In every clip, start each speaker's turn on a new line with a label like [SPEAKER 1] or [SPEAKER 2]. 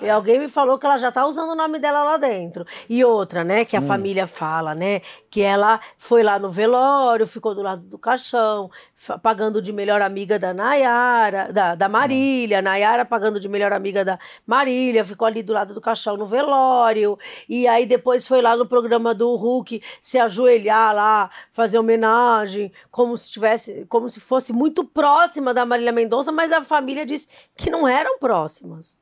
[SPEAKER 1] E alguém me falou que ela já tá usando o nome dela lá dentro. E outra, né, que a família fala, né, que ela foi lá no velório, ficou do lado do caixão, fa- pagando de melhor amiga da Nayara, da, da Marília, Nayara pagando de melhor amiga da Marília, ficou ali do lado do caixão no velório, e aí depois foi lá no programa do Hulk se ajoelhar lá, fazer homenagem, como se tivesse, como se fosse muito próxima da Marília Mendonça, mas a família disse que não eram próximas.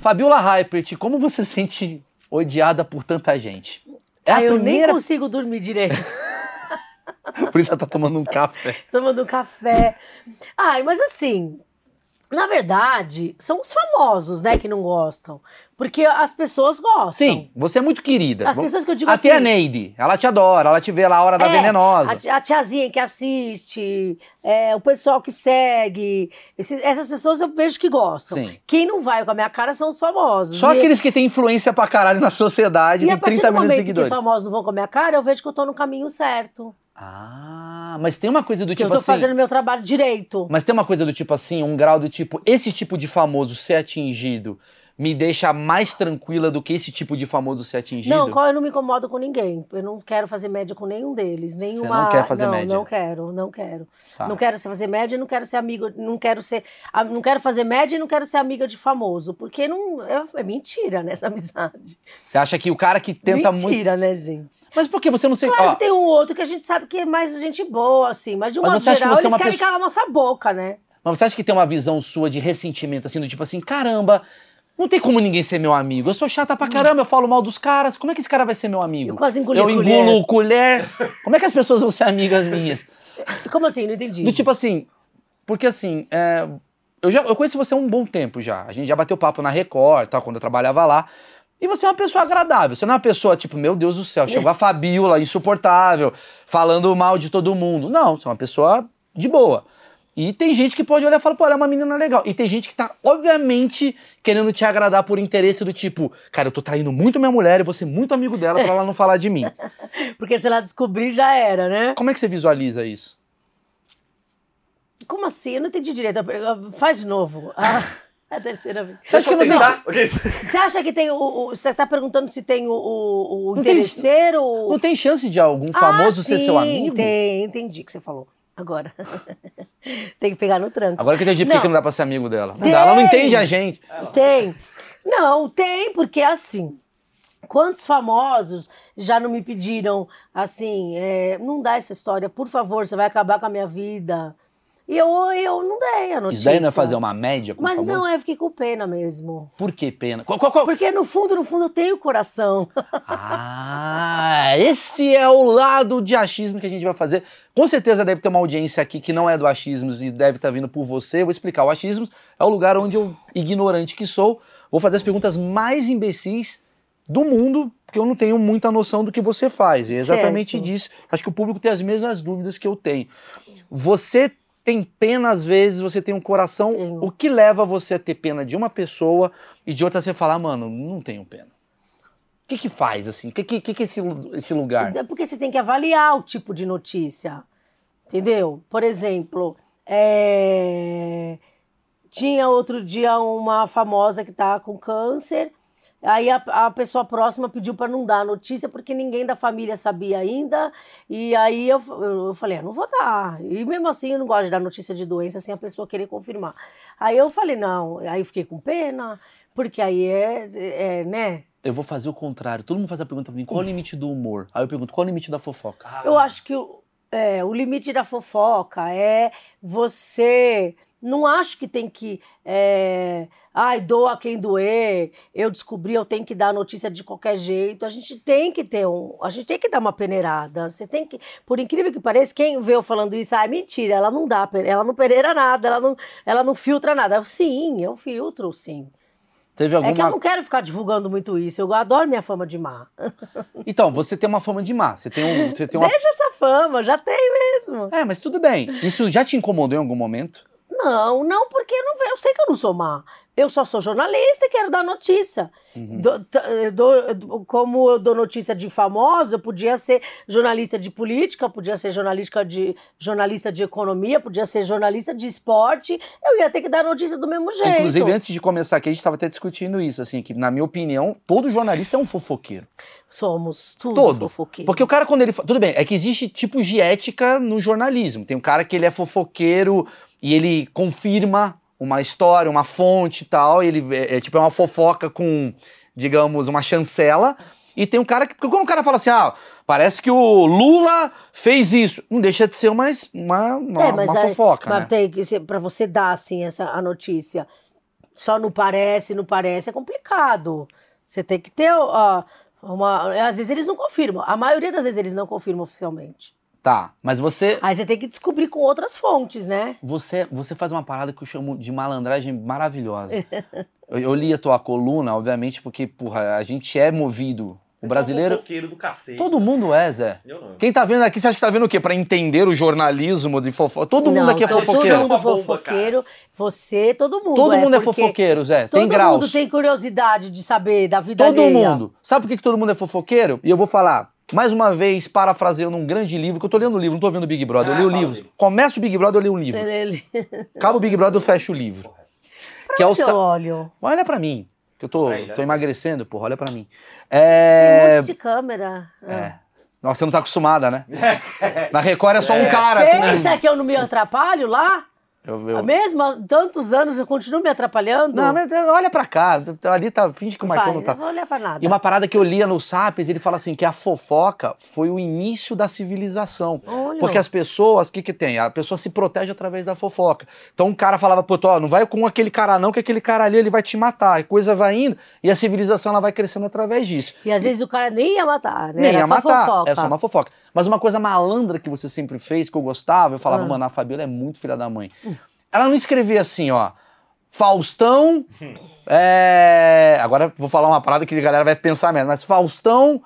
[SPEAKER 2] Fabiola Hypert, como você se sente odiada por tanta gente? É a
[SPEAKER 1] Ah, eu nem
[SPEAKER 2] primeira.
[SPEAKER 1] consigo dormir direito.
[SPEAKER 2] Por isso ela tá tomando um café.
[SPEAKER 1] Tomando um café. Ai, mas assim, na verdade, são os famosos, né, que não gostam. Porque as pessoas gostam.
[SPEAKER 2] Sim, você é muito querida.
[SPEAKER 1] As
[SPEAKER 2] Vamos-
[SPEAKER 1] pessoas que eu digo
[SPEAKER 2] Até a
[SPEAKER 1] assim-
[SPEAKER 2] Neide, ela te adora, ela te vê lá a hora da
[SPEAKER 1] É,
[SPEAKER 2] venenosa.
[SPEAKER 1] A, ti- a tiazinha que assiste, é, o pessoal que segue. esses- essas pessoas eu vejo que gostam.
[SPEAKER 2] Sim.
[SPEAKER 1] Quem não vai com a minha cara são os famosos.
[SPEAKER 2] Só
[SPEAKER 1] E-
[SPEAKER 2] aqueles que têm influência pra caralho na sociedade,
[SPEAKER 1] E a
[SPEAKER 2] tem
[SPEAKER 1] partir
[SPEAKER 2] 30
[SPEAKER 1] do
[SPEAKER 2] milhões de
[SPEAKER 1] momento que os
[SPEAKER 2] seguidores.
[SPEAKER 1] famosos não vão com a minha cara, eu vejo que eu tô no caminho certo.
[SPEAKER 2] Ah, mas tem uma coisa do
[SPEAKER 1] Que
[SPEAKER 2] tipo
[SPEAKER 1] eu tô
[SPEAKER 2] assim.
[SPEAKER 1] fazendo meu trabalho direito.
[SPEAKER 2] Mas tem uma coisa do tipo assim, um grau do tipo, esse tipo de famoso ser atingido me deixa mais tranquila do que esse tipo de famoso ser atingido?
[SPEAKER 1] Não, qual- eu não me incomodo com ninguém. Eu não quero fazer média com nenhum deles. Nenhuma...
[SPEAKER 2] não quer fazer
[SPEAKER 1] não,
[SPEAKER 2] média?
[SPEAKER 1] Não quero, não quero.
[SPEAKER 2] Tá.
[SPEAKER 1] Não quero ser fazer média, não quero ser amigo, não quero ser. ah, Não quero fazer média e não quero ser amiga de famoso. Porque não. É, é mentira, né? Essa amizade.
[SPEAKER 2] Você acha que o cara que tenta muito.
[SPEAKER 1] mentira, né, gente?
[SPEAKER 2] Mas por que você não sei.
[SPEAKER 1] Claro
[SPEAKER 2] Ó,
[SPEAKER 1] que tem um outro que a gente sabe que é mais gente boa, assim. Mas de um
[SPEAKER 2] Mas
[SPEAKER 1] modo
[SPEAKER 2] você acha que
[SPEAKER 1] geral,
[SPEAKER 2] você é
[SPEAKER 1] eles
[SPEAKER 2] uma
[SPEAKER 1] querem
[SPEAKER 2] pessoa-
[SPEAKER 1] calar nossa boca, né?
[SPEAKER 2] Mas você acha que tem uma visão sua de ressentimento, assim, do tipo assim, caramba, não tem como ninguém ser meu amigo. Eu sou chata pra caramba, eu falo mal dos caras. Como é que esse cara vai ser meu amigo?
[SPEAKER 1] Eu quase engoli
[SPEAKER 2] Eu
[SPEAKER 1] a
[SPEAKER 2] engulo colher. Como é que as pessoas vão ser amigas minhas?
[SPEAKER 1] Como assim? Não entendi.
[SPEAKER 2] Do tipo assim, porque assim, é, eu já eu conheço você há um bom tempo já. A gente já bateu papo na Record, tal, quando eu trabalhava lá. E você é uma pessoa agradável. Você não é uma pessoa tipo, meu Deus do céu, chegou a Fabiola, insuportável, falando mal de todo mundo. Não, você é uma pessoa de boa. E tem gente que pode olhar e falar, pô, ela é uma menina legal. E tem gente que tá, obviamente, querendo te agradar por interesse do tipo, cara, eu tô traindo muito minha mulher e vou ser muito amigo dela pra ela não falar de mim.
[SPEAKER 1] Porque se ela descobrir, já era, né?
[SPEAKER 2] Como é que você visualiza isso?
[SPEAKER 1] Como assim? Eu não entendi direito. a pergunta. Faz de novo. Ah, a terceira vez.
[SPEAKER 2] Você acha que não tem.
[SPEAKER 3] Tá? Ok.
[SPEAKER 1] Você acha que tem o. o- você está perguntando se tem o, o, o
[SPEAKER 2] Não tem-
[SPEAKER 1] interesseiro?
[SPEAKER 2] Não tem chance de algum famoso
[SPEAKER 1] ah,
[SPEAKER 2] ser seu
[SPEAKER 1] sim,
[SPEAKER 2] amigo?
[SPEAKER 1] Tem, entendi o que você falou. Agora. tem que pegar no tranco.
[SPEAKER 2] Agora que eu entendi por que
[SPEAKER 1] Não.
[SPEAKER 2] que não dá pra ser amigo dela. Não
[SPEAKER 1] Tem.
[SPEAKER 2] dá, ela não entende a gente.
[SPEAKER 1] Tem. Não, tem, porque é assim. Quantos famosos já não me pediram assim, é, não dá essa história, por favor, você vai acabar com a minha vida. E eu, eu não dei a notícia.
[SPEAKER 2] Isso daí não é fazer uma média com o
[SPEAKER 1] Mas
[SPEAKER 2] famoso?
[SPEAKER 1] não, é. eu fiquei com pena mesmo.
[SPEAKER 2] Por que pena? Qual, qual, qual?
[SPEAKER 1] Porque no fundo, no fundo, eu tenho coração.
[SPEAKER 2] Ah, esse é o lado de achismo que a gente vai fazer. Com certeza deve ter uma audiência aqui que não é do achismos e deve estar vindo por você. Eu Vou explicar. O achismos é o lugar onde eu, ignorante que sou, vou fazer as perguntas mais imbecis do mundo, porque eu não tenho muita noção do que você faz. E é exatamente
[SPEAKER 1] Certo.
[SPEAKER 2] disso. Acho que o público tem as mesmas dúvidas que eu tenho. Você tem pena às vezes, você tem um coração.
[SPEAKER 1] Tenho.
[SPEAKER 2] O que leva você a ter pena de uma pessoa e de outra você falar, mano, não tenho pena? O que que faz, assim? O que que, que que é esse, lu- esse lugar?
[SPEAKER 1] É porque você tem que avaliar o tipo de notícia. Entendeu? Por exemplo, é, tinha outro dia uma famosa que tá com câncer. Aí a, a pessoa próxima pediu para não dar a notícia porque ninguém da família sabia ainda. E aí eu, eu falei, ah, não vou dar. E mesmo assim eu não gosto de dar notícia de doença sem a pessoa querer confirmar. Aí eu falei, não. Aí eu fiquei com pena, porque aí é, é né?
[SPEAKER 2] Eu vou fazer o contrário. Todo mundo faz a pergunta pra mim, qual o limite do humor? Aí eu pergunto, qual o limite da fofoca? Ah,
[SPEAKER 1] Eu acho que o, é, o limite da fofoca é você. Não acho que tem que. É, Ai, doa quem doer, eu descobri, eu tenho que dar a notícia de qualquer jeito. A gente tem que ter um. A gente tem que dar uma peneirada. Você tem que. Por incrível que pareça, quem vê eu falando isso, ah, é mentira, ela não dá, pe- ela não peneira nada, ela não, ela não filtra nada. Eu, sim, eu filtro, sim.
[SPEAKER 2] Teve
[SPEAKER 1] É que eu
[SPEAKER 2] alguma...
[SPEAKER 1] não quero ficar divulgando muito isso. Eu adoro minha fama de má.
[SPEAKER 2] Então, você tem uma fama de má. Você tem, um, você tem uma...
[SPEAKER 1] Deixa essa fama, já tem mesmo.
[SPEAKER 2] É, mas tudo bem. Isso já te incomodou em algum momento?
[SPEAKER 1] Não, não, porque eu, não, ve- eu sei que eu não sou má. Eu só sou jornalista e quero dar notícia.
[SPEAKER 2] Uhum.
[SPEAKER 1] Do- t- eh, do- do- como eu dou notícia de famoso, eu podia ser jornalista de política, podia ser jornalista de, jornalista de economia, podia ser jornalista de esporte. Eu ia ter que dar notícia do mesmo jeito.
[SPEAKER 2] Inclusive, antes de começar aqui, a gente estava até discutindo isso, assim, que na minha opinião, todo jornalista é um fofoqueiro.
[SPEAKER 1] Somos tudo
[SPEAKER 2] Todo.
[SPEAKER 1] fofoqueiro.
[SPEAKER 2] Porque o cara, quando ele. fa- Tudo bem, é que existe tipos de ética no jornalismo. Tem um cara que ele é fofoqueiro e ele confirma uma história, uma fonte e tal. e ele é, é tipo é uma fofoca com, digamos, uma chancela. E tem um cara que. Porque quando o cara fala assim, ah, parece que o Lula fez isso. Não deixa de ser uma, uma, uma,
[SPEAKER 1] É, mas
[SPEAKER 2] uma
[SPEAKER 1] é-
[SPEAKER 2] fofoca.
[SPEAKER 1] Mas
[SPEAKER 2] né?
[SPEAKER 1] tem que ser para você dar assim essa a notícia. Só não parece, não parece é complicado. Você tem que ter ó, uma. Às vezes eles não confirmam. A maioria das vezes eles não confirmam oficialmente.
[SPEAKER 2] Tá, mas você.
[SPEAKER 1] Aí você tem que descobrir com outras fontes, né?
[SPEAKER 2] Você, você faz uma parada que eu chamo de malandragem maravilhosa. eu, eu li a tua coluna, obviamente, porque, porra, a gente é movido. O brasileiro.
[SPEAKER 3] É um Fofoqueiro do cacete.
[SPEAKER 2] Todo mundo é, Zé.
[SPEAKER 3] Eu não.
[SPEAKER 2] Quem tá vendo aqui, você acha que tá vendo o quê? Pra entender o jornalismo de fofoca. Todo mundo
[SPEAKER 1] Não,
[SPEAKER 2] aqui é
[SPEAKER 1] todo
[SPEAKER 2] fofoqueiro.
[SPEAKER 1] mundo
[SPEAKER 3] Uma bomba,
[SPEAKER 1] fofoqueiro. Você, todo mundo.
[SPEAKER 2] Todo mundo é
[SPEAKER 1] porque
[SPEAKER 2] fofoqueiro, Zé.
[SPEAKER 1] Todo
[SPEAKER 2] Tem graus.
[SPEAKER 1] mundo tem curiosidade de saber da vida
[SPEAKER 2] Todo
[SPEAKER 1] alheia.
[SPEAKER 2] mundo. Sabe por que, que todo mundo é fofoqueiro? E eu vou falar, mais uma vez, parafraseando um grande livro, que eu tô lendo o livro, não tô vendo o Big Brother, eu
[SPEAKER 3] Ah,
[SPEAKER 2] leio
[SPEAKER 3] fala
[SPEAKER 2] livros.
[SPEAKER 3] dele.
[SPEAKER 2] Começa o Big Brother, eu leio um
[SPEAKER 1] É,
[SPEAKER 2] livro.
[SPEAKER 1] Ele,
[SPEAKER 2] Acaba o Big Brother, eu fecho o livro. Que é o
[SPEAKER 1] ele,
[SPEAKER 2] Sa-
[SPEAKER 1] olho.
[SPEAKER 2] Olha pra mim. Que eu tô,
[SPEAKER 3] Aí, já
[SPEAKER 2] tô
[SPEAKER 3] é.
[SPEAKER 2] emagrecendo, porra, olha pra mim.
[SPEAKER 1] Tem um
[SPEAKER 2] É.
[SPEAKER 1] monte de câmera. Ah.
[SPEAKER 2] é. Nossa, você não tá acostumada, né? Na Record é só um cara.
[SPEAKER 1] Pensa que eu não me atrapalho lá?
[SPEAKER 2] Eu- eu-
[SPEAKER 1] Ah, Mesmo há tantos anos eu continuo me atrapalhando?
[SPEAKER 2] Não, mas olha pra cá. Ali tá. Finge que o
[SPEAKER 1] Vai,
[SPEAKER 2] Marcão não
[SPEAKER 1] não
[SPEAKER 2] tá.
[SPEAKER 1] vou olhar pra nada.
[SPEAKER 2] E uma parada que eu lia no Sapiens, ele fala assim que a fofoca foi o início da civilização.
[SPEAKER 1] Olha.
[SPEAKER 2] Porque as pessoas, o que que tem? A pessoa se protege através da fofoca. Então um cara falava, pô, ó, não vai com aquele cara não, que aquele cara ali ele vai te matar. E coisa vai indo, e a civilização ela vai crescendo através disso.
[SPEAKER 1] E às vezes o cara nem ia matar, né?
[SPEAKER 2] Nem
[SPEAKER 1] Era
[SPEAKER 2] ia
[SPEAKER 1] só
[SPEAKER 2] matar,
[SPEAKER 1] fofoca.
[SPEAKER 2] é só uma fofoca. Mas uma coisa malandra que você sempre fez, que eu gostava, eu falava,
[SPEAKER 1] Ah. Hum.
[SPEAKER 2] mano, a Fabiola é muito filha da mãe. Ela não escrevia assim, ó, Faustão, é... agora vou falar uma parada que a galera vai pensar mesmo, mas Faustão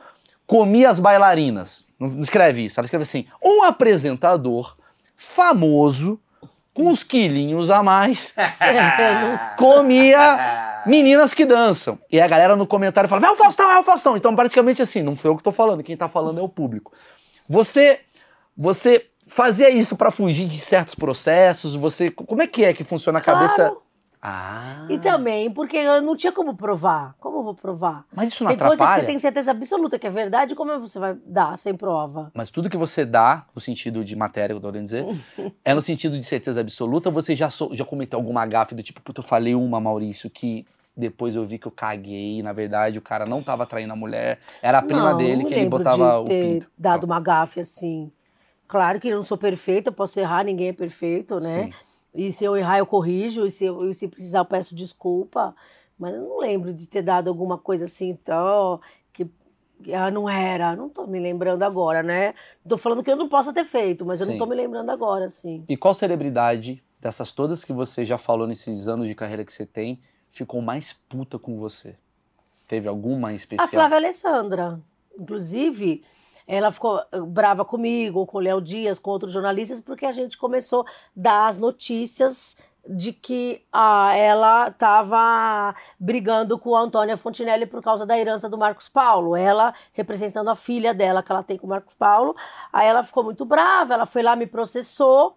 [SPEAKER 2] comia as bailarinas. Não não escreve isso, ela escreve assim, um apresentador famoso, com uns quilinhos a mais,
[SPEAKER 1] É,
[SPEAKER 2] comia Meninas que dançam. E a galera no comentário fala: é o Faustão, é o Faustão. Então, praticamente assim, não foi eu que tô falando, quem tá falando é o público. Você você fazia isso pra fugir de certos processos? Você. Como é que é que funciona a cabeça?
[SPEAKER 1] Claro. Então,
[SPEAKER 2] Ah.
[SPEAKER 1] E também, porque eu não tinha como provar. Como eu vou provar?
[SPEAKER 2] Mas isso não
[SPEAKER 1] Tem coisa que
[SPEAKER 2] atrapalha?
[SPEAKER 1] você tem certeza absoluta que é verdade, como você vai dar sem prova?
[SPEAKER 2] Mas tudo que você dá, no sentido de matéria, eu tô querendo dizer, é no sentido de certeza absoluta, você já, sou- já cometeu alguma gafe do tipo, puta, eu falei uma, Maurício, que depois eu vi que eu caguei, na verdade o cara não tava traindo a mulher, era a prima
[SPEAKER 1] não,
[SPEAKER 2] dele
[SPEAKER 1] não
[SPEAKER 2] que ele
[SPEAKER 1] lembro
[SPEAKER 2] botava
[SPEAKER 1] de
[SPEAKER 2] o
[SPEAKER 1] ter
[SPEAKER 2] pinto.
[SPEAKER 1] dado uma gafe assim. Claro que eu não sou perfeita, eu posso errar, ninguém é perfeito, né?
[SPEAKER 2] Sim.
[SPEAKER 1] E se eu errar, eu corrijo. E se, eu, e se precisar, eu peço desculpa. Mas eu não lembro de ter dado alguma coisa assim, então, que que ah, não era. Não tô me lembrando agora, né? Tô falando que eu não possa ter feito, mas eu
[SPEAKER 2] Sim.
[SPEAKER 1] não tô me lembrando agora, assim.
[SPEAKER 2] E qual celebridade dessas todas que você já falou nesses anos de carreira que você tem ficou mais puta com você? Teve alguma em
[SPEAKER 1] A
[SPEAKER 2] especial?
[SPEAKER 1] Flávia Alessandra, inclusive, ela ficou eh, brava comigo, com o Léo Dias, com outros jornalistas, porque a gente começou a dar as notícias de que ah, ela estava brigando com a Antônia Fontinelli por causa da herança do Marcos Paulo. Ela representando a filha dela que ela tem com o Marcos Paulo. Aí ela ficou muito brava, ela foi lá, me processou.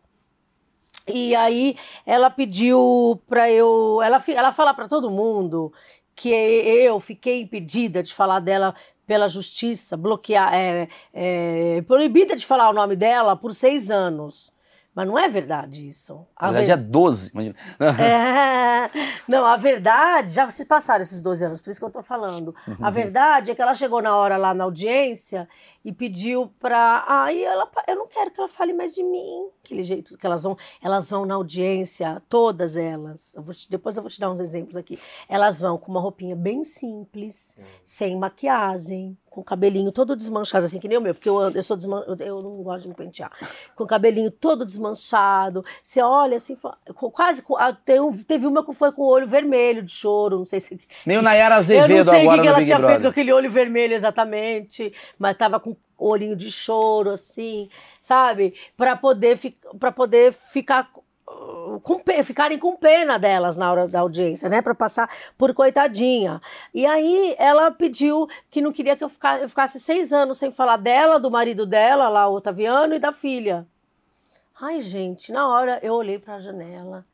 [SPEAKER 1] E aí ela pediu para eu. Ela, fi- ela fala para todo mundo que eu fiquei impedida de falar dela pela justiça, bloquear, é, é, proibida de falar o nome dela por seis anos. Mas não é verdade isso. A
[SPEAKER 2] Na verdade é 12, imagina.
[SPEAKER 1] é. Não, a verdade, já se passaram esses 12 anos, por isso que eu tô falando. A
[SPEAKER 2] Uhum.
[SPEAKER 1] verdade é que ela chegou na hora lá na audiência e pediu pra. Ai, ela, eu não quero que ela fale mais de mim. Aquele jeito que elas vão. Elas vão na audiência, todas elas. Eu vou te- depois eu vou te dar uns exemplos aqui. Elas vão com uma roupinha bem simples, sem maquiagem, com o cabelinho todo desmanchado, assim que nem o meu, porque eu, ando- eu sou desman... eu- eu não gosto de me pentear. Com o cabelinho todo desmanchado. Você olha assim, fala- com- quase. Com... ah, tem um- Teve uma que foi com o olho vermelho de choro, não sei se.
[SPEAKER 2] Nem o
[SPEAKER 1] Eu
[SPEAKER 2] Nayara
[SPEAKER 1] não
[SPEAKER 2] Azevedo
[SPEAKER 1] sei o
[SPEAKER 2] agora
[SPEAKER 1] que que
[SPEAKER 2] no
[SPEAKER 1] ela
[SPEAKER 2] Big
[SPEAKER 1] tinha
[SPEAKER 2] Brother.
[SPEAKER 1] feito com aquele olho vermelho exatamente, mas tava com o olhinho de choro, assim, sabe? Pra poder, para poder ficar uh, com pe- ficarem com pena delas na hora da audiência, né? Para passar por coitadinha. E aí ela pediu que não queria que eu, fica- eu ficasse seis anos sem falar dela, do marido dela, lá o Otaviano, e da filha. Ai, gente, na hora eu olhei para a janela,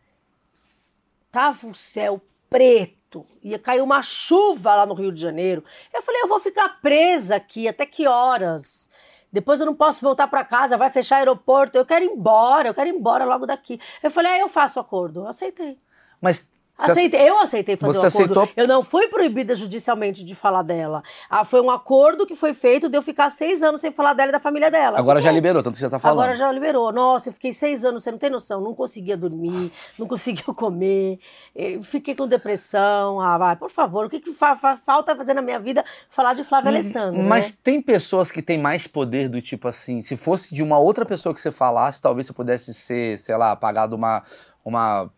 [SPEAKER 1] tava o céu preto, e caiu uma chuva lá no Rio de Janeiro. Eu falei, eu vou ficar presa aqui até que horas? Depois eu não posso voltar para casa, vai fechar aeroporto, eu quero ir embora, eu quero ir embora logo daqui. Eu falei, aí eu faço o acordo. Eu aceitei.
[SPEAKER 2] Mas. você-
[SPEAKER 1] Aceitei, eu aceitei fazer
[SPEAKER 2] Você
[SPEAKER 1] o acordo.
[SPEAKER 2] aceitou?
[SPEAKER 1] Eu não fui proibida judicialmente de falar dela. Ah, foi um acordo que foi feito de eu ficar seis anos sem falar dela e da família dela.
[SPEAKER 2] Agora já
[SPEAKER 1] Ficou.
[SPEAKER 2] liberou, tanto que você tá falando.
[SPEAKER 1] assim, Agora já liberou. Nossa, eu fiquei seis anos, você não tem noção. Não conseguia dormir, não conseguia comer, eh, fiquei com depressão. Ah, vai, por favor, o que, que fa- fa- falta fazer na minha vida falar de Flávia Alessandro?
[SPEAKER 2] Hum, Mas
[SPEAKER 1] né?
[SPEAKER 2] tem pessoas que têm mais poder do tipo assim, se fosse de uma outra pessoa que você falasse, talvez você pudesse ser, sei lá, pagado uma, uma,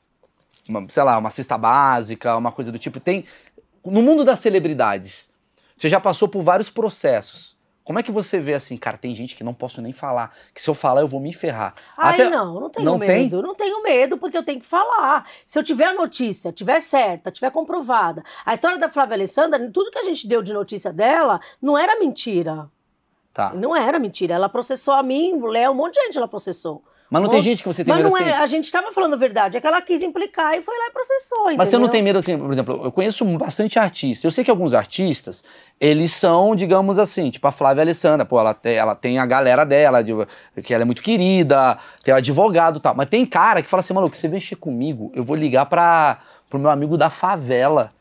[SPEAKER 2] uma, sei lá, uma cesta básica, uma coisa do tipo. Tem no mundo das celebridades, você já passou por vários processos. Como é que você vê assim, cara, tem gente que não posso nem falar, que se eu falar eu vou me ferrar.
[SPEAKER 1] Ai,
[SPEAKER 2] Até-
[SPEAKER 1] não, não tenho
[SPEAKER 2] não tem?
[SPEAKER 1] medo. Não tenho medo, porque eu tenho que falar. Se eu tiver a notícia, tiver certa, tiver comprovada. A história da Flávia Alessandra, tudo que a gente deu de notícia dela, não era mentira.
[SPEAKER 2] Tá.
[SPEAKER 1] Não era mentira. Ela processou a mim, o Léo, um monte de gente ela processou.
[SPEAKER 2] Mas não
[SPEAKER 1] Bom,
[SPEAKER 2] tem gente que você tem
[SPEAKER 1] Mas
[SPEAKER 2] medo
[SPEAKER 1] não
[SPEAKER 2] assim.
[SPEAKER 1] é, a gente tava falando a verdade, é que ela quis implicar e foi lá e processou, entendeu?
[SPEAKER 2] Mas você não tem medo assim, por exemplo, eu conheço bastante artista. Eu sei que alguns artistas, eles são, digamos assim, tipo a Flávia Alessandra, pô, ela tem, ela tem a galera dela, de- que ela é muito querida, tem o advogado e tal. Mas tem cara que fala assim, maluco, você mexer comigo, eu vou ligar pra, pro meu amigo da favela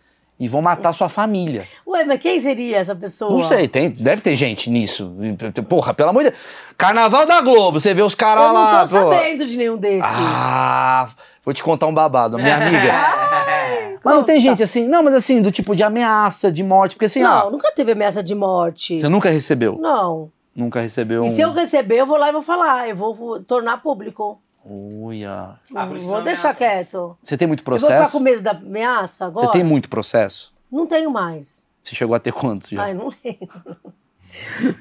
[SPEAKER 2] e vou matar sua família.
[SPEAKER 1] Ué, mas quem seria essa pessoa?
[SPEAKER 2] Não sei, tem, deve ter gente nisso. Porra, pelo amor de Deus. Carnaval da Globo, você vê os
[SPEAKER 1] Eu
[SPEAKER 2] caras
[SPEAKER 1] não tô
[SPEAKER 2] lá. pô.
[SPEAKER 1] sabendo de nenhum desses.
[SPEAKER 2] Ah, vou te contar um babado, minha amiga.
[SPEAKER 3] É.
[SPEAKER 2] Mas não
[SPEAKER 1] Conta.
[SPEAKER 2] tem gente assim, não, mas assim, do tipo de ameaça, de morte, porque assim,
[SPEAKER 1] tá. não,
[SPEAKER 2] ah,
[SPEAKER 1] nunca teve ameaça de morte.
[SPEAKER 2] você nunca recebeu.
[SPEAKER 1] Não.
[SPEAKER 2] Nunca recebeu
[SPEAKER 1] E
[SPEAKER 2] um.
[SPEAKER 1] se eu receber, eu vou lá e vou falar. Eu vou, vou tornar público.
[SPEAKER 2] Uia.
[SPEAKER 3] Ah, por
[SPEAKER 1] Não
[SPEAKER 3] isso
[SPEAKER 1] vou
[SPEAKER 3] não é
[SPEAKER 1] deixar
[SPEAKER 3] ameaça.
[SPEAKER 1] quieto.
[SPEAKER 2] Você tem muito
[SPEAKER 1] Eu vou
[SPEAKER 2] processo?
[SPEAKER 1] ficar com medo da ameaça agora?
[SPEAKER 2] Você tem muito processo?
[SPEAKER 1] Não tenho mais.
[SPEAKER 2] Você chegou a ter quantos já?
[SPEAKER 1] Ai, não lembro.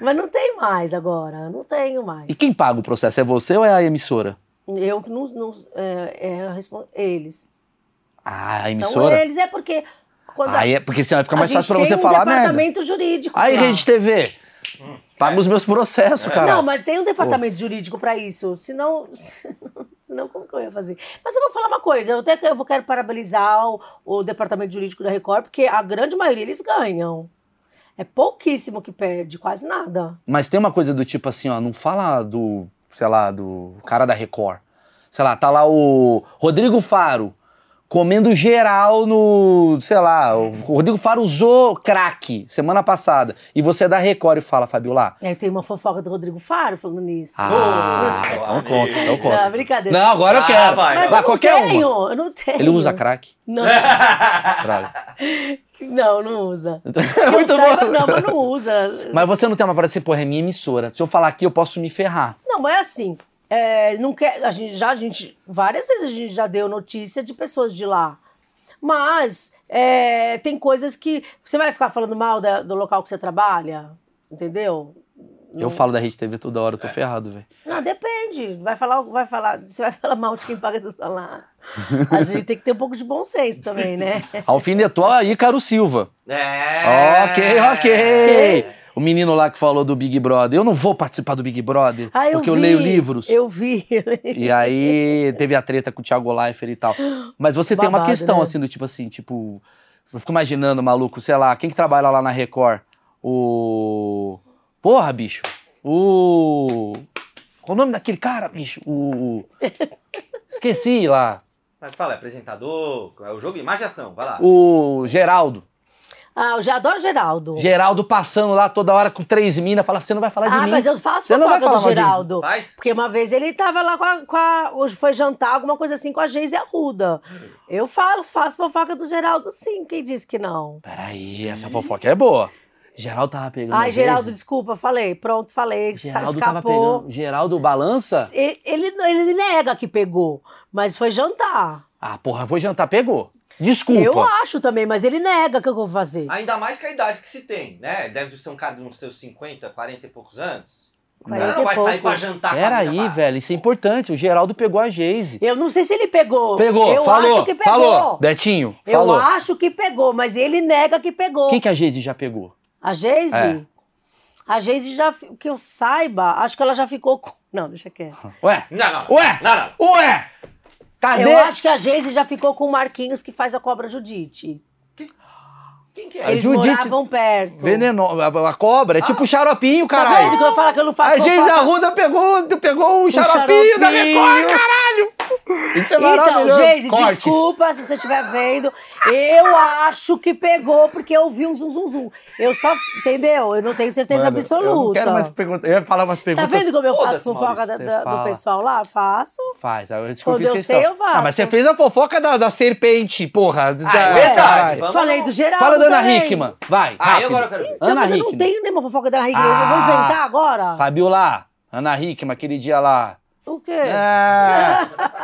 [SPEAKER 1] mas não tem mais agora. Não tenho mais.
[SPEAKER 2] E quem paga o processo? É você ou é a emissora?
[SPEAKER 1] Eu que não. não é, é, eu respondo- eles.
[SPEAKER 2] Ah, a
[SPEAKER 1] São
[SPEAKER 2] emissora?
[SPEAKER 1] eles. É porque. Quando a-
[SPEAKER 2] Aí é porque senão vai ficar
[SPEAKER 1] A
[SPEAKER 2] mais
[SPEAKER 1] gente
[SPEAKER 2] fácil pra
[SPEAKER 1] tem
[SPEAKER 2] você
[SPEAKER 1] um
[SPEAKER 2] falar merda.
[SPEAKER 1] departamento jurídico.
[SPEAKER 2] Aí,
[SPEAKER 1] lá.
[SPEAKER 2] Rede TV, paga os meus processos, cara.
[SPEAKER 1] Não, mas tem um departamento jurídico para isso. Senão, senão, como que eu ia fazer? Mas eu vou falar uma coisa. Eu até que- eu vou- quero parabenizar o, o departamento jurídico da Record, porque a grande maioria eles ganham. É pouquíssimo que perde, quase nada.
[SPEAKER 2] Mas tem uma coisa do tipo assim, ó, não fala do, sei lá, do cara da Record. Sei lá, tá lá o Rodrigo Faro comendo geral no, sei lá, o Rodrigo Faro usou crack semana passada. E você é da Record e fala, Fabiola.
[SPEAKER 1] Aí É, tem uma fofoca do Rodrigo Faro falando nisso.
[SPEAKER 2] Ah, então conta, então
[SPEAKER 1] não,
[SPEAKER 2] conta.
[SPEAKER 1] brincadeira.
[SPEAKER 2] Não, agora eu
[SPEAKER 3] Ah,
[SPEAKER 2] quero.
[SPEAKER 1] mas
[SPEAKER 3] vai, vai.
[SPEAKER 1] eu
[SPEAKER 2] vai,
[SPEAKER 1] não
[SPEAKER 2] qualquer
[SPEAKER 1] tenho,
[SPEAKER 2] uma.
[SPEAKER 1] eu não tenho.
[SPEAKER 2] Ele usa crack.
[SPEAKER 1] Não,
[SPEAKER 2] Braga.
[SPEAKER 1] não, não usa.
[SPEAKER 2] É muito
[SPEAKER 1] eu saiba,
[SPEAKER 2] bom. É
[SPEAKER 1] Não, mas não usa.
[SPEAKER 2] Mas você não tem uma parada assim, porra, é minha emissora. Se eu falar aqui, eu posso me ferrar.
[SPEAKER 1] Não, mas é assim. é, não quer, a gente já, a gente, várias vezes a gente já deu notícia de pessoas de lá. Mas é, tem coisas que. Você vai ficar falando mal da- do local que você trabalha? Entendeu? Hum.
[SPEAKER 2] Eu falo da Rede TV toda hora, eu tô
[SPEAKER 1] É.
[SPEAKER 2] ferrado, velho.
[SPEAKER 1] Não, depende. Vai falar, vai falar, você vai falar mal de quem paga seu salário. A gente tem que ter um pouco de bom senso também, né?
[SPEAKER 2] Alfinetou a Ícaro Silva. Ok,
[SPEAKER 3] É.
[SPEAKER 2] ok. O menino lá que falou do Big Brother. Eu não vou participar do Big Brother,
[SPEAKER 1] Ah, eu
[SPEAKER 2] porque eu
[SPEAKER 1] vi,
[SPEAKER 2] leio livros.
[SPEAKER 1] Eu vi.
[SPEAKER 2] E aí teve a treta com o Thiago Leifert e tal. Mas você tem uma
[SPEAKER 1] Babado,
[SPEAKER 2] questão,
[SPEAKER 1] né?
[SPEAKER 2] assim, do tipo assim, tipo. Eu fico imaginando, maluco, sei lá, quem que trabalha lá na Record? O. Porra, bicho. O. Qual o nome daquele cara, bicho? O. Esqueci lá.
[SPEAKER 3] Mas fala, é apresentador, é o jogo, imagem e ação, vai lá.
[SPEAKER 2] O Geraldo.
[SPEAKER 1] Ah, eu já adoro Geraldo.
[SPEAKER 2] Geraldo passando lá toda hora com três minas, fala, você não vai falar de
[SPEAKER 1] ah,
[SPEAKER 2] mim.
[SPEAKER 1] mas eu faço
[SPEAKER 2] Você não vai
[SPEAKER 1] fofoca do
[SPEAKER 2] falar mal de mim.
[SPEAKER 1] Geraldo.
[SPEAKER 3] Faz?
[SPEAKER 1] Porque uma vez ele tava lá com a, com a- hoje Foi jantar, alguma coisa assim, com a Geise Arruda.
[SPEAKER 2] Hum.
[SPEAKER 1] Eu falo, faço fofoca do Geraldo, sim. Quem disse que não?
[SPEAKER 2] Peraí, essa fofoca é boa. Geraldo tava pegando.
[SPEAKER 1] Hum. Ai,
[SPEAKER 2] às
[SPEAKER 1] Geraldo,
[SPEAKER 2] vezes.
[SPEAKER 1] desculpa, falei. Pronto, falei. sa-
[SPEAKER 2] é Geraldo tava
[SPEAKER 1] escapou.
[SPEAKER 2] pegando. Geraldo balança?
[SPEAKER 1] E- Ele, ele nega que pegou, mas foi jantar.
[SPEAKER 2] Ah, porra, vou jantar, pegou. Desculpa.
[SPEAKER 1] Eu acho também, mas ele nega que eu vou fazer.
[SPEAKER 3] Ainda mais com a idade que se tem, né? Deve ser um cara de uns seus 50, 40 e poucos anos. Ela
[SPEAKER 1] Quarenta
[SPEAKER 3] não
[SPEAKER 1] e
[SPEAKER 3] vai sair
[SPEAKER 1] pouco.
[SPEAKER 3] pra jantar com a
[SPEAKER 2] Peraí,
[SPEAKER 3] mina, pá.
[SPEAKER 2] velho, isso é importante. O Geraldo pegou a Geise.
[SPEAKER 1] Eu não sei se ele pegou.
[SPEAKER 2] Pegou,
[SPEAKER 1] eu
[SPEAKER 2] falou,
[SPEAKER 1] acho que pegou.
[SPEAKER 2] falou. Betinho,
[SPEAKER 1] Eu
[SPEAKER 2] falou.
[SPEAKER 1] acho que pegou, mas ele nega que pegou.
[SPEAKER 2] Quem que a Geise já pegou?
[SPEAKER 1] A Geise?
[SPEAKER 2] É.
[SPEAKER 1] A Geise já, fi- que eu saiba, acho que ela já ficou com. Não, deixa quieto.
[SPEAKER 2] Ué,
[SPEAKER 3] Não, não.
[SPEAKER 2] Ué?
[SPEAKER 3] Não, não.
[SPEAKER 2] ué! Cadê?
[SPEAKER 1] Eu acho que a Geise já ficou com o Marquinhos que faz a cobra Judite.
[SPEAKER 3] Quem que é?
[SPEAKER 2] A
[SPEAKER 1] Eles
[SPEAKER 2] Judite-
[SPEAKER 1] moravam perto.
[SPEAKER 2] Veneno, a, a cobra, é tipo xaropinho,
[SPEAKER 1] Tá vendo
[SPEAKER 2] caralho.
[SPEAKER 1] que eu falo que eu não faço
[SPEAKER 2] A Geise é
[SPEAKER 1] fofoca? Um
[SPEAKER 2] Arruda pegou, pegou o xaropinho da Record,
[SPEAKER 1] xaropinho.
[SPEAKER 2] caralho! Isso é
[SPEAKER 1] Então,
[SPEAKER 2] maravilhoso.
[SPEAKER 1] Geise,
[SPEAKER 2] Cortes.
[SPEAKER 1] desculpa se você estiver vendo. Eu acho que pegou, porque eu vi um zum zum zum. Eu só, entendeu? Eu não tenho certeza
[SPEAKER 2] Mano,
[SPEAKER 1] absoluta.
[SPEAKER 2] Eu não quero mais perguntas. Eu ia falar umas
[SPEAKER 1] Tá
[SPEAKER 2] perguntas.
[SPEAKER 1] vendo como eu faço
[SPEAKER 3] Foda-se,
[SPEAKER 1] fofoca da-
[SPEAKER 2] Maurício,
[SPEAKER 1] da-
[SPEAKER 2] você
[SPEAKER 1] do
[SPEAKER 2] fala.
[SPEAKER 1] pessoal lá? Faço.
[SPEAKER 2] Faz, eu te
[SPEAKER 1] Quando
[SPEAKER 2] fiz
[SPEAKER 1] eu
[SPEAKER 2] questão.
[SPEAKER 1] sei, eu faço.
[SPEAKER 2] Ah, mas você fez a fofoca da, da serpente, porra.
[SPEAKER 3] Ah,
[SPEAKER 2] da-
[SPEAKER 3] é verdade.
[SPEAKER 2] caralho.
[SPEAKER 3] Vamos-
[SPEAKER 1] Falei do Geraldo
[SPEAKER 2] Fala da Ana
[SPEAKER 1] Tá também.
[SPEAKER 2] Hickman, vai.
[SPEAKER 3] Ah,
[SPEAKER 2] rápido.
[SPEAKER 3] eu agora eu quero ver.
[SPEAKER 1] Então,
[SPEAKER 2] Ana
[SPEAKER 1] mas eu não
[SPEAKER 2] Hickman.
[SPEAKER 1] tenho nenhuma fofoca da Ana Hickman. Eu vou
[SPEAKER 2] Ah.
[SPEAKER 1] inventar agora?
[SPEAKER 2] Fabiola, Ana Hickman, aquele dia lá.
[SPEAKER 1] O quê?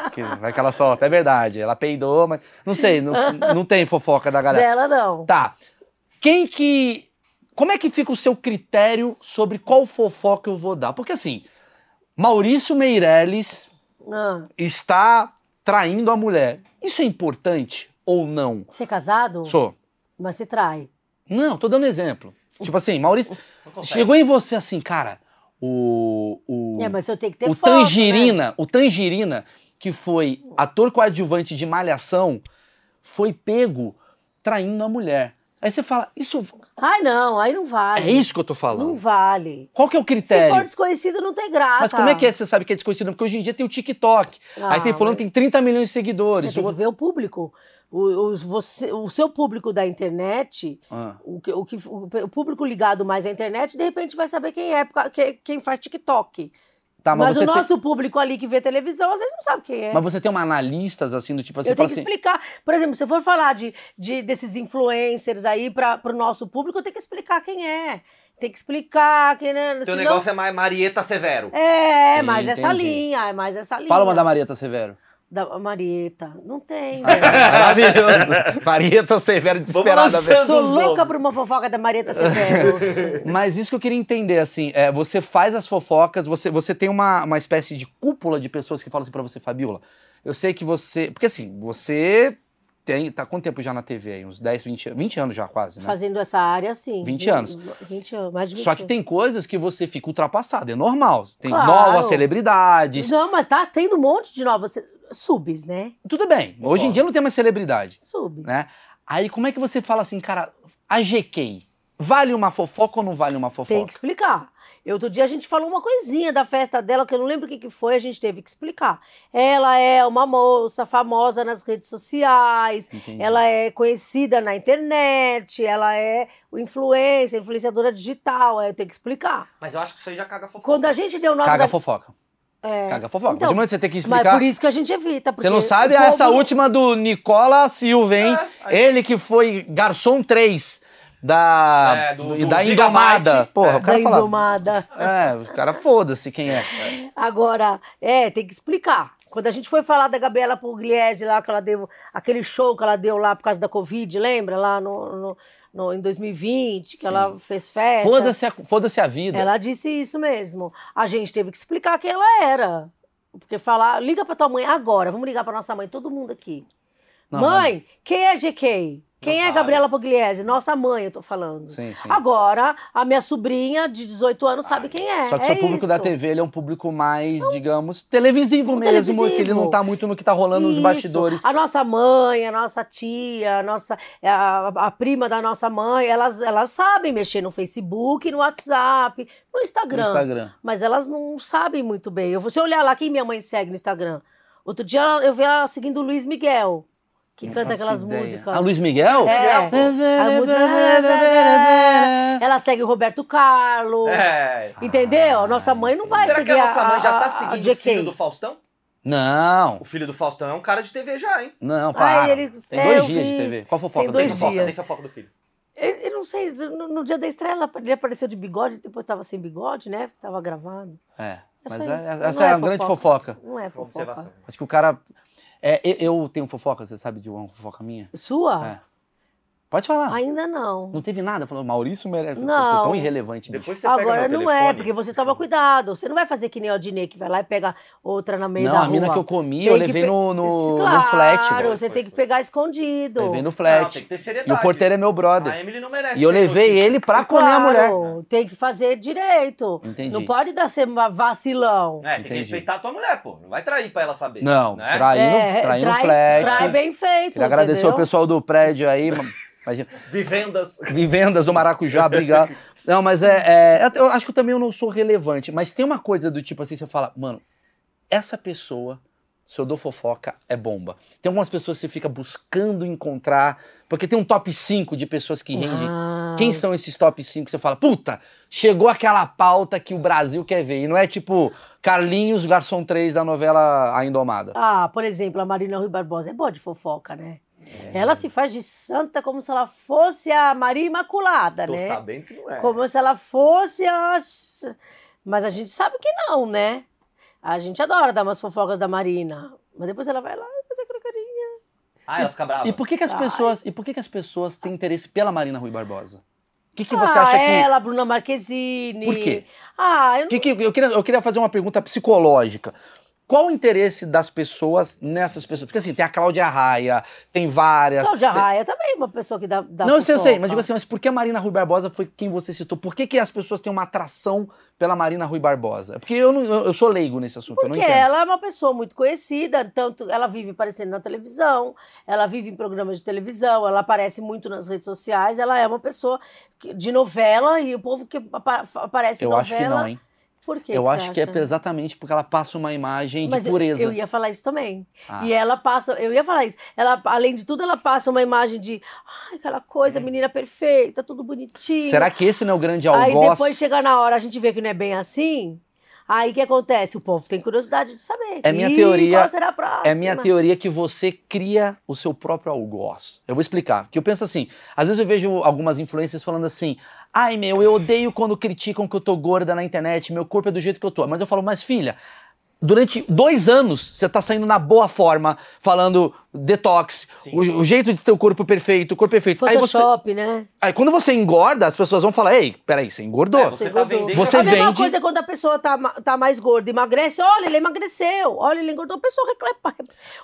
[SPEAKER 2] É. Que- Vai que ela solta, é verdade. Ela peidou, mas. Não sei, não, não tem fofoca da galera.
[SPEAKER 1] Dela, não.
[SPEAKER 2] Tá. Quem que. Como é que fica o seu critério sobre qual fofoca eu vou dar? Porque assim, Maurício Meirelles
[SPEAKER 1] Ah,
[SPEAKER 2] está traindo a mulher. Isso é importante ou não?
[SPEAKER 1] Você é casado?
[SPEAKER 2] Sou.
[SPEAKER 1] Mas você trai.
[SPEAKER 2] Não, tô dando exemplo. Tipo assim, Maurício,
[SPEAKER 3] Não consegue.
[SPEAKER 2] chegou em você assim, cara, o. O,
[SPEAKER 1] É, mas eu tenho que ter
[SPEAKER 2] o
[SPEAKER 1] foto, né?
[SPEAKER 2] Tangerina, o Tangerina, que foi ator coadjuvante de Malhação, foi pego traindo a mulher. Aí você fala, isso.
[SPEAKER 1] Ai, não. Aí não vale.
[SPEAKER 2] É isso que eu tô falando.
[SPEAKER 1] Não vale.
[SPEAKER 2] Qual que é o
[SPEAKER 1] Se for
[SPEAKER 2] critério?
[SPEAKER 1] desconhecido, não tem graça.
[SPEAKER 2] Mas como é que é, você sabe que é desconhecido? Porque hoje em dia tem o TikTok.
[SPEAKER 1] Ah,
[SPEAKER 2] aí tem falando
[SPEAKER 1] mas
[SPEAKER 2] que tem 30 milhões de seguidores.
[SPEAKER 1] Você tem
[SPEAKER 2] o
[SPEAKER 1] que ver o público. O, os- você- o seu público da internet,
[SPEAKER 2] outro- Ah,
[SPEAKER 1] o, que- o, que, o público ligado mais à internet, de repente vai saber quem é, porque- quem, quem faz TikTok.
[SPEAKER 2] Tá, mas,
[SPEAKER 1] mas
[SPEAKER 2] você
[SPEAKER 1] o
[SPEAKER 2] tem...
[SPEAKER 1] nosso público ali que vê televisão, às vezes não sabe quem é.
[SPEAKER 2] mas você tem uma analistas assim, do tipo assim,
[SPEAKER 1] eu tenho
[SPEAKER 2] fala
[SPEAKER 1] que
[SPEAKER 2] assim.
[SPEAKER 1] explicar. Por exemplo, se eu for falar de, de- desses influencers aí para o nosso público, eu tenho que explicar quem é. Tem que explicar quem é.
[SPEAKER 3] Teu
[SPEAKER 1] senão-
[SPEAKER 3] negócio é mais Marieta Severo.
[SPEAKER 1] É, é mais
[SPEAKER 2] Entendi.
[SPEAKER 1] essa linha, é mais essa linha.
[SPEAKER 2] Fala uma da Marieta Severo.
[SPEAKER 1] da Marieta. Não tem.
[SPEAKER 2] Ah,
[SPEAKER 1] né?
[SPEAKER 2] Maravilhoso. Marieta Severo desesperada.
[SPEAKER 3] lançando.
[SPEAKER 2] velho.
[SPEAKER 1] Tô
[SPEAKER 3] Dos
[SPEAKER 1] louca
[SPEAKER 3] ovos.
[SPEAKER 1] por uma fofoca da Marieta Severo.
[SPEAKER 2] Mas isso que eu queria entender, assim, é, você faz as fofocas, você, você tem uma, uma espécie de cúpula de pessoas que falam assim pra você, Fabiola, eu sei que você... Porque assim, você tem, tá quanto tempo já na TV aí? Uns 10, 20 anos? 20 anos já quase, né?
[SPEAKER 1] Fazendo essa área, assim.
[SPEAKER 2] 20 anos.
[SPEAKER 1] 20 anos, mais de 20
[SPEAKER 2] Só que tem coisas que você fica ultrapassado, é normal. Tem
[SPEAKER 1] Claro.
[SPEAKER 2] novas celebridades.
[SPEAKER 1] Não, mas tá tendo um monte de novas... Subs, né?
[SPEAKER 2] Tudo bem, hoje em
[SPEAKER 3] Concordo.
[SPEAKER 2] dia não tem mais celebridade,
[SPEAKER 1] Subs.
[SPEAKER 2] né? Aí como é que você fala assim, cara, ajequei. Vale uma fofoca ou não vale uma fofoca?
[SPEAKER 1] Tem que explicar. E outro dia a gente falou uma coisinha da festa dela, que eu não lembro o que, que foi, a gente teve que explicar. Ela é uma moça famosa nas redes sociais,
[SPEAKER 2] Entendi.
[SPEAKER 1] ela é conhecida na internet, ela é o influencer, influenciadora digital, aí eu tenho que explicar.
[SPEAKER 3] Mas eu acho que isso aí já caga fofoca.
[SPEAKER 1] Quando a gente deu o nome
[SPEAKER 2] Caga
[SPEAKER 1] da...
[SPEAKER 2] a fofoca.
[SPEAKER 1] É.
[SPEAKER 2] Caga a fofoca.
[SPEAKER 1] Então,
[SPEAKER 2] de momento você tem que
[SPEAKER 1] Mas
[SPEAKER 2] explicar.
[SPEAKER 1] por isso que a gente evita.
[SPEAKER 2] Você
[SPEAKER 1] porque
[SPEAKER 2] não sabe
[SPEAKER 1] o
[SPEAKER 2] ah, essa
[SPEAKER 1] povo-
[SPEAKER 2] última do Nicola Silva, hein?
[SPEAKER 3] É, aí-
[SPEAKER 2] Ele que foi garçom 3 da,
[SPEAKER 3] É, do- do
[SPEAKER 2] da
[SPEAKER 3] Gigabyte.
[SPEAKER 2] Indomada. Porra,
[SPEAKER 3] É.
[SPEAKER 2] o cara
[SPEAKER 1] da
[SPEAKER 2] fala.
[SPEAKER 1] engomada.
[SPEAKER 2] É, o cara foda-se quem é.
[SPEAKER 1] Agora, é, tem que explicar. Quando a gente foi falar da Gabriela Pugliese lá, que ela deu aquele show que ela deu lá por causa da Covid, lembra? Lá no, no- no- em 2020, que
[SPEAKER 2] Sim.
[SPEAKER 1] ela fez festa.
[SPEAKER 2] Foda-se a, foda a vida.
[SPEAKER 1] Ela disse isso mesmo. A gente teve que explicar quem ela era. Porque falar, liga pra tua mãe agora, vamos ligar pra nossa mãe, todo mundo aqui.
[SPEAKER 2] Não,
[SPEAKER 1] mãe, quem é JK? Quem
[SPEAKER 3] Não
[SPEAKER 1] é
[SPEAKER 3] sabe.
[SPEAKER 1] Gabriela Pugliese? Nossa mãe, eu tô falando.
[SPEAKER 2] Sim, sim.
[SPEAKER 1] Agora, a minha sobrinha de 18 anos sabe quem é.
[SPEAKER 2] Só que o
[SPEAKER 1] é
[SPEAKER 2] seu público da
[SPEAKER 1] isso.
[SPEAKER 2] TV ele é um público mais, digamos, televisivo
[SPEAKER 1] um
[SPEAKER 2] mesmo, que ele não
[SPEAKER 1] televisivo.
[SPEAKER 2] tá muito no que tá rolando nos
[SPEAKER 1] Isso.
[SPEAKER 2] bastidores.
[SPEAKER 1] A nossa mãe, a nossa tia, a nossa a, a prima da nossa mãe, elas, elas sabem mexer no Facebook, no WhatsApp, no
[SPEAKER 2] No
[SPEAKER 1] Instagram.
[SPEAKER 2] Instagram.
[SPEAKER 1] Mas elas não sabem muito bem. Eu vou se eu olhar lá quem minha mãe segue no Instagram. Outro dia ela- eu vi ela seguindo o Luiz Miguel, que
[SPEAKER 2] Não
[SPEAKER 1] canta
[SPEAKER 2] faço
[SPEAKER 1] aquelas
[SPEAKER 2] ideia.
[SPEAKER 1] músicas.
[SPEAKER 2] Ah, Luiz Miguel?
[SPEAKER 1] É. A é. música- Ela segue o Roberto Carlos.
[SPEAKER 3] É.
[SPEAKER 1] Entendeu? A nossa mãe não vai
[SPEAKER 3] Será que
[SPEAKER 1] seguir
[SPEAKER 3] a nossa mãe já
[SPEAKER 1] é a-
[SPEAKER 3] tá
[SPEAKER 1] a
[SPEAKER 3] seguindo o
[SPEAKER 1] JK.
[SPEAKER 3] filho do Faustão?
[SPEAKER 2] Não,
[SPEAKER 3] O filho do Faustão é um cara de TV já, hein?
[SPEAKER 2] não, para.
[SPEAKER 1] Ai, ele-
[SPEAKER 2] Tem
[SPEAKER 1] é,
[SPEAKER 2] dois
[SPEAKER 1] eu
[SPEAKER 2] dias
[SPEAKER 1] vi.
[SPEAKER 2] de TV. Qual
[SPEAKER 1] Tem
[SPEAKER 2] fofoca? Tem
[SPEAKER 1] dois
[SPEAKER 3] tem fofoca,
[SPEAKER 1] dias.
[SPEAKER 3] tem fofoca do filho.
[SPEAKER 1] Eu, eu não sei, no, no dia da estrela ele apareceu de bigode, depois tava sem bigode, né? Tava gravado.
[SPEAKER 2] É,
[SPEAKER 1] Essa
[SPEAKER 2] mas
[SPEAKER 1] aí
[SPEAKER 2] é-
[SPEAKER 1] não
[SPEAKER 2] essa é,
[SPEAKER 1] é
[SPEAKER 2] a grande fofoca.
[SPEAKER 1] Não é
[SPEAKER 3] Uma
[SPEAKER 1] fofoca.
[SPEAKER 3] observação.
[SPEAKER 2] Acho que o cara. é, e- eu tenho fofoca, você sabe de uma fofoca minha?
[SPEAKER 1] Sua?
[SPEAKER 2] É. Pode falar.
[SPEAKER 1] Ainda não.
[SPEAKER 2] Não teve nada. Falou, Maurício merece. Eu
[SPEAKER 1] Não.
[SPEAKER 2] tô tão irrelevante. bicho.
[SPEAKER 3] Depois você pega
[SPEAKER 1] Agora
[SPEAKER 3] meu
[SPEAKER 1] não
[SPEAKER 3] telefone.
[SPEAKER 1] é, porque você toma cuidado. Você não vai fazer que nem o Adinei, que vai lá e pega outra na meio
[SPEAKER 2] Não,
[SPEAKER 1] da
[SPEAKER 2] a
[SPEAKER 1] rua.
[SPEAKER 2] mina que eu comi,
[SPEAKER 1] Tem
[SPEAKER 2] eu
[SPEAKER 1] que
[SPEAKER 2] levei
[SPEAKER 1] pe-
[SPEAKER 2] no, no,
[SPEAKER 1] claro,
[SPEAKER 2] no flat, velho. Tá
[SPEAKER 1] você
[SPEAKER 3] Foi,
[SPEAKER 1] tem que
[SPEAKER 3] foi.
[SPEAKER 1] pegar escondido.
[SPEAKER 2] Levei no
[SPEAKER 3] Não, tem
[SPEAKER 2] flat.
[SPEAKER 3] que ter seriedade.
[SPEAKER 2] E o porteiro é meu
[SPEAKER 3] A
[SPEAKER 2] brother.
[SPEAKER 3] Emily não merece.
[SPEAKER 2] E eu
[SPEAKER 3] ser
[SPEAKER 2] levei
[SPEAKER 3] notícia.
[SPEAKER 2] ele pra comer a mulher.
[SPEAKER 1] Claro, Tem que fazer direito.
[SPEAKER 2] Entendi.
[SPEAKER 1] Não pode dar ser ma- vacilão.
[SPEAKER 3] É, tem que
[SPEAKER 2] Entendi.
[SPEAKER 3] respeitar a tua mulher, pô. Não vai trair pra ela saber.
[SPEAKER 2] Não,
[SPEAKER 3] né?
[SPEAKER 2] traí,
[SPEAKER 1] É,
[SPEAKER 2] no, traí no
[SPEAKER 1] trai,
[SPEAKER 2] flat.
[SPEAKER 1] trai bem feito.
[SPEAKER 2] Queria agradecer
[SPEAKER 1] entendeu?
[SPEAKER 2] ao pessoal do prédio aí. ma- Imagina.
[SPEAKER 3] Vivendas.
[SPEAKER 2] Vivendas do Maracujá, obrigado. Não, mas é, é, Eu acho que eu também eu não sou relevante, mas tem uma coisa do tipo assim: você fala, mano, essa pessoa, se eu dou fofoca, é bomba. Tem algumas pessoas que você fica buscando encontrar, porque tem um top 5 de pessoas que rendem.
[SPEAKER 1] Uau.
[SPEAKER 2] Quem são esses top 5 que você fala, puta, chegou aquela pauta que o Brasil quer ver? E não é tipo Carlinhos Garçom 3 da novela A Indomada.
[SPEAKER 1] Ah, por exemplo, a Marina Rui Barbosa é boa de fofoca, né?
[SPEAKER 2] É.
[SPEAKER 1] Ela se faz de santa como se ela fosse a Maria Imaculada,
[SPEAKER 3] Tô
[SPEAKER 1] né?
[SPEAKER 3] sabendo que não é.
[SPEAKER 1] Como se ela fosse a. Mas a gente sabe que não, né? A gente adora dar umas fofocas da Marina. Mas depois ela vai lá e faz aquela carinha.
[SPEAKER 3] Ah, ela fica brava.
[SPEAKER 2] E por que, que as
[SPEAKER 1] Ai.
[SPEAKER 2] pessoas, e por que, que as pessoas têm interesse pela Marina Rui Barbosa? O que, que você
[SPEAKER 1] ah,
[SPEAKER 2] acha que
[SPEAKER 1] ela, Bruna Marquezine.
[SPEAKER 2] Por quê?
[SPEAKER 1] Ah, eu não
[SPEAKER 2] Que- que- eu, queria, eu queria fazer uma pergunta psicológica. Qual o interesse das pessoas nessas pessoas? Porque assim, tem a Cláudia Raia, tem várias.
[SPEAKER 1] Cláudia
[SPEAKER 2] tem-
[SPEAKER 1] Raia também é uma pessoa que dá, dá
[SPEAKER 2] Não, eu sei, eu sei,
[SPEAKER 1] fofoca.
[SPEAKER 2] mas digo assim, mas por que a Marina Rui Barbosa foi quem você citou? Por que, que as pessoas têm uma atração pela Marina Rui Barbosa? Porque eu, não, eu, eu sou leigo nesse assunto, eu não
[SPEAKER 1] Porque
[SPEAKER 2] entendo.
[SPEAKER 1] ela é uma pessoa muito conhecida, tanto ela vive aparecendo na televisão, ela vive em programas de televisão, ela aparece muito nas redes sociais, ela é uma pessoa que- de novela e o povo que apa- aparece em
[SPEAKER 2] Eu
[SPEAKER 1] novela.
[SPEAKER 2] acho que não, hein?
[SPEAKER 1] Por que
[SPEAKER 2] eu
[SPEAKER 1] que você
[SPEAKER 2] acho que
[SPEAKER 1] acha?
[SPEAKER 2] é exatamente porque ela passa uma imagem
[SPEAKER 1] Mas
[SPEAKER 2] de
[SPEAKER 1] eu-
[SPEAKER 2] pureza.
[SPEAKER 1] Eu, ia falar isso também.
[SPEAKER 2] Ah.
[SPEAKER 1] E ela passa, eu ia falar isso. Ela, além de tudo, ela passa uma imagem de ai, aquela coisa,
[SPEAKER 2] Hum.
[SPEAKER 1] menina perfeita, tudo bonitinho.
[SPEAKER 2] Será que esse não é o grande
[SPEAKER 1] Aí
[SPEAKER 2] algoz?
[SPEAKER 1] depois chega na hora, a gente vê que não é bem assim. Aí o que acontece? O povo tem curiosidade de saber.
[SPEAKER 2] É minha
[SPEAKER 1] Ih,
[SPEAKER 2] teoria-
[SPEAKER 1] Qual será a próxima?
[SPEAKER 2] É minha teoria que você cria o seu próprio algoz. Eu vou explicar. Que eu penso assim, às vezes eu vejo algumas influências falando assim: "Ai, meu, eu odeio quando criticam que eu tô gorda na internet, meu corpo é do jeito que eu tô". Mas eu falo: "Mas filha, durante dois anos você tá saindo na boa forma, falando detox,
[SPEAKER 3] Sim.
[SPEAKER 2] o, o jeito de ter o corpo perfeito, o corpo perfeito". Aí você,
[SPEAKER 1] Photoshop, né?
[SPEAKER 2] aí quando você engorda, as pessoas vão falar: "Ei, peraí, você engordou?".
[SPEAKER 3] É, você tá vendendo.
[SPEAKER 2] Você
[SPEAKER 1] a mesma
[SPEAKER 2] vende-
[SPEAKER 1] coisa é quando a pessoa tá, ma- tá mais gorda, emagrece. Olha, ele emagreceu. Olha, ele engordou. O pessoal reclama.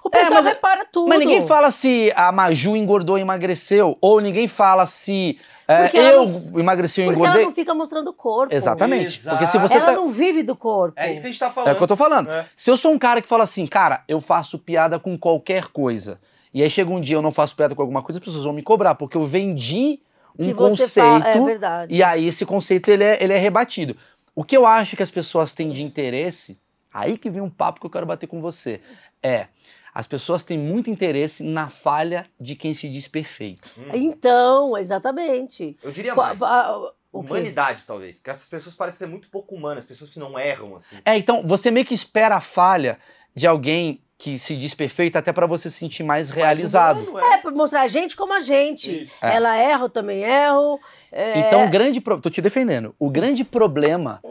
[SPEAKER 1] O
[SPEAKER 2] É,
[SPEAKER 1] pessoal
[SPEAKER 2] mas-
[SPEAKER 1] repara tudo.
[SPEAKER 2] Mas ninguém fala se a Maju engordou e emagreceu, ou ninguém fala se é,
[SPEAKER 1] Porque ela
[SPEAKER 2] eu
[SPEAKER 1] não-
[SPEAKER 2] emagreci ou
[SPEAKER 1] Porque
[SPEAKER 2] engordei.
[SPEAKER 1] ela não fica mostrando o corpo.
[SPEAKER 2] Exatamente.
[SPEAKER 3] Exato.
[SPEAKER 2] Porque se você
[SPEAKER 1] Ela
[SPEAKER 2] tá.
[SPEAKER 1] não vive do corpo.
[SPEAKER 3] É isso que a gente tá falando.
[SPEAKER 2] É o que eu tô falando.
[SPEAKER 3] É.
[SPEAKER 2] Se eu sou um cara que fala assim, cara, eu faço piada com qualquer coisa, e aí chega um dia eu não faço piada com alguma coisa, as pessoas vão me cobrar, porque eu vendi um
[SPEAKER 1] Que você
[SPEAKER 2] conceito.
[SPEAKER 1] fala- é verdade.
[SPEAKER 2] E aí esse conceito ele é, ele é rebatido. O que eu acho que as pessoas têm de interesse, aí que vem um papo que eu quero bater com você, é as pessoas têm muito interesse na falha de quem se diz perfeito.
[SPEAKER 3] Hum.
[SPEAKER 1] Então, exatamente.
[SPEAKER 3] Eu diria
[SPEAKER 1] Qua-
[SPEAKER 3] mais.
[SPEAKER 1] a- o quê?
[SPEAKER 3] Humanidade, talvez. Porque essas pessoas parecem ser muito pouco humanas. Pessoas que não erram, assim.
[SPEAKER 2] É, então você meio que espera a falha de alguém que se diz perfeito até pra você se sentir mais realizado.
[SPEAKER 3] Mas humano,
[SPEAKER 1] É, pra mostrar a gente como a gente.
[SPEAKER 3] Isso.
[SPEAKER 2] É.
[SPEAKER 1] Ela erra, eu também erro. É,
[SPEAKER 2] Então, o grande pro... tô te defendendo. O grande problema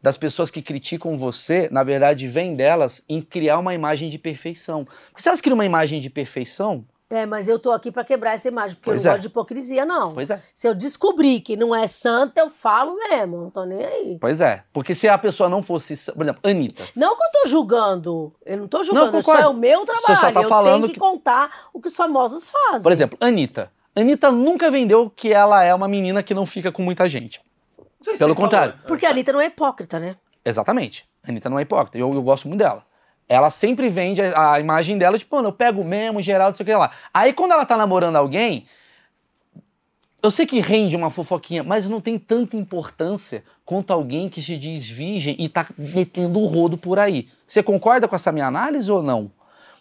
[SPEAKER 2] das pessoas que criticam você, na verdade, vem delas em criar uma imagem de perfeição. Porque se elas criam uma imagem de perfeição,
[SPEAKER 1] é, mas eu tô aqui pra quebrar essa imagem, porque
[SPEAKER 2] Pois
[SPEAKER 1] eu não
[SPEAKER 2] é.
[SPEAKER 1] gosto de hipocrisia, não.
[SPEAKER 2] pois é,
[SPEAKER 1] Se eu descobrir que não é santa, eu falo mesmo, não tô nem aí.
[SPEAKER 2] pois é. Porque se a pessoa não fosse, sa- por exemplo, Anitta.
[SPEAKER 1] Não que eu tô julgando, eu não tô julgando,
[SPEAKER 2] Não,
[SPEAKER 1] isso
[SPEAKER 2] concordo.
[SPEAKER 1] é o meu trabalho.
[SPEAKER 2] só tá
[SPEAKER 1] eu
[SPEAKER 2] falando
[SPEAKER 1] tenho que,
[SPEAKER 2] que-
[SPEAKER 1] contar o que os famosos fazem.
[SPEAKER 2] Por exemplo, Anitta. Anitta nunca vendeu que ela é uma menina que não fica com muita gente.
[SPEAKER 3] Não sei se
[SPEAKER 2] Pelo
[SPEAKER 3] você
[SPEAKER 2] contrário.
[SPEAKER 3] falou.
[SPEAKER 1] Porque a Anitta não é hipócrita, né?
[SPEAKER 2] Exatamente. A Anitta não é hipócrita. Eu, eu gosto muito dela. Ela sempre vende a, a imagem dela, tipo, mano, eu pego mesmo, geral, não sei o que lá. Aí quando ela tá namorando alguém, eu sei que rende uma fofoquinha, mas não tem tanta importância quanto alguém que se diz virgem e tá metendo o rodo por aí. Você concorda com essa minha análise ou não?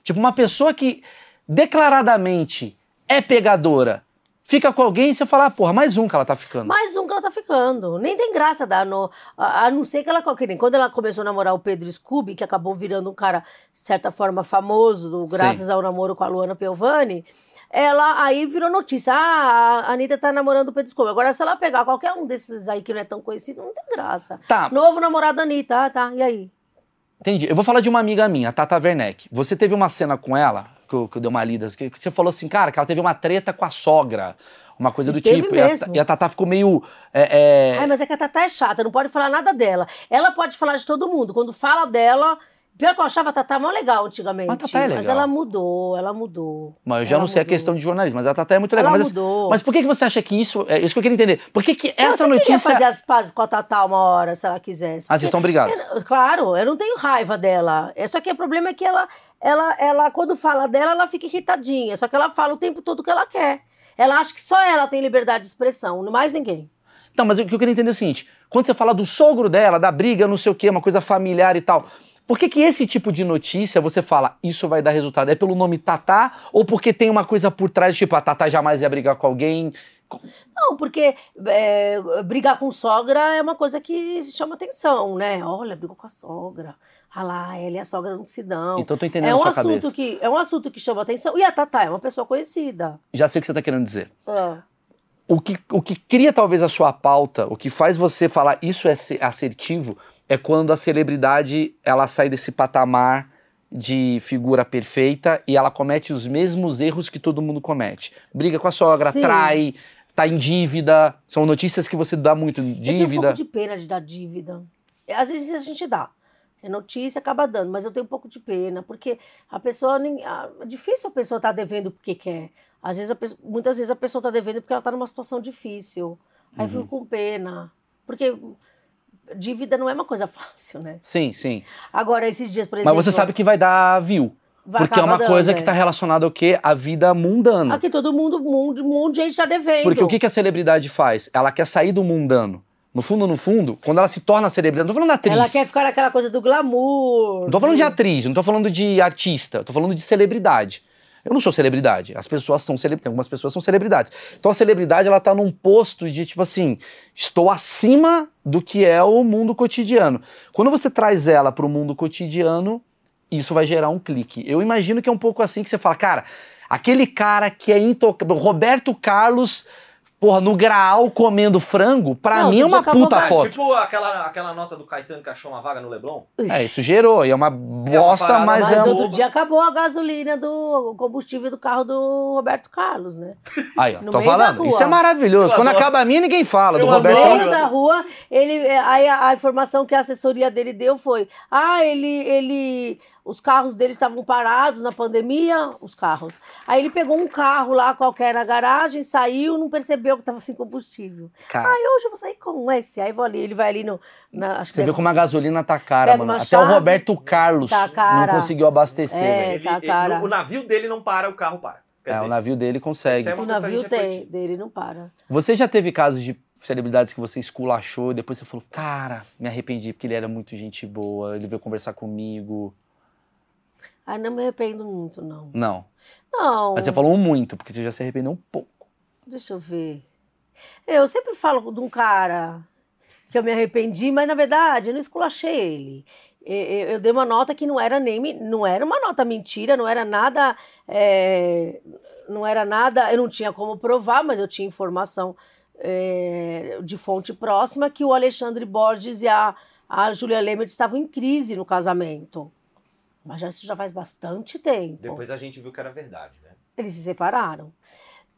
[SPEAKER 2] Tipo, uma pessoa que declaradamente é pegadora, fica com alguém e você fala, ah, porra, mais um que ela tá ficando.
[SPEAKER 1] Mais um que ela tá ficando. Nem tem graça dar no. A, a não ser que ela. que nem Quando ela começou a namorar o Pedro Scooby, que acabou virando um cara, de certa forma, famoso, do-
[SPEAKER 2] Sim.
[SPEAKER 1] graças ao namoro com a Luana Piovani, ela aí virou notícia. Ah, a Anitta tá namorando o Pedro Scooby. Agora, se ela pegar qualquer um desses aí que não é tão conhecido, não tem graça.
[SPEAKER 2] Tá,
[SPEAKER 1] Novo namorado da Anitta, ah, tá. E aí?
[SPEAKER 2] Entendi. Eu vou falar de uma amiga minha, a Tata Werneck. Você teve uma cena com ela, que eu, que eu dei uma lida, que, que você falou assim, cara, que ela teve uma treta com a sogra. uma coisa
[SPEAKER 1] E
[SPEAKER 2] do
[SPEAKER 1] teve
[SPEAKER 2] tipo. E a,
[SPEAKER 1] mesmo.
[SPEAKER 2] e a Tatá ficou meio. é, é,
[SPEAKER 1] Ai, mas é que a Tatá é chata, não pode falar nada dela. Ela pode falar de todo mundo. Quando fala dela. Pior que eu achava a Tatá mó legal antigamente.
[SPEAKER 2] Mas a Tatá é
[SPEAKER 1] Mas
[SPEAKER 2] legal.
[SPEAKER 1] ela mudou, ela mudou.
[SPEAKER 2] Mas eu já
[SPEAKER 1] Ela
[SPEAKER 2] não sei
[SPEAKER 1] mudou.
[SPEAKER 2] a questão de jornalismo, mas a Tatá é muito legal.
[SPEAKER 1] ela
[SPEAKER 2] Mas, assim,
[SPEAKER 1] mudou.
[SPEAKER 2] mas por que, que você acha que isso. É isso que eu queria entender. Por que, que
[SPEAKER 1] Eu
[SPEAKER 2] essa
[SPEAKER 1] até queria
[SPEAKER 2] notícia.
[SPEAKER 1] fazer as pazes com a Tatá uma hora, se ela quisesse.
[SPEAKER 2] Ah, vocês
[SPEAKER 1] porque-
[SPEAKER 2] estão brigados.
[SPEAKER 1] Eu- claro, eu não tenho raiva dela. É só que o problema é que ela, ela, ela, quando fala dela, ela fica irritadinha. Só que ela fala o tempo todo o que ela quer. Ela acha que só ela tem liberdade de expressão, não mais ninguém.
[SPEAKER 2] Então, mas o que eu queria entender é o seguinte: quando você fala do sogro dela, da briga, não sei o quê, uma coisa familiar e tal. Por que, que esse tipo de notícia você fala, isso vai dar resultado? É pelo nome Tatá ou porque tem uma coisa por trás, tipo, a Tatá jamais ia brigar com alguém?
[SPEAKER 1] Não, porque é, brigar com sogra é uma coisa que chama atenção, né? Olha, brigou com a sogra. Ah lá, ela e a sogra não se dão.
[SPEAKER 2] Então eu tô entendendo
[SPEAKER 1] É
[SPEAKER 2] a
[SPEAKER 1] um,
[SPEAKER 2] sua
[SPEAKER 1] assunto
[SPEAKER 2] cabeça.
[SPEAKER 1] que, é um assunto que chama atenção. E a Tatá é uma pessoa conhecida.
[SPEAKER 2] Já sei o que você tá querendo dizer.
[SPEAKER 1] Ah.
[SPEAKER 2] O que, o que cria talvez a sua pauta, o que faz você falar isso é se- assertivo, é quando a celebridade ela sai desse patamar de figura perfeita e ela comete os mesmos erros que todo mundo comete. Briga com a sogra,
[SPEAKER 1] Sim.
[SPEAKER 2] trai, tá em dívida. São notícias que você dá muito
[SPEAKER 1] Eu tenho um
[SPEAKER 2] dívida.
[SPEAKER 1] pouco de pena de dar dívida. É, Às vezes a gente dá. É notícia, acaba dando, mas eu tenho um pouco de pena, porque a pessoa. nem- a- É difícil a pessoa estar devendo porque quer. Às vezes a pessoa- muitas vezes a pessoa está devendo porque ela está numa situação difícil. Aí eu
[SPEAKER 2] Uhum.
[SPEAKER 1] fico com pena. Porque dívida não é uma coisa fácil, né?
[SPEAKER 2] Sim, sim.
[SPEAKER 1] Agora, esses dias, por
[SPEAKER 2] Mas
[SPEAKER 1] exemplo.
[SPEAKER 2] você sabe que vai dar view.
[SPEAKER 1] vai
[SPEAKER 2] porque é
[SPEAKER 1] acabar
[SPEAKER 2] uma coisa
[SPEAKER 1] dando,
[SPEAKER 2] que
[SPEAKER 1] é.
[SPEAKER 2] tá relacionada ao quê? A vida mundana.
[SPEAKER 1] Aqui todo mundo, mundo, mundo de gente está devendo.
[SPEAKER 2] Porque o que, que a celebridade faz? Ela quer sair do mundano. No fundo, no fundo, quando ela se torna celebridade, não tô falando da atriz.
[SPEAKER 1] Ela quer ficar naquela coisa do glamour.
[SPEAKER 2] é Não tô falando de
[SPEAKER 1] do-
[SPEAKER 2] atriz, não tô falando de artista, eu tô falando de celebridade. Eu não sou celebridade, as pessoas são celebridades, algumas pessoas são celebridades. Então a celebridade, ela tá num posto de tipo assim, estou acima do que é o mundo cotidiano. Quando você traz ela pro mundo cotidiano, isso vai gerar um clique. Eu imagino que é um pouco assim que você fala, cara, aquele cara que é intocável, Roberto Carlos, porra, no Graal comendo frango, pra
[SPEAKER 1] Não,
[SPEAKER 2] mim é
[SPEAKER 1] outro
[SPEAKER 2] uma
[SPEAKER 1] dia acabou
[SPEAKER 2] puta
[SPEAKER 1] mais.
[SPEAKER 2] foto.
[SPEAKER 3] Tipo aquela, aquela nota do Caetano que achou uma vaga no Leblon.
[SPEAKER 2] É, isso gerou, e é uma bosta,
[SPEAKER 3] parada
[SPEAKER 2] mas,
[SPEAKER 1] Mas,
[SPEAKER 2] é um...
[SPEAKER 1] outro dia acabou a gasolina do o combustível do carro do Roberto Carlos, né?
[SPEAKER 2] Aí, ó,
[SPEAKER 1] No
[SPEAKER 2] tô
[SPEAKER 1] meio
[SPEAKER 2] falando.
[SPEAKER 1] da rua.
[SPEAKER 2] Isso é maravilhoso.
[SPEAKER 3] Eu
[SPEAKER 2] Quando
[SPEAKER 3] adoro.
[SPEAKER 2] acaba a minha, ninguém fala. Do
[SPEAKER 3] Eu
[SPEAKER 1] No
[SPEAKER 2] Roberto.
[SPEAKER 3] adoro.
[SPEAKER 1] meio da rua, ele, é, aí a, a informação que a assessoria dele deu foi: ah, ele, ele, os carros dele estavam parados na pandemia, os carros. Aí ele pegou um carro lá qualquer na garagem, saiu, não percebeu que estava sem combustível.
[SPEAKER 2] Cara,
[SPEAKER 1] Aí hoje eu vou sair com esse, aí vou ali, ele vai ali no, na, acho que
[SPEAKER 2] você vê
[SPEAKER 1] deve-
[SPEAKER 2] como a gasolina tá cara,
[SPEAKER 1] Pega
[SPEAKER 2] mano.
[SPEAKER 1] uma
[SPEAKER 2] Até o
[SPEAKER 1] chave,
[SPEAKER 2] Roberto Carlos
[SPEAKER 1] tá cara.
[SPEAKER 2] não conseguiu abastecer,
[SPEAKER 1] É,
[SPEAKER 2] velho.
[SPEAKER 3] Ele-
[SPEAKER 1] tá,
[SPEAKER 3] ele-
[SPEAKER 1] cara.
[SPEAKER 3] o navio dele não para, o carro para. Quer
[SPEAKER 2] É,
[SPEAKER 3] dizer,
[SPEAKER 2] o navio dele
[SPEAKER 3] isso
[SPEAKER 2] consegue.
[SPEAKER 3] é uma
[SPEAKER 1] o
[SPEAKER 3] coisa que a
[SPEAKER 1] navio
[SPEAKER 3] gente já
[SPEAKER 1] tem,
[SPEAKER 3] foi-
[SPEAKER 1] dele não para.
[SPEAKER 2] Você já teve casos de celebridades que você esculachou e depois você falou, cara, me arrependi porque ele era muito gente boa, ele veio conversar comigo.
[SPEAKER 1] Aí não me arrependo muito, não.
[SPEAKER 2] Não.
[SPEAKER 1] Não.
[SPEAKER 2] Mas você falou um muito, porque você já se arrependeu um pouco.
[SPEAKER 1] Deixa eu ver. Eu sempre falo de um cara que eu me arrependi, mas na verdade eu não esculachei ele. E- Eu, eu dei uma nota que não era nem me- não era uma nota mentira, não era nada, é, não era nada. Eu não tinha como provar, mas eu tinha informação é, de fonte próxima que o Alexandre Borges e a, a Julia Lemert estavam em crise no casamento. Mas já- isso já faz bastante tempo
[SPEAKER 3] Depois a gente viu que era verdade, né?
[SPEAKER 1] eles se separaram.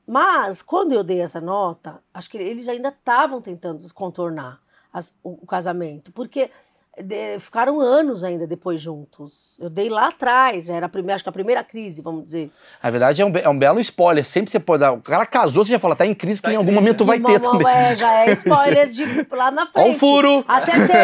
[SPEAKER 1] Mas, quando eu dei essa nota, acho que eles ainda estavam tentando contornar as- o, o casamento, porque de- ficaram anos ainda depois juntos. Eu dei lá atrás, já era a primeira, acho que a primeira crise, vamos dizer.
[SPEAKER 2] Na verdade, é um, be- é um belo spoiler. Sempre você pode dar. O cara casou, você já fala, tá em crise,
[SPEAKER 3] Tá
[SPEAKER 2] porque
[SPEAKER 3] em
[SPEAKER 2] em algum
[SPEAKER 3] crise,
[SPEAKER 2] momento
[SPEAKER 1] E
[SPEAKER 2] vai
[SPEAKER 1] uma-
[SPEAKER 2] ter
[SPEAKER 1] uma-
[SPEAKER 2] também.
[SPEAKER 1] É, já é spoiler de lá na frente.
[SPEAKER 2] Olha o furo!
[SPEAKER 1] Acertei!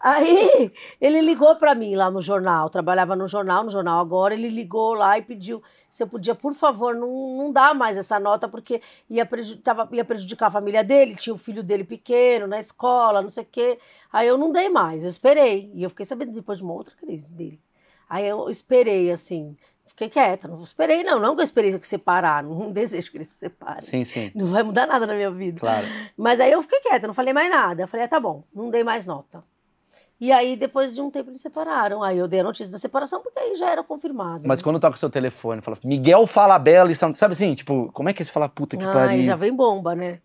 [SPEAKER 1] Aí ele ligou pra mim lá no jornal, trabalhava no jornal, no jornal agora, ele ligou lá e pediu se eu podia, por favor, não, não dar mais essa nota, porque ia, preju tava- ia prejudicar a família dele, tinha o filho dele pequeno, na escola, não sei o quê. Aí eu não dei mais, eu esperei. E eu fiquei sabendo depois de uma outra crise dele. Aí eu esperei, assim, fiquei quieta, não esperei, não, não que eu esperei que separar, não desejo que eles se separem.
[SPEAKER 2] Sim, sim.
[SPEAKER 1] Não vai mudar nada na minha vida.
[SPEAKER 2] Claro.
[SPEAKER 1] Mas aí eu fiquei quieta, não falei mais nada. Eu falei, ah, tá bom, não dei mais nota. E aí, depois de um tempo, eles separaram. Aí eu dei a notícia da separação, porque aí já era confirmado. né?
[SPEAKER 2] Mas quando toca o seu telefone, fala, Miguel fala bela e São- sabe assim, tipo, como é que você fala puta que
[SPEAKER 1] Ai,
[SPEAKER 2] pariu?
[SPEAKER 1] já vem bomba, né?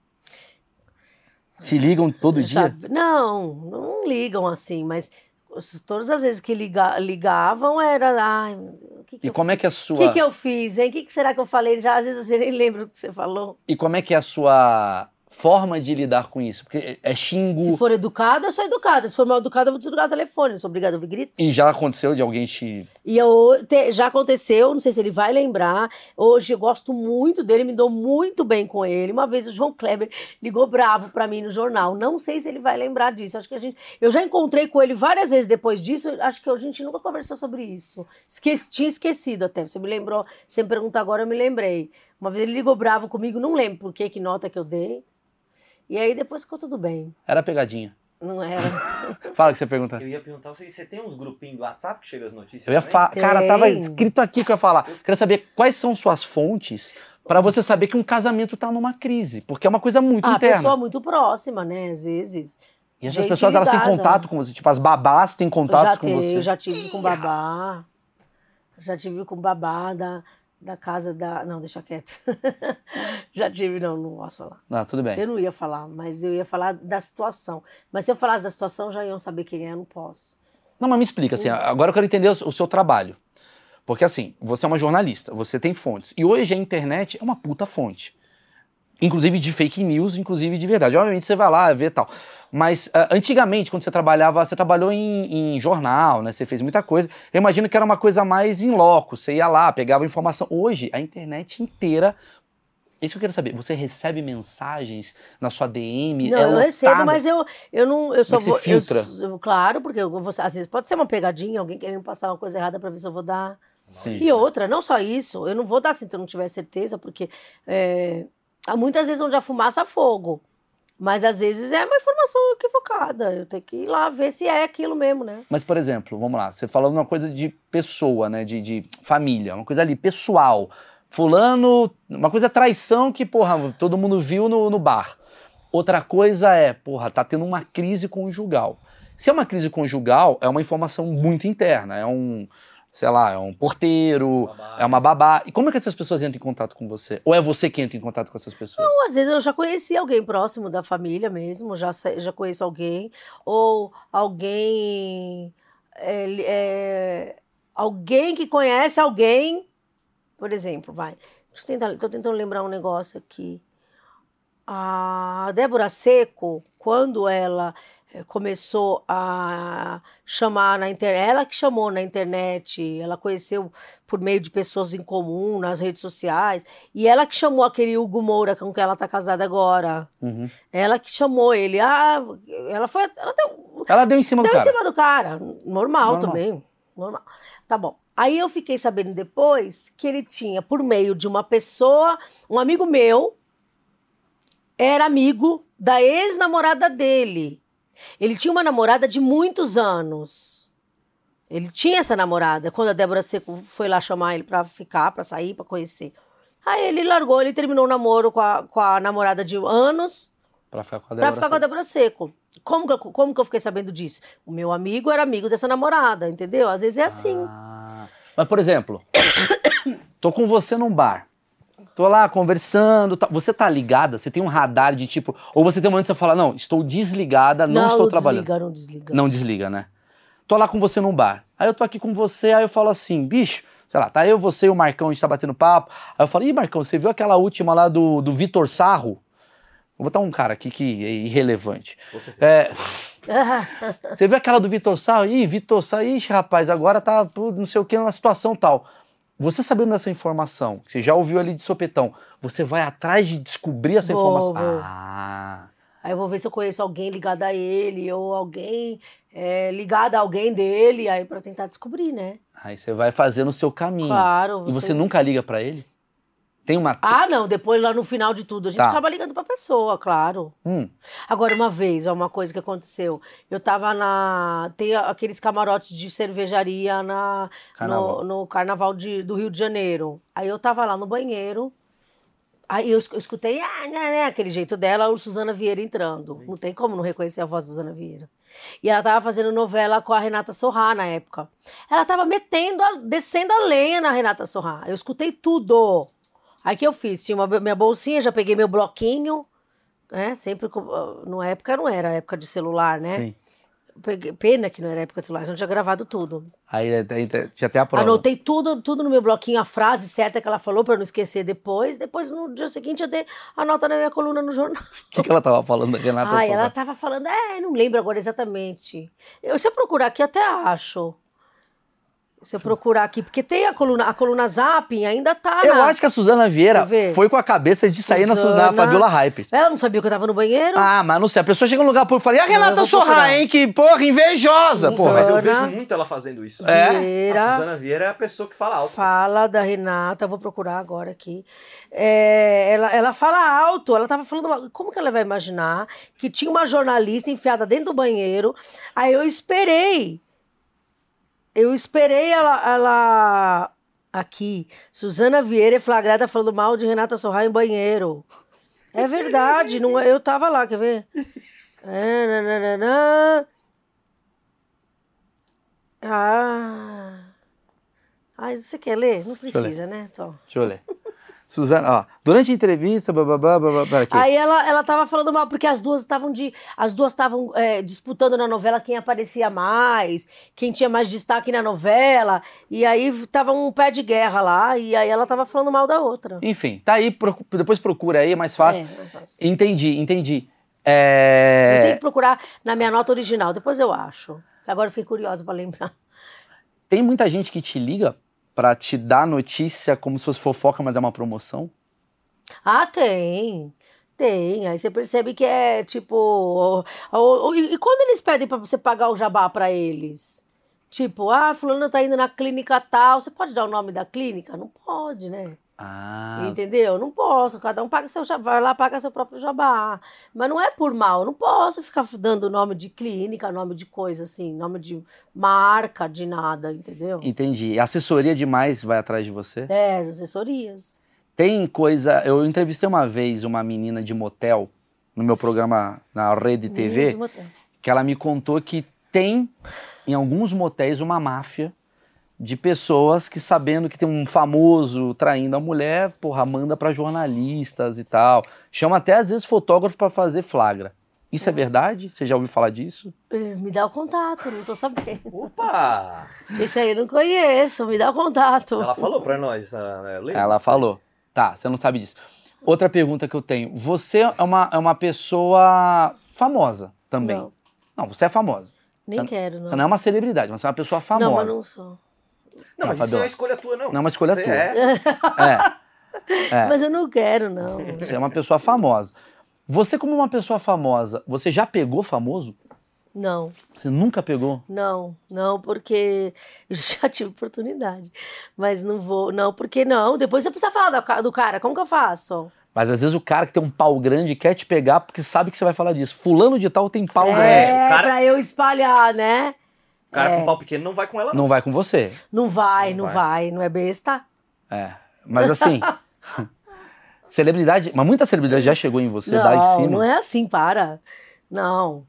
[SPEAKER 2] Te ligam todo
[SPEAKER 1] Já-
[SPEAKER 2] dia?
[SPEAKER 1] Não, não ligam assim, mas os- todas as vezes que liga- ligavam era, ai, o que que que
[SPEAKER 2] E
[SPEAKER 1] eu-
[SPEAKER 2] como é que é a
[SPEAKER 1] O
[SPEAKER 2] sua.
[SPEAKER 1] que, que eu fiz, hein? O que, que será que eu falei? Já, às vezes assim, eu nem lembro o que você falou.
[SPEAKER 2] E como é que é a sua forma de lidar com isso? Porque é
[SPEAKER 1] Se
[SPEAKER 2] xingo.
[SPEAKER 1] for educada, eu sou educada. Se for mal educada, eu vou desligar o telefone. Não sou obrigada a ouvir grito.
[SPEAKER 2] E já aconteceu de alguém te.
[SPEAKER 1] E eu, te- já aconteceu, não sei se ele vai lembrar. Hoje eu gosto muito dele, me dou muito bem com ele. Uma vez o João Kleber ligou bravo pra mim no jornal. Não sei se ele vai lembrar disso. Acho que a gente, eu já encontrei com ele várias vezes depois disso. Acho que a gente nunca conversou sobre isso. Esqueci, tinha esquecido até. Você me lembrou, você me pergunta agora, eu me lembrei. Uma vez ele ligou bravo comigo, não lembro por que, que nota que eu dei. E aí depois ficou tudo bem.
[SPEAKER 2] Era pegadinha.
[SPEAKER 1] Não era.
[SPEAKER 2] Fala o que você pergunta.
[SPEAKER 3] Eu ia perguntar, você, você tem uns grupinhos do WhatsApp que chega as notícias?
[SPEAKER 2] É. Eu ia
[SPEAKER 3] também?
[SPEAKER 2] falar. Cara,
[SPEAKER 1] Tem.
[SPEAKER 2] tava escrito aqui que eu ia falar. Quero saber quais são suas fontes pra você saber que um casamento tá numa crise. Porque é uma coisa muito
[SPEAKER 1] Ah, a
[SPEAKER 2] interna.
[SPEAKER 1] pessoa muito próxima, né? Às vezes.
[SPEAKER 2] E essas
[SPEAKER 1] gente
[SPEAKER 2] pessoas, elas têm
[SPEAKER 1] ligada.
[SPEAKER 2] contato com você. Tipo, as babás têm
[SPEAKER 1] né? Eu já
[SPEAKER 2] contatos com
[SPEAKER 1] te-
[SPEAKER 2] você.
[SPEAKER 1] Eu já tive com babá. Já tive com babá da, da casa da. Não, deixa quieto. já tive, não, não posso falar.
[SPEAKER 2] Ah, tudo bem.
[SPEAKER 1] Eu não ia falar, mas eu ia falar da situação. Mas se eu falasse da situação, já iam saber quem é, eu não posso.
[SPEAKER 2] Não, mas me explica, assim, agora eu quero entender o, o seu trabalho. Porque, assim, você é uma jornalista, você tem fontes. E hoje a internet é uma puta fonte. Inclusive de fake news, inclusive de verdade. Obviamente você vai lá ver e tal. Mas ah, antigamente, quando você trabalhava, você trabalhou em, em jornal, né? Você fez muita coisa. Eu imagino que era uma coisa mais em loco. Você ia lá, pegava informação. Hoje, a internet inteira. Isso que eu quero saber. Você recebe mensagens na sua DM?
[SPEAKER 1] Não,
[SPEAKER 2] é
[SPEAKER 1] eu recebo,
[SPEAKER 2] lotada? é
[SPEAKER 1] mas eu, eu não. Eu só
[SPEAKER 2] que se
[SPEAKER 1] vou. eu
[SPEAKER 2] filtra?
[SPEAKER 1] s- eu- claro, porque eu vou- às vezes pode ser uma pegadinha, alguém querendo passar uma coisa errada pra ver se eu vou dar.
[SPEAKER 2] Sim.
[SPEAKER 1] E outra, não só isso, eu não vou dar assim se eu não tiver certeza, porque é, há muitas vezes onde a fumaça há fogo. Mas às vezes é uma informação equivocada. Eu tenho que ir lá ver se é aquilo mesmo, né?
[SPEAKER 2] Mas, por exemplo, vamos lá, você falou uma coisa de pessoa, né? De, de família, uma coisa ali, pessoal. Fulano, uma coisa é traição que, porra, todo mundo viu no, no bar. Outra coisa é, porra, tá tendo uma crise conjugal. Se é uma crise conjugal, é uma informação muito interna, é um, sei lá, é um porteiro,
[SPEAKER 3] Babá.
[SPEAKER 2] é uma babá. E como é que essas pessoas entram em contato com você? Ou é você que entra em contato com essas pessoas?
[SPEAKER 1] Ou, às vezes eu já conheci alguém próximo da família mesmo, já, sei- já conheço alguém. Ou alguém. é, li- é, alguém que conhece alguém. Por exemplo, vai. Deixa eu tentar, tô tentando lembrar um negócio aqui. A Débora Seco, quando ela eh, começou a chamar na internet, ela que chamou na internet, ela conheceu por meio de pessoas em comum, nas redes sociais, e ela que chamou aquele Hugo Moura com que ela tá casada agora.
[SPEAKER 2] Uhum.
[SPEAKER 1] Ela que chamou ele. Ah, ela foi. Ela deu,
[SPEAKER 2] Ela deu em cima do
[SPEAKER 1] Deu em
[SPEAKER 2] cara.
[SPEAKER 1] cima do cara. Normal,
[SPEAKER 2] Normal.
[SPEAKER 1] também. Normal. Tá bom. Aí eu fiquei sabendo depois que ele tinha, por meio de uma pessoa, um amigo meu, era amigo da ex-namorada dele. Ele tinha uma namorada de muitos anos. Ele tinha essa namorada quando a Débora Seco foi lá chamar ele pra ficar, pra sair, pra conhecer. Aí ele largou, ele terminou o namoro com a, com a namorada de anos
[SPEAKER 2] Pra ficar com a
[SPEAKER 1] Pra
[SPEAKER 2] Débora
[SPEAKER 1] ficar com a Débora Seco. Como que, eu, como que eu fiquei sabendo disso? O meu amigo era amigo dessa namorada, entendeu? Às vezes é assim.
[SPEAKER 2] Ah, mas, por exemplo, tô com você num bar. Tô lá conversando. tá- Você tá ligada? Você tem um radar de tipo. Ou você tem um momento que você fala: não, estou desligada, Ah, não, estou trabalhando.
[SPEAKER 1] Desliga, não desliga.
[SPEAKER 2] Não desliga, né? Tô lá com você num bar. Aí eu tô aqui com você, aí eu falo assim, bicho, sei lá, tá eu, você e o Marcão, a gente tá batendo papo. Aí eu falo, ih, Marcão, você viu aquela última lá do, do Vitor Sarro? Vou botar um cara aqui que é irrelevante.
[SPEAKER 3] Com certeza.
[SPEAKER 2] É, você viu aquela do Vitor Sá? Ih, Vitor Sá, ixi, rapaz, agora tá pô, não sei o que, uma situação tal. Você sabendo dessa informação, que você já ouviu ali de sopetão, você vai atrás de descobrir essa
[SPEAKER 1] Vou,
[SPEAKER 2] informação.
[SPEAKER 1] vou.
[SPEAKER 2] Ah.
[SPEAKER 1] Aí eu vou ver se eu conheço alguém ligado a ele, ou alguém é, ligado a alguém dele, aí pra tentar descobrir, né?
[SPEAKER 2] Aí você vai fazendo o seu caminho.
[SPEAKER 1] Claro.
[SPEAKER 2] Hum. E você nunca liga pra ele? Tem uma.
[SPEAKER 1] Ah, não, depois lá no final de tudo, a gente
[SPEAKER 2] Tá.
[SPEAKER 1] acaba ligando pra pessoa, claro.
[SPEAKER 2] Hum,
[SPEAKER 1] Agora, uma vez, ó, uma coisa que aconteceu. Eu tava na. Tem a- aqueles camarotes de cervejaria na,
[SPEAKER 2] carnaval.
[SPEAKER 1] No, no carnaval de- do Rio de Janeiro. Aí eu tava lá no banheiro. Aí eu, es- eu escutei ah, né, né, aquele jeito dela, o Suzana Vieira entrando. Não tem como não reconhecer a voz da Suzana Vieira. E ela tava fazendo novela com a Renata Sorrá na época. Ela tava metendo, a- descendo a lenha na Renata Sorrá. Eu escutei tudo. Aí o que eu fiz? Tinha uma, minha bolsinha, já peguei meu ah, bloquinho. Né? Sempre, com- na época não era época de celular, né?
[SPEAKER 2] Sim.
[SPEAKER 1] Peguei- Pena que não era época de celular, senão eu tinha gravado tudo.
[SPEAKER 2] Aí é, tem- tem- tinha até a prova.
[SPEAKER 1] Anotei tudo, tudo no meu bloquinho, a frase certa que ela falou para não esquecer depois. Depois, no dia seguinte, eu dei a nota na minha coluna no jornal.
[SPEAKER 2] O que, que ela tava falando, Renata?
[SPEAKER 1] Ai,
[SPEAKER 2] Sobrado?
[SPEAKER 1] ela tava falando, é, não lembro agora exatamente. Eu, se eu procurar aqui, até acho. Se eu procurar aqui, porque tem a coluna, a coluna Zapping ainda tá.
[SPEAKER 2] Eu
[SPEAKER 1] na-
[SPEAKER 2] acho que a Suzana Vieira
[SPEAKER 1] Quer ver?
[SPEAKER 2] foi com a cabeça de sair na, Su- na
[SPEAKER 1] Suzana-
[SPEAKER 2] Fabiola Hype.
[SPEAKER 1] Ela não sabia que eu tava no banheiro?
[SPEAKER 2] Ah, mas não sei. A pessoa chega num lugar público e fala, e a
[SPEAKER 1] eu
[SPEAKER 2] Renata
[SPEAKER 1] vou
[SPEAKER 2] Sorra,
[SPEAKER 1] procurar. é.
[SPEAKER 2] hein? Que porra, invejosa,
[SPEAKER 1] Não,
[SPEAKER 2] porra.
[SPEAKER 3] mas eu
[SPEAKER 1] Suzana-
[SPEAKER 3] vejo muito ela fazendo isso.
[SPEAKER 2] É?
[SPEAKER 1] Vieira.
[SPEAKER 3] A Suzana Vieira é a pessoa que fala alto.
[SPEAKER 1] Fala da Renata, eu vou procurar agora aqui. É, ela, ela fala alto, ela tava falando. uma- Como que ela vai imaginar que tinha uma jornalista enfiada dentro do banheiro? Aí eu esperei. Eu esperei ela. ela aqui, Suzana Vieira é flagrada falando mal de Renata Sorra em banheiro. É verdade, não, é- eu tava lá, quer ver? É, nananana. Ah. Ai, você quer ler? Não
[SPEAKER 2] eu ler.
[SPEAKER 1] precisa, né? Tom?
[SPEAKER 2] Deixa eu ler. Suzana, ó. Durante a entrevista, bababá, babá, pera aqui.
[SPEAKER 1] Aí ela, ela tava falando mal, porque as duas estavam de. As duas estavam é, disputando na novela quem aparecia mais, quem tinha mais destaque na novela. E aí v- tava um pé de guerra lá, e aí ela tava falando mal da outra.
[SPEAKER 2] Enfim, tá aí, procu- depois procura aí, é mais
[SPEAKER 1] É,
[SPEAKER 2] fácil.
[SPEAKER 1] mas-
[SPEAKER 2] Entendi, entendi.
[SPEAKER 1] Eu tenho
[SPEAKER 2] É...
[SPEAKER 1] que procurar na minha nota original, depois eu acho. Agora eu fiquei curiosa pra lembrar.
[SPEAKER 2] Tem muita gente que te liga pra te dar notícia como se fosse fofoca, mas é uma promoção.
[SPEAKER 1] Ah, tem. Tem. Aí você percebe que é tipo. ó, ó, ó, e, e quando eles pedem pra você pagar o jabá pra eles? Tipo, ah, fulano tá indo na clínica tal. Você pode dar o nome da clínica? Não pode, né?
[SPEAKER 2] Ah,
[SPEAKER 1] Entendeu? Não posso. Cada um paga seu jabá, vai lá paga seu próprio jabá. Mas não é por mal. Eu não posso ficar dando nome de clínica, nome de coisa assim, nome de marca, de nada, entendeu?
[SPEAKER 2] entendi. Assessoria demais vai atrás de você.
[SPEAKER 1] É, as assessorias.
[SPEAKER 2] Tem coisa. Eu entrevistei uma vez uma menina de motel no meu programa na rede TV,
[SPEAKER 1] Menino é de motel.
[SPEAKER 2] que ela me contou que tem em alguns motéis uma máfia de pessoas que sabendo que tem um famoso traindo a mulher, porra, manda pra jornalistas e tal. Chama até às vezes fotógrafo pra fazer flagra. Isso é verdade? Você já ouviu falar disso?
[SPEAKER 1] Me dá o contato, não tô sabendo.
[SPEAKER 3] Opa!
[SPEAKER 1] Esse aí eu não conheço, me dá o contato.
[SPEAKER 3] Ela falou pra nós. ah, lembra?
[SPEAKER 2] Ela falou. Tá, você não sabe disso. Outra pergunta que eu tenho. Você é uma, é uma pessoa famosa também.
[SPEAKER 1] Não,
[SPEAKER 2] Não, você é famosa.
[SPEAKER 1] nem
[SPEAKER 2] Você-
[SPEAKER 1] quero, não.
[SPEAKER 2] Você não é uma celebridade, mas você é uma pessoa famosa.
[SPEAKER 1] Não, mas não sou.
[SPEAKER 3] Não, mas
[SPEAKER 2] Não,
[SPEAKER 3] isso não
[SPEAKER 2] Fabiola.
[SPEAKER 3] é escolha tua, não.
[SPEAKER 2] Não é uma escolha
[SPEAKER 3] Você
[SPEAKER 2] tua.
[SPEAKER 3] É.
[SPEAKER 2] É, É.
[SPEAKER 1] Mas eu não quero, não.
[SPEAKER 2] você é uma pessoa famosa. Você, como uma pessoa famosa, você já pegou famoso?
[SPEAKER 1] Não,
[SPEAKER 2] Você nunca pegou?
[SPEAKER 1] não, não, porque eu já tive oportunidade. Mas não vou, não, porque não. Depois você precisa falar da ca- do cara, como que eu faço?
[SPEAKER 2] Mas às vezes o cara que tem um pau grande quer te pegar porque sabe que você vai falar disso. Fulano de tal tem pau
[SPEAKER 1] é,
[SPEAKER 2] grande.
[SPEAKER 3] o cara-
[SPEAKER 1] pra eu espalhar, né?
[SPEAKER 3] O cara com pau pequeno não vai com ela, não.
[SPEAKER 2] Não vai com você.
[SPEAKER 1] Não vai, não,
[SPEAKER 3] Não
[SPEAKER 1] vai. não é besta.
[SPEAKER 2] É. Mas assim. celebridade. Mas muita celebridade já chegou em você, dá em
[SPEAKER 1] não,
[SPEAKER 2] cima.
[SPEAKER 1] não é assim, para. Não.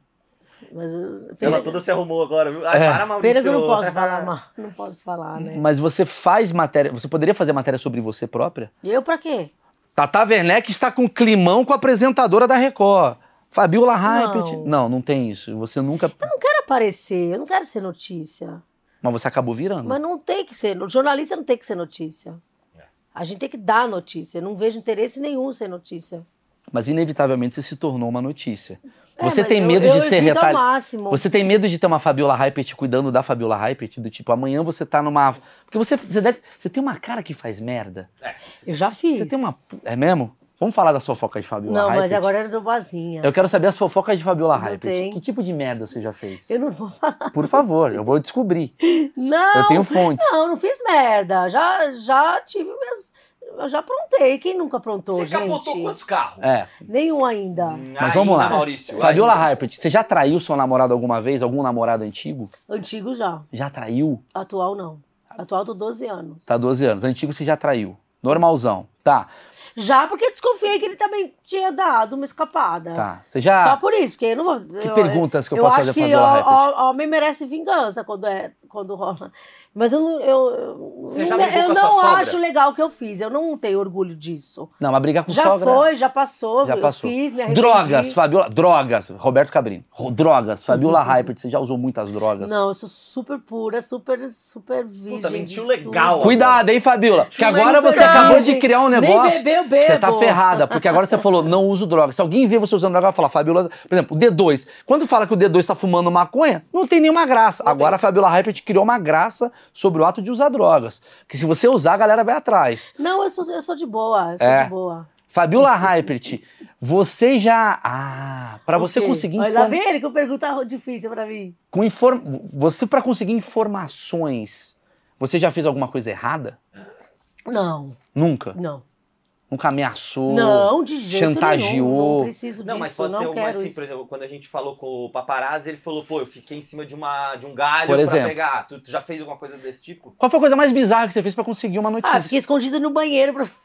[SPEAKER 1] Mas eu,
[SPEAKER 3] Ela
[SPEAKER 1] pena,
[SPEAKER 3] toda se arrumou agora, viu? Ai,
[SPEAKER 2] É.
[SPEAKER 3] para,
[SPEAKER 1] pena
[SPEAKER 3] Maurício.
[SPEAKER 1] que eu não posso falar, mal, não posso falar, né?
[SPEAKER 2] Mas você faz matéria. Você poderia fazer matéria sobre você própria?
[SPEAKER 1] Eu pra quê?
[SPEAKER 2] Tata Werneck está com climão com a apresentadora da Record. Fabiola Hypert.
[SPEAKER 1] Não.
[SPEAKER 2] Não, não tem isso. Você nunca.
[SPEAKER 1] quero aparecer, eu não quero ser notícia.
[SPEAKER 2] Mas você acabou virando.
[SPEAKER 1] Mas não tem que ser. O jornalista não tem que ser notícia.
[SPEAKER 2] É.
[SPEAKER 1] A gente tem que dar notícia. Eu não vejo interesse nenhum em ser notícia.
[SPEAKER 2] Mas inevitavelmente você se tornou uma notícia.
[SPEAKER 1] É,
[SPEAKER 2] Você
[SPEAKER 1] mas
[SPEAKER 2] tem
[SPEAKER 1] eu-
[SPEAKER 2] medo
[SPEAKER 1] eu
[SPEAKER 2] de ser
[SPEAKER 1] evito ao
[SPEAKER 2] retalhado.
[SPEAKER 1] máximo.
[SPEAKER 2] Você tem medo de ter uma Fabiola Hypert cuidando da Fabiola Hypert? Do tipo, amanhã você tá numa. Porque você, você deve. Você tem uma cara que faz merda.
[SPEAKER 3] É.
[SPEAKER 1] Eu já fiz.
[SPEAKER 2] Você tem uma. É mesmo? Vamos falar das fofocas de Fabiola
[SPEAKER 1] Não, mas
[SPEAKER 2] Hypert?
[SPEAKER 1] agora era do Boazinha.
[SPEAKER 2] Eu quero saber as fofocas de Fabiola
[SPEAKER 1] Não
[SPEAKER 2] Hypert.
[SPEAKER 1] tem.
[SPEAKER 2] Que tipo de merda você já fez?
[SPEAKER 1] Eu não vou falar.
[SPEAKER 2] Por favor, eu vou descobrir.
[SPEAKER 1] Não!
[SPEAKER 2] Eu tenho fontes.
[SPEAKER 1] Não, não fiz merda. Já, já tive minhas. Eu já aprontei. Quem nunca aprontou,
[SPEAKER 3] Você
[SPEAKER 1] gente?
[SPEAKER 3] capotou quantos carros?
[SPEAKER 2] É,
[SPEAKER 1] Nenhum ainda.
[SPEAKER 2] mas vamos
[SPEAKER 3] Ainda,
[SPEAKER 2] lá.
[SPEAKER 3] Maurício.
[SPEAKER 2] Fabiola
[SPEAKER 3] ainda.
[SPEAKER 2] Hypert, você já traiu seu namorado alguma vez? Algum namorado antigo?
[SPEAKER 1] Antigo já.
[SPEAKER 2] Já traiu?
[SPEAKER 1] Atual não. Atual tô 12 anos.
[SPEAKER 2] Tá 12 anos. Antigo você já traiu. Normalzão. Tá.
[SPEAKER 1] Já porque desconfiei que ele também tinha dado uma escapada.
[SPEAKER 2] Tá. Você já.
[SPEAKER 1] É. Só por isso, porque eu não vou.
[SPEAKER 2] Que
[SPEAKER 1] eu-
[SPEAKER 2] perguntas que eu,
[SPEAKER 1] eu
[SPEAKER 2] posso
[SPEAKER 1] acho
[SPEAKER 2] fazer pra
[SPEAKER 1] que
[SPEAKER 2] Viola
[SPEAKER 1] o,
[SPEAKER 2] Rapid?
[SPEAKER 1] o- o homem merece vingança quando é quando rola. Mas eu não, eu, eu
[SPEAKER 3] Você já
[SPEAKER 1] não-
[SPEAKER 3] brigou
[SPEAKER 1] eu
[SPEAKER 3] com a
[SPEAKER 1] não
[SPEAKER 3] sua sogra?
[SPEAKER 1] acho legal o que eu fiz. Eu não tenho orgulho disso.
[SPEAKER 2] Não, mas brigar com
[SPEAKER 1] já
[SPEAKER 2] sogra.
[SPEAKER 1] foi, já passou,
[SPEAKER 2] Já
[SPEAKER 1] eu
[SPEAKER 2] passou.
[SPEAKER 1] fiz, me arrependi.
[SPEAKER 2] Drogas, Fabiola. Drogas, Roberto Cabrini. Ro- Drogas, Fabiola Hypert, você já usou muitas drogas.
[SPEAKER 1] Uhum. Não, eu sou super pura, super, super virgem.
[SPEAKER 3] mentiu
[SPEAKER 1] de
[SPEAKER 3] legal.
[SPEAKER 1] tudo.
[SPEAKER 2] Cuidado, hein, Fabiola? Porque
[SPEAKER 1] Não é
[SPEAKER 2] agora você
[SPEAKER 1] verdade.
[SPEAKER 2] acabou de criar um
[SPEAKER 1] Nem
[SPEAKER 2] negócio.
[SPEAKER 1] beber, eu
[SPEAKER 2] Você tá
[SPEAKER 1] bebo.
[SPEAKER 2] ferrada, porque agora você falou, não uso droga. Se alguém vê você usando droga, vai falar, Fabiola. Por exemplo, o D2. Quando fala que o D2 tá fumando maconha, não tem nenhuma graça. agora a Fabiola Hypert criou uma graça sobre o ato de usar drogas. Porque se você usar, a galera vai atrás.
[SPEAKER 1] Não, eu sou, eu sou de boa, eu sou
[SPEAKER 2] É.
[SPEAKER 1] de boa.
[SPEAKER 2] Fabiola Hypert, você já. Ah, pra você
[SPEAKER 1] Ok.
[SPEAKER 2] conseguir
[SPEAKER 1] Olha, lá
[SPEAKER 2] informar.
[SPEAKER 1] vem ele que pergunta difícil pra mim.
[SPEAKER 2] com inform... Você, pra conseguir informações, você já fez alguma coisa errada?
[SPEAKER 1] Não,
[SPEAKER 2] Nunca?
[SPEAKER 1] não.
[SPEAKER 2] Nunca ameaçou?
[SPEAKER 1] Não, de jeito
[SPEAKER 2] chantageou.
[SPEAKER 1] nenhum. Não preciso disso,
[SPEAKER 3] Não, mas pode
[SPEAKER 1] não
[SPEAKER 3] ser alguma
[SPEAKER 1] quero
[SPEAKER 3] assim,
[SPEAKER 1] isso.
[SPEAKER 3] por exemplo, quando a gente falou com o paparazzi, ele falou, pô, eu fiquei em cima de, uma, de um galho
[SPEAKER 2] Por exemplo.
[SPEAKER 3] pra pegar. Tu, tu já fez alguma coisa desse tipo?
[SPEAKER 2] Qual foi a coisa mais bizarra que você fez pra conseguir uma notícia?
[SPEAKER 1] Ah, fiquei escondida no banheiro. pra-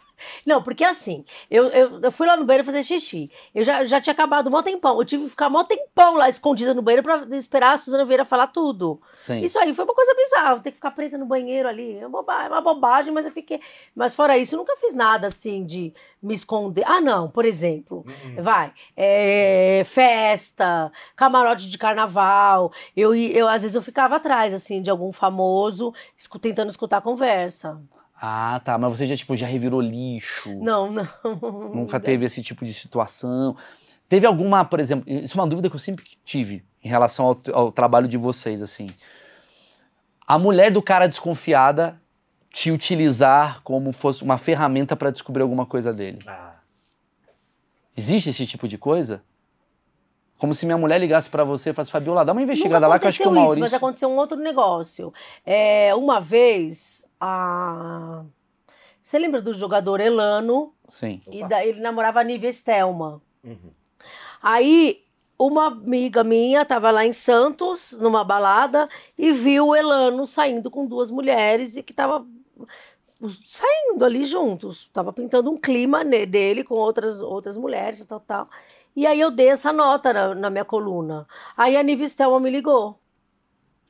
[SPEAKER 1] Não, porque assim, eu, eu, eu fui lá no banheiro fazer xixi. Eu já, já tinha acabado mó tempão. Eu tive que ficar mó tempão lá escondida no banheiro pra esperar a Suzana Vieira falar tudo.
[SPEAKER 2] Sim.
[SPEAKER 1] Isso aí foi uma coisa bizarra, ter que ficar presa no banheiro ali. É uma boba- é uma bobagem, mas eu fiquei. Mas fora isso, eu nunca fiz nada assim de me esconder. Ah, não, por exemplo.
[SPEAKER 3] Hum.
[SPEAKER 1] Hum. Vai, é, festa, camarote de carnaval. Eu, ia- eu às vezes eu ficava atrás assim de algum famoso, escu- tentando escutar a conversa.
[SPEAKER 2] Ah, tá. Mas você já, tipo, já revirou lixo.
[SPEAKER 1] Não, não.
[SPEAKER 2] Nunca teve esse tipo de situação. Teve alguma, por exemplo, isso é uma dúvida que eu sempre tive em relação ao, ao trabalho de vocês, assim. A mulher do cara desconfiada te utilizar como fosse uma ferramenta pra descobrir alguma coisa dele.
[SPEAKER 3] Ah,
[SPEAKER 2] Existe esse tipo de coisa? Como se minha mulher ligasse pra você e falasse, Fabiola, dá uma investigada
[SPEAKER 1] Nunca
[SPEAKER 2] lá que eu acho que o
[SPEAKER 1] aconteceu isso,
[SPEAKER 2] Maurício.
[SPEAKER 1] mas aconteceu um outro negócio. É, uma vez, a... você lembra do jogador Elano?
[SPEAKER 2] Sim.
[SPEAKER 1] E
[SPEAKER 3] Opa.
[SPEAKER 1] da- ele namorava a Nívia Stelman.
[SPEAKER 3] uhum.
[SPEAKER 1] Aí uma amiga minha estava lá em Santos, numa balada, e viu o Elano saindo com duas mulheres e que estava saindo ali juntos. Estava pintando um clima ne- dele com outras, outras mulheres e tal, tal. E aí eu dei essa nota na, na minha coluna. Aí a Nive Stelman me ligou.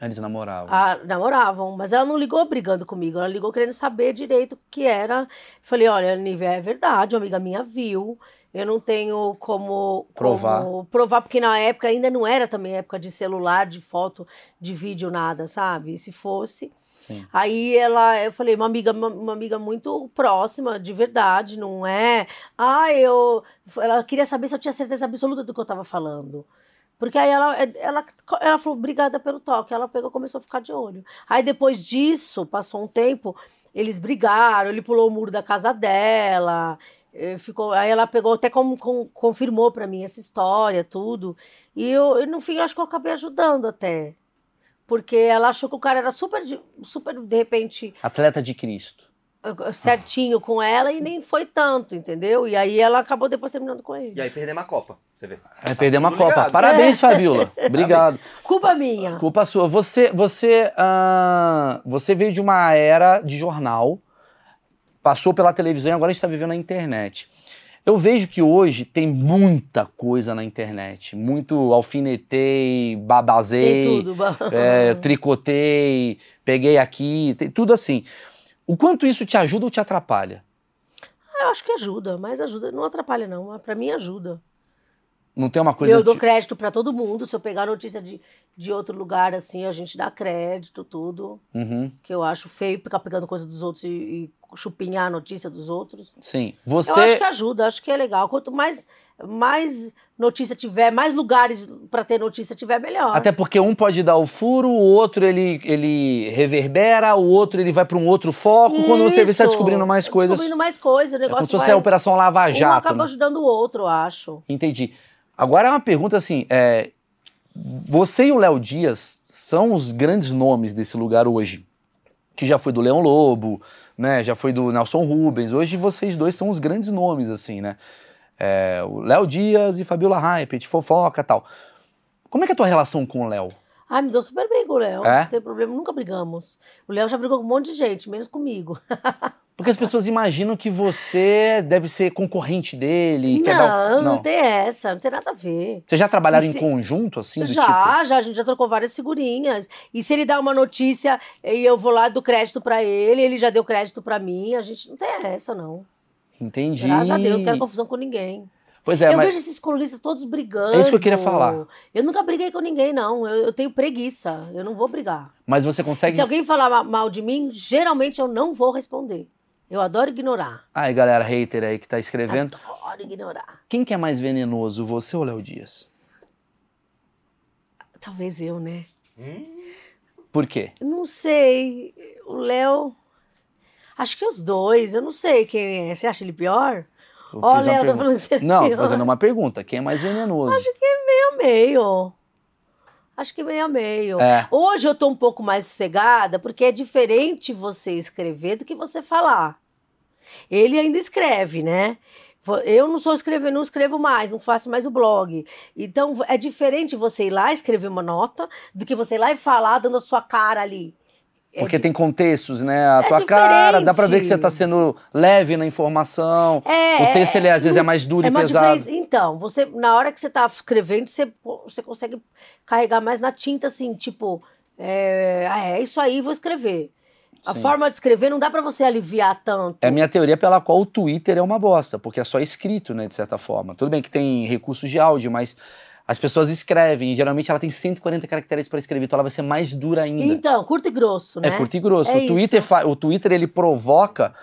[SPEAKER 2] Eles namoravam.
[SPEAKER 1] Ah, namoravam, mas ela não ligou brigando comigo, ela ligou querendo saber direito o que era. Falei, olha, Nívia, é verdade, uma amiga minha viu. Eu não tenho como
[SPEAKER 2] Provar.
[SPEAKER 1] como provar, porque na época ainda não era também época de celular, de foto, de vídeo, nada, sabe? Se fosse.
[SPEAKER 2] Sim.
[SPEAKER 1] Aí ela, eu falei, uma amiga, uma, uma amiga muito próxima, de verdade, não é? Ah, eu. Ela queria saber se eu tinha certeza absoluta do que eu tava falando. Porque aí ela, ela, ela falou, obrigada pelo toque. Ela pegou e começou a ficar de olho. Aí depois disso, passou um tempo, eles brigaram, ele pulou o muro da casa dela. eh, Ficou, aí ela pegou, até com, com- confirmou pra mim essa história, tudo. E eu, e no fim, acho que eu acabei ajudando até. Porque ela achou que o cara era super, de- super de repente, ah,
[SPEAKER 2] Atleta de Cristo.
[SPEAKER 1] certinho com ela e nem foi tanto, entendeu? E aí ela acabou depois terminando com ele.
[SPEAKER 3] E aí perdemos a Copa, você vê.
[SPEAKER 2] Aí perdemos uma
[SPEAKER 3] tudo
[SPEAKER 2] Copa.
[SPEAKER 3] ligado.
[SPEAKER 2] Parabéns, Fabiola. Obrigado.
[SPEAKER 1] Culpa minha.
[SPEAKER 2] Culpa sua. Você, você, ah, você veio de uma era de jornal, passou pela televisão e agora está vivendo na internet. Eu vejo que hoje tem muita coisa na internet. Muito alfinetei, babazei.
[SPEAKER 1] Tem tudo.
[SPEAKER 2] É, tricotei, peguei aqui, tem tudo assim. O quanto isso te ajuda ou te atrapalha?
[SPEAKER 1] Ah, Eu acho que ajuda, mas ajuda, não atrapalha não, mas pra mim ajuda.
[SPEAKER 2] Não tem uma coisa.
[SPEAKER 1] eu dou
[SPEAKER 2] de-
[SPEAKER 1] crédito pra todo mundo, se eu pegar notícia de, de outro lugar assim, a gente dá crédito, tudo,
[SPEAKER 2] Uhum,
[SPEAKER 1] que eu acho feio ficar pegando coisa dos outros e, e chupinhar a notícia dos outros.
[SPEAKER 2] sim.
[SPEAKER 1] Eu acho
[SPEAKER 2] Você.
[SPEAKER 1] que ajuda, acho que é legal. Quanto mais, mais notícia tiver, mais lugares pra ter notícia tiver, melhor.
[SPEAKER 2] Até porque um pode dar o furo, o outro ele, ele reverbera, o outro ele vai para um outro foco. Quando você vê, você está
[SPEAKER 1] Isso, Tá
[SPEAKER 2] descobrindo mais coisas.
[SPEAKER 1] Descobrindo mais coisas, o
[SPEAKER 2] é como
[SPEAKER 1] negócio
[SPEAKER 2] se fosse
[SPEAKER 1] vai...
[SPEAKER 2] a Operação Lava
[SPEAKER 1] um
[SPEAKER 2] Jato.
[SPEAKER 1] acaba
[SPEAKER 2] né?
[SPEAKER 1] ajudando o outro, eu acho.
[SPEAKER 2] Entendi. Agora é uma pergunta assim: é, você e o Léo Dias são os grandes nomes desse lugar hoje. Que já foi do Leão Lobo, né? Já foi do Nelson Rubens. Hoje vocês dois são os grandes nomes, assim, né? É, o Léo Dias e Fabiola Raipet, fofoca e tal. Como é que é a tua relação com o Léo?
[SPEAKER 1] Ai, me deu super bem com o Léo.
[SPEAKER 2] É?
[SPEAKER 1] Não tem problema, nunca brigamos. O Léo já brigou com um monte de gente, menos comigo.
[SPEAKER 2] Porque as pessoas imaginam que você deve ser concorrente dele. quer dar um-
[SPEAKER 1] Não,
[SPEAKER 2] o-
[SPEAKER 1] não tem essa, não tem nada a ver.
[SPEAKER 2] Vocês já trabalharam
[SPEAKER 1] Esse-
[SPEAKER 2] em conjunto, assim, do
[SPEAKER 1] já, já, a gente já trocou várias figurinhas. E se ele dá uma notícia e eu vou lá do crédito pra ele, ele já deu crédito pra mim, a gente não tem essa, não.
[SPEAKER 2] tipo? Entendi.
[SPEAKER 1] Graças a Deus, não quero confusão com ninguém.
[SPEAKER 2] Pois é,
[SPEAKER 1] eu
[SPEAKER 2] mas
[SPEAKER 1] vejo esses colunistas todos brigando.
[SPEAKER 2] É isso que eu queria falar.
[SPEAKER 1] Eu nunca briguei com ninguém, não. Eu, eu tenho preguiça, eu não vou brigar.
[SPEAKER 2] mas você consegue.
[SPEAKER 1] Se alguém falar ma- mal de mim, geralmente eu não vou responder. Eu adoro ignorar.
[SPEAKER 2] Aí, galera, hater aí que tá escrevendo.
[SPEAKER 1] Adoro ignorar.
[SPEAKER 2] Quem que é mais venenoso, você ou Léo Dias?
[SPEAKER 1] Talvez eu, né?
[SPEAKER 3] Hum,
[SPEAKER 2] Por quê?
[SPEAKER 1] Eu Não sei. O Léo. Acho que é os dois. Eu não sei quem é. Você acha ele pior?
[SPEAKER 2] Eu
[SPEAKER 1] Ó,
[SPEAKER 2] fiz uma
[SPEAKER 1] Léo, tô
[SPEAKER 2] pergunta.
[SPEAKER 1] falando tipo, que você é
[SPEAKER 2] Não, tô
[SPEAKER 1] pior.
[SPEAKER 2] fazendo uma pergunta. Quem é mais venenoso?
[SPEAKER 1] Meio a meio. Acho que meio a meio.
[SPEAKER 2] É.
[SPEAKER 1] Hoje eu tô um pouco mais sossegada, porque é diferente você escrever do que você falar. Ele ainda escreve, né? Vo- Eu não sou escrever, não escrevo mais, não faço mais o blog. Então vo- é diferente você ir lá escrever uma nota do que você ir lá e falar dando a sua cara ali. É
[SPEAKER 2] Porque
[SPEAKER 1] di-
[SPEAKER 2] tem contextos, né? A
[SPEAKER 1] É
[SPEAKER 2] tua cara,
[SPEAKER 1] diferente.
[SPEAKER 2] dá pra ver que você tá sendo leve na informação.
[SPEAKER 1] É,
[SPEAKER 2] o texto, ele às vezes é mais duro
[SPEAKER 1] é
[SPEAKER 2] e
[SPEAKER 1] uma
[SPEAKER 2] pesado.
[SPEAKER 1] diferença. Então, você, na hora que você tá escrevendo, você, pô- você consegue carregar mais na tinta, assim, tipo, é, ah, é isso aí, vou escrever. A
[SPEAKER 2] Sim.
[SPEAKER 1] forma de escrever não dá pra você aliviar tanto.
[SPEAKER 2] É a minha teoria pela qual o Twitter é uma bosta, porque é só escrito, né, de certa forma. Tudo bem que tem recursos de áudio, mas as pessoas escrevem, e geralmente ela tem 140 caracteres pra escrever, então ela vai ser mais dura ainda.
[SPEAKER 1] Então, curto e grosso, né?
[SPEAKER 2] É curto e grosso.
[SPEAKER 1] É
[SPEAKER 2] o, Twitter fa- o Twitter, ele provoca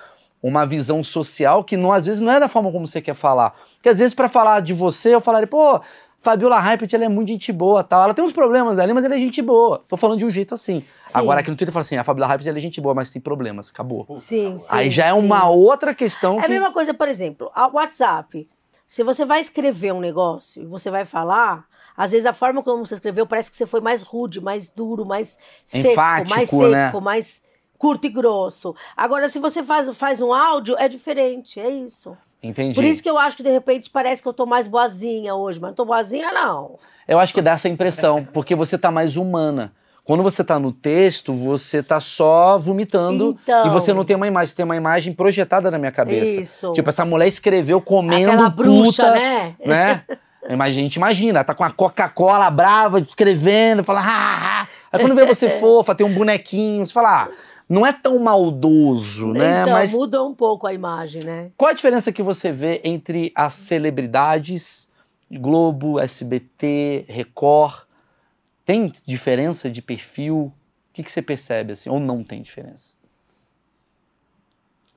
[SPEAKER 2] uma visão social que não, às vezes não é da forma como você quer falar. Porque às vezes pra falar de você, eu falaria, pô, Fabiola Hypert, ela é muito gente boa, tal. Ela tem uns problemas ali, mas ela é gente boa. Tô falando de um jeito assim.
[SPEAKER 1] Sim.
[SPEAKER 2] Agora aqui no Twitter fala assim, a Fabiola Hypert, ela é gente boa, mas tem problemas. Acabou.
[SPEAKER 1] Sim, sim,
[SPEAKER 2] Aí já é
[SPEAKER 1] sim.
[SPEAKER 2] uma outra questão
[SPEAKER 1] É a
[SPEAKER 2] que...
[SPEAKER 1] mesma coisa, por exemplo, a WhatsApp. Se você vai escrever um negócio e você vai falar, às vezes a forma como você escreveu parece que você foi mais rude, mais duro, mais seco,
[SPEAKER 2] Enfático,
[SPEAKER 1] mais seco,
[SPEAKER 2] né?
[SPEAKER 1] mais curto e grosso. Agora, se você faz, faz um áudio, é diferente, é isso.
[SPEAKER 2] Entendi.
[SPEAKER 1] Por isso que eu acho que de repente parece que eu tô mais boazinha hoje, mas não tô boazinha, não.
[SPEAKER 2] Eu acho que dá essa impressão, porque você tá mais humana. Quando você tá no texto, você tá só vomitando
[SPEAKER 1] Então.
[SPEAKER 2] e você não tem uma imagem, você tem uma imagem projetada na minha cabeça.
[SPEAKER 1] Isso.
[SPEAKER 2] Tipo, essa mulher escreveu comendo
[SPEAKER 1] Aquela bruxa,
[SPEAKER 2] puta,
[SPEAKER 1] né?
[SPEAKER 2] né? Imagina, a gente imagina, ela tá com a Coca-Cola brava, escrevendo, fala, "Ah, ah, ah." Aí quando vê você fofa, tem um bonequinho, você fala, ah, não é tão maldoso, né?
[SPEAKER 1] Então,
[SPEAKER 2] Mas
[SPEAKER 1] muda um pouco a imagem, né?
[SPEAKER 2] qual a diferença que você vê entre as celebridades Globo, SBT, Record? Tem diferença de perfil? O que, que você percebe assim? Ou não tem diferença?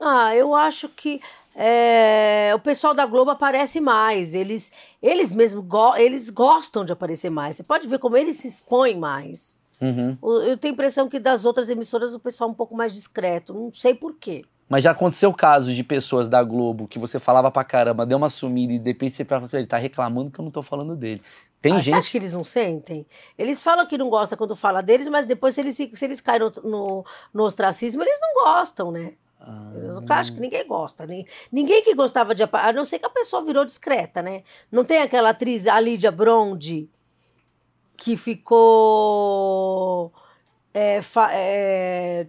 [SPEAKER 1] Ah, eu acho que é, o pessoal da Globo aparece mais. Eles, eles mesmo go- eles gostam de aparecer mais. Você pode ver como eles se expõem mais.
[SPEAKER 2] Uhum.
[SPEAKER 1] O- Eu tenho a impressão que das outras emissoras o pessoal é um pouco mais discreto. Não sei por quê.
[SPEAKER 2] Mas já aconteceu casos de pessoas da Globo que você falava pra caramba, deu uma sumida e depois você fala assim, ele tá reclamando que eu não tô falando dele. Tem
[SPEAKER 1] Ah, Você
[SPEAKER 2] gente.
[SPEAKER 1] acha que eles não sentem? Eles falam que não gostam quando fala deles, mas depois se eles, fi- se eles caem no, no- no ostracismo, eles não gostam, né?
[SPEAKER 2] Ah,
[SPEAKER 1] Eu não acho que ninguém gosta. nem- Ninguém que gostava de. apa- A não ser que a pessoa virou discreta, né? Não tem aquela atriz, a Lídia Bronde, que ficou. é, fa- é,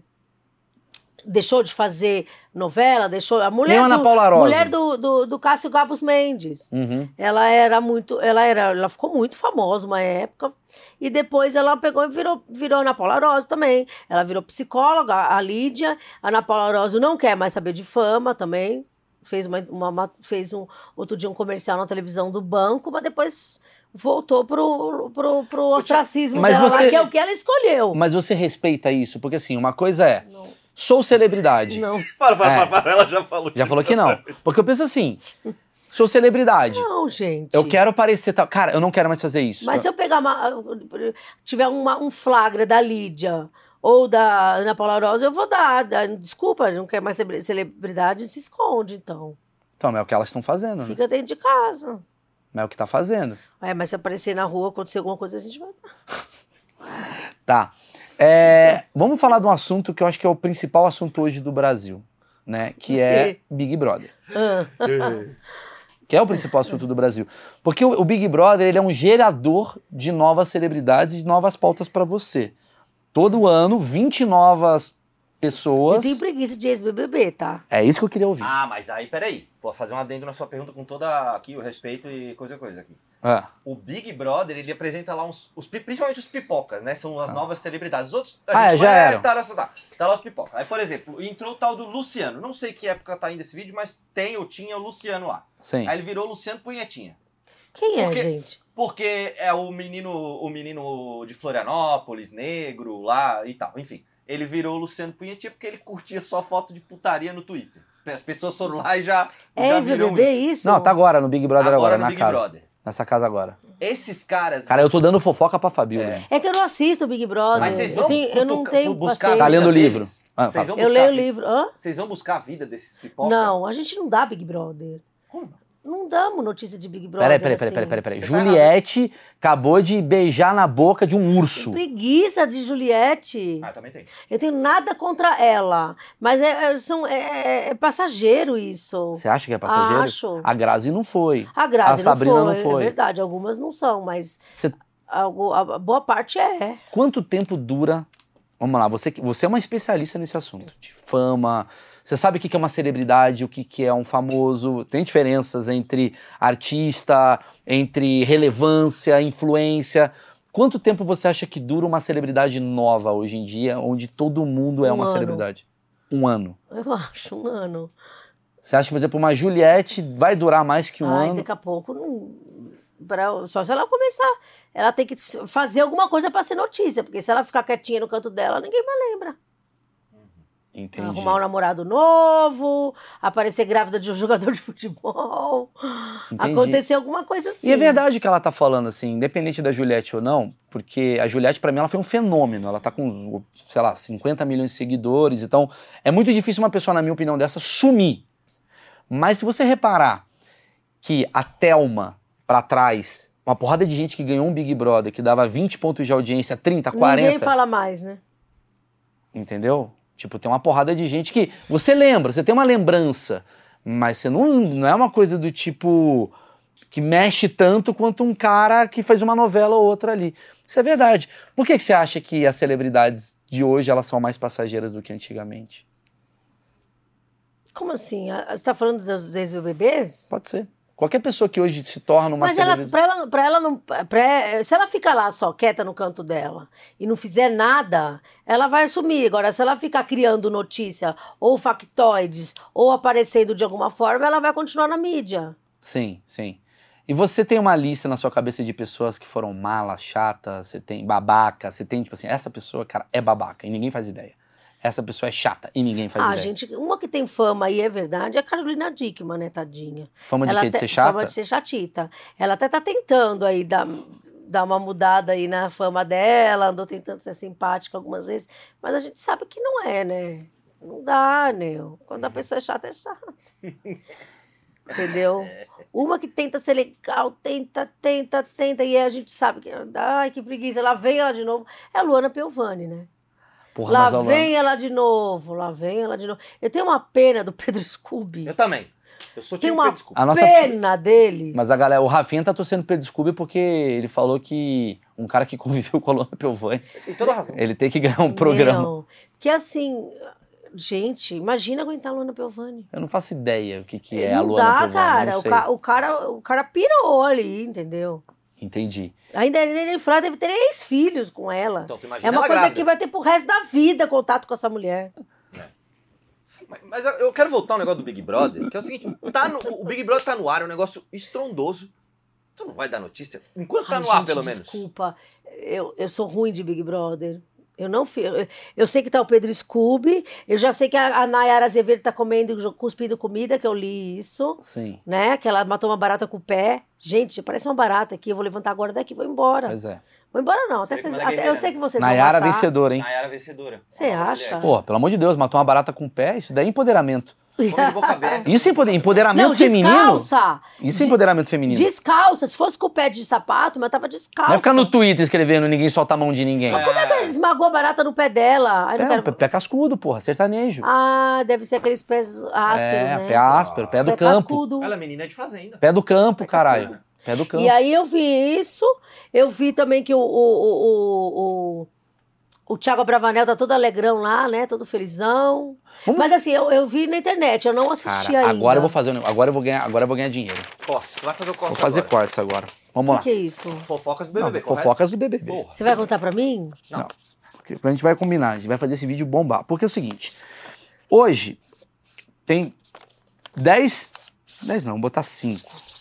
[SPEAKER 1] deixou de fazer novela, deixou. A mulher.
[SPEAKER 2] Nem a Ana
[SPEAKER 1] do,
[SPEAKER 2] Paula Rosa.
[SPEAKER 1] mulher do, do, do Cássio Gabos Mendes.
[SPEAKER 2] Uhum.
[SPEAKER 1] Ela era muito, ela era, ela ficou muito famosa uma época e depois ela pegou e virou, virou Ana Paula Arósio também. Ela virou psicóloga, a Lídia, a Ana Paula Arósio não quer mais saber de fama também. Fez uma, uma- uma- fez um outro dia um comercial na televisão do banco, mas depois voltou pro pro, pro ostracismo
[SPEAKER 2] Mas
[SPEAKER 1] dela lá,
[SPEAKER 2] você-
[SPEAKER 1] que é o que ela escolheu.
[SPEAKER 2] Mas você respeita isso? Porque assim, uma coisa é,
[SPEAKER 1] Não,
[SPEAKER 2] sou celebridade.
[SPEAKER 1] não,
[SPEAKER 3] para, para,
[SPEAKER 2] É.
[SPEAKER 3] para, para, ela já falou.
[SPEAKER 2] Já falou que não. Porque eu penso assim, sou celebridade.
[SPEAKER 1] não, gente.
[SPEAKER 2] Eu quero parecer tal. Cara, eu não quero mais fazer isso.
[SPEAKER 1] Mas se eu pegar uma, tiver uma- um flagra da Lídia ou da Ana Paula Rosa, eu vou dar. da- Desculpa, não quer mais cele- celebridade, se esconde, então.
[SPEAKER 2] Então, é o que elas estão fazendo, né?
[SPEAKER 1] Fica dentro de casa.
[SPEAKER 2] É o que tá fazendo.
[SPEAKER 1] É, mas se aparecer na rua, acontecer alguma coisa, a gente vai.
[SPEAKER 2] Tá. É, vamos falar de um assunto que eu acho que é o principal assunto hoje do Brasil, né? Que é Big Brother.
[SPEAKER 1] Ah,
[SPEAKER 2] Que é o principal assunto do Brasil. Porque o, o Big Brother, ele é um gerador de novas celebridades e novas pautas pra você. Todo ano, 20 novas
[SPEAKER 1] Eu
[SPEAKER 2] pessoas.
[SPEAKER 1] tenho preguiça de ex-BBB, tá?
[SPEAKER 2] É isso que eu queria ouvir.
[SPEAKER 3] Ah, mas aí, peraí. Vou fazer um adendo na sua pergunta com toda aqui, o respeito e coisa coisa aqui.
[SPEAKER 2] Ah.
[SPEAKER 3] O Big Brother, ele apresenta lá uns, os, pi- principalmente os pipocas, né? São as novas celebridades. Os outros,
[SPEAKER 2] Ah, é, já
[SPEAKER 3] "Ah,
[SPEAKER 2] eram."
[SPEAKER 3] Tá, lá, tá, tá lá os pipocas. Aí, por exemplo, entrou o tal do Luciano. Não sei que época tá ainda esse vídeo, mas tem ou tinha o Luciano lá.
[SPEAKER 2] Sim.
[SPEAKER 3] Aí ele virou Luciano Punhetinha.
[SPEAKER 1] Quem é,
[SPEAKER 3] Porque-
[SPEAKER 1] gente?
[SPEAKER 3] Porque é o menino, o menino de Florianópolis, negro lá e tal. Enfim, ele virou o Luciano Punhetinha porque ele curtia só foto de putaria no Twitter. As pessoas foram lá e já,
[SPEAKER 1] É
[SPEAKER 3] já viram
[SPEAKER 1] ex-BBB isso?
[SPEAKER 2] Não, tá agora no Big Brother agora,
[SPEAKER 3] Agora no
[SPEAKER 2] na
[SPEAKER 3] Big
[SPEAKER 2] casa.
[SPEAKER 3] Brother.
[SPEAKER 2] Nessa casa agora.
[SPEAKER 3] Esses caras.
[SPEAKER 2] Cara, eu tô dando fofoca pra Fabiola.
[SPEAKER 3] É.
[SPEAKER 1] É que eu não assisto o Big Brother.
[SPEAKER 3] Mas vocês vão
[SPEAKER 1] eu, tenho- eu não
[SPEAKER 3] cutuca-
[SPEAKER 1] tenho
[SPEAKER 3] buscar
[SPEAKER 1] paciência.
[SPEAKER 2] Tá lendo
[SPEAKER 3] o
[SPEAKER 2] livro? Ah,
[SPEAKER 3] Vocês vão
[SPEAKER 1] Eu
[SPEAKER 3] buscar a
[SPEAKER 1] leio o
[SPEAKER 3] vida-
[SPEAKER 1] livro. Hã?
[SPEAKER 3] Vocês vão buscar a vida desses pipoca?
[SPEAKER 1] Não, a gente não dá Big Brother.
[SPEAKER 3] Como?
[SPEAKER 1] Não damos notícia de Big Brother.
[SPEAKER 2] Peraí, peraí, peraí,
[SPEAKER 1] assim.
[SPEAKER 2] peraí, peraí, peraí.
[SPEAKER 3] Você tá
[SPEAKER 2] Juliette acabou de beijar na boca de um urso.
[SPEAKER 1] Preguiça de Juliette.
[SPEAKER 3] Ah, também tem.
[SPEAKER 1] Eu tenho nada contra ela. Mas é, é- são, é, é- é passageiro isso.
[SPEAKER 2] Você acha que é passageiro?
[SPEAKER 1] Acho.
[SPEAKER 2] A Grazi não foi.
[SPEAKER 1] A Grazi
[SPEAKER 2] A Sabrina
[SPEAKER 1] não,
[SPEAKER 2] não
[SPEAKER 1] foi,
[SPEAKER 2] foi.
[SPEAKER 1] É verdade, algumas não são, mas
[SPEAKER 2] Você-
[SPEAKER 1] algo- a a boa parte é.
[SPEAKER 2] Quanto tempo dura? Vamos lá, você, que- você é uma especialista nesse assunto. De fama. Você sabe o que que é uma celebridade, o que que é um famoso. Tem diferenças entre artista, entre relevância, influência. Quanto tempo você acha que dura uma celebridade nova hoje em dia, onde todo mundo é
[SPEAKER 1] Um
[SPEAKER 2] uma
[SPEAKER 1] ano.
[SPEAKER 2] celebridade? Um ano.
[SPEAKER 1] Eu acho, um ano.
[SPEAKER 2] Você acha que, por exemplo, uma Juliette vai durar mais que um
[SPEAKER 1] Ai,
[SPEAKER 2] ano?
[SPEAKER 1] daqui a pouco não. pra- só se ela começar. Ela tem que s- fazer alguma coisa para ser notícia, porque se ela ficar quietinha no canto dela, ninguém mais lembra.
[SPEAKER 2] Entendi.
[SPEAKER 1] Arrumar um namorado novo, aparecer grávida de um jogador de futebol.
[SPEAKER 2] Entendi.
[SPEAKER 1] um Acontecer alguma coisa assim.
[SPEAKER 2] E é verdade o que ela tá falando, assim, independente da Juliette ou não, porque a Juliette, pra mim, ela foi um fenômeno. Ela tá com, sei lá, 50 milhões de seguidores. Então, é muito difícil uma pessoa, na minha opinião, dessa sumir. Mas se você reparar que a Thelma, pra trás, uma porrada de gente que ganhou um Big Brother, que dava 20 pontos de audiência, 30, 40.
[SPEAKER 1] Ninguém fala mais, né?
[SPEAKER 2] Entendeu? Tipo, tem uma porrada de gente que você lembra, você tem uma lembrança, mas você não, não é uma coisa do tipo que mexe tanto quanto um cara que fez uma novela ou outra ali. Isso é verdade. Por que, que você acha que as celebridades de hoje elas são mais passageiras do que antigamente?
[SPEAKER 1] Como assim? A- Você está falando dos ex-BBBs?
[SPEAKER 2] Pode ser. Qualquer pessoa que hoje se torna uma
[SPEAKER 1] Mas ela,
[SPEAKER 2] celebridade.
[SPEAKER 1] pra ela, pra ela não. pra- se ela ficar lá só quieta no canto dela e não fizer nada, ela vai sumir. Agora, se ela ficar criando notícia ou factoides ou aparecendo de alguma forma, ela vai continuar na mídia.
[SPEAKER 2] Sim, sim. E você tem uma lista na sua cabeça de pessoas que foram mala, chata, você tem babaca, você tem tipo assim, essa pessoa, cara, é babaca e ninguém faz ideia. Essa pessoa é chata e ninguém faz
[SPEAKER 1] ah,
[SPEAKER 2] ideia.
[SPEAKER 1] gente, uma que tem fama e é verdade é a Carolina Dickman, né, tadinha?
[SPEAKER 2] Fama de
[SPEAKER 1] ela
[SPEAKER 2] quê? De
[SPEAKER 1] até-
[SPEAKER 2] ser chata?
[SPEAKER 1] Fama de ser chatita. Ela até tá tentando aí dar, dar uma mudada aí na fama dela, andou tentando ser simpática algumas vezes, mas a gente sabe que não é, né? Não dá, né? Quando a
[SPEAKER 2] Uhum.
[SPEAKER 1] pessoa é chata, é chata. Entendeu? Uma que tenta ser legal, tenta, tenta, tenta, e aí a gente sabe que. Ai, que preguiça. Lá vem ela de novo. É a Luana Piovani, né?
[SPEAKER 2] Porra,
[SPEAKER 1] lá
[SPEAKER 2] mas a Luana-
[SPEAKER 1] vem ela de novo, lá vem ela de novo. Eu tenho uma pena do Pedro Scooby.
[SPEAKER 3] Eu também. Eu sou
[SPEAKER 1] Tem
[SPEAKER 3] tipo
[SPEAKER 1] uma-
[SPEAKER 3] Pedro Scooby.
[SPEAKER 2] A nossa...
[SPEAKER 1] Pena dele.
[SPEAKER 2] Mas a galera, o Rafinha tá torcendo pelo Scooby porque ele falou que um cara que conviveu com a Luana Piovani,
[SPEAKER 3] Tem toda razão.
[SPEAKER 2] ele tem que ganhar um programa.
[SPEAKER 1] Meu, que assim, gente, imagina aguentar a Luana Piovani.
[SPEAKER 2] Eu não faço ideia o que, que é a
[SPEAKER 1] não
[SPEAKER 2] Luana
[SPEAKER 1] dá,
[SPEAKER 2] Piovani,
[SPEAKER 1] cara.
[SPEAKER 2] não
[SPEAKER 1] O,
[SPEAKER 2] sei.
[SPEAKER 1] ca- o cara. O cara pirou ali, entendeu?
[SPEAKER 2] Entendi.
[SPEAKER 1] Ainda ele foi lá, teve três filhos com ela.
[SPEAKER 3] Então, tu
[SPEAKER 1] é
[SPEAKER 3] imagina
[SPEAKER 1] uma
[SPEAKER 2] tá
[SPEAKER 3] ela
[SPEAKER 1] coisa
[SPEAKER 3] grávida.
[SPEAKER 1] que vai ter pro resto da vida contato com essa mulher.
[SPEAKER 3] Mas- Mas eu- eu quero voltar ao negócio do Big Brother, que é o seguinte, tá no- o Big Brother tá no ar, é um negócio estrondoso. Tu não vai dar notícia? Enquanto tá
[SPEAKER 1] Ai,
[SPEAKER 3] no ar,
[SPEAKER 1] gente,
[SPEAKER 3] pelo menos.
[SPEAKER 1] Desculpa, eu, eu sou ruim de Big Brother. Eu não fi- eu, eu sei que tá o Pedro Scooby, eu já sei que a, a Nayara Azevedo tá comendo, jo- cuspindo comida, que eu li isso.
[SPEAKER 2] Sim,
[SPEAKER 1] né? Que ela matou uma barata com o pé. Gente, parece uma barata aqui. Eu vou levantar agora daqui e vou embora.
[SPEAKER 2] pois é.
[SPEAKER 1] Vou embora não. Até
[SPEAKER 3] Sei
[SPEAKER 1] vocês-
[SPEAKER 3] como ela
[SPEAKER 1] até-
[SPEAKER 3] é
[SPEAKER 1] eu
[SPEAKER 3] guerreira,
[SPEAKER 1] sei que vocês
[SPEAKER 2] Nayara
[SPEAKER 1] vão matar.
[SPEAKER 2] vencedora, hein?
[SPEAKER 3] Nayara Ah, vencedora.
[SPEAKER 1] Você acha?
[SPEAKER 2] Pô, pelo amor de Deus, matou uma barata com o pé, isso daí é empoderamento.
[SPEAKER 3] Come de boca aberta.
[SPEAKER 2] Isso é empoder- empoderamento
[SPEAKER 1] Não,
[SPEAKER 2] feminino?
[SPEAKER 1] descalça.
[SPEAKER 2] Isso
[SPEAKER 1] De-
[SPEAKER 2] é empoderamento feminino.
[SPEAKER 1] Descalça. Se fosse com o pé de sapato, mas tava descalça.
[SPEAKER 2] Não é ficar no Twitter escrevendo ninguém solta a mão de ninguém.
[SPEAKER 3] Mas
[SPEAKER 2] É,
[SPEAKER 3] como é que
[SPEAKER 1] Esmagou a barata no pé dela. Ai, não
[SPEAKER 2] é
[SPEAKER 1] quero...
[SPEAKER 2] pé cascudo, porra, sertanejo.
[SPEAKER 1] Ah, deve ser aqueles pés ásperos,
[SPEAKER 2] é,
[SPEAKER 1] né?
[SPEAKER 2] pé áspero, pé do
[SPEAKER 1] Pé
[SPEAKER 2] campo.
[SPEAKER 1] cascudo.
[SPEAKER 3] Ela é menina de fazenda.
[SPEAKER 2] Pé do campo,
[SPEAKER 3] Pé
[SPEAKER 2] caralho.
[SPEAKER 3] cascudo.
[SPEAKER 2] Pé do campo.
[SPEAKER 1] E aí eu vi isso, eu vi também que o, o, o, o, o, O Thiago Bravanel tá todo alegrão lá, né? Todo felizão.
[SPEAKER 2] Vamos-
[SPEAKER 1] Mas assim, eu, eu vi na internet, eu não
[SPEAKER 2] Cara,
[SPEAKER 1] assisti ainda.
[SPEAKER 2] agora eu vou fazer, um negócio, agora eu vou ganhar, agora eu vou ganhar dinheiro.
[SPEAKER 3] Cortes, tu vai fazer o corte
[SPEAKER 2] Vou fazer
[SPEAKER 3] é agora.
[SPEAKER 2] cortes agora. Vamos
[SPEAKER 1] O
[SPEAKER 2] lá.
[SPEAKER 1] que que é isso?
[SPEAKER 3] Fofocas do
[SPEAKER 2] Não,
[SPEAKER 3] BBB, correto?
[SPEAKER 2] fofocas do BBB.
[SPEAKER 3] Porra.
[SPEAKER 1] Você vai contar pra mim?
[SPEAKER 2] Porque A gente vai combinar, a gente vai fazer esse vídeo bombar. Porque é o seguinte, hoje tem 10, 10 não, vou botar 5.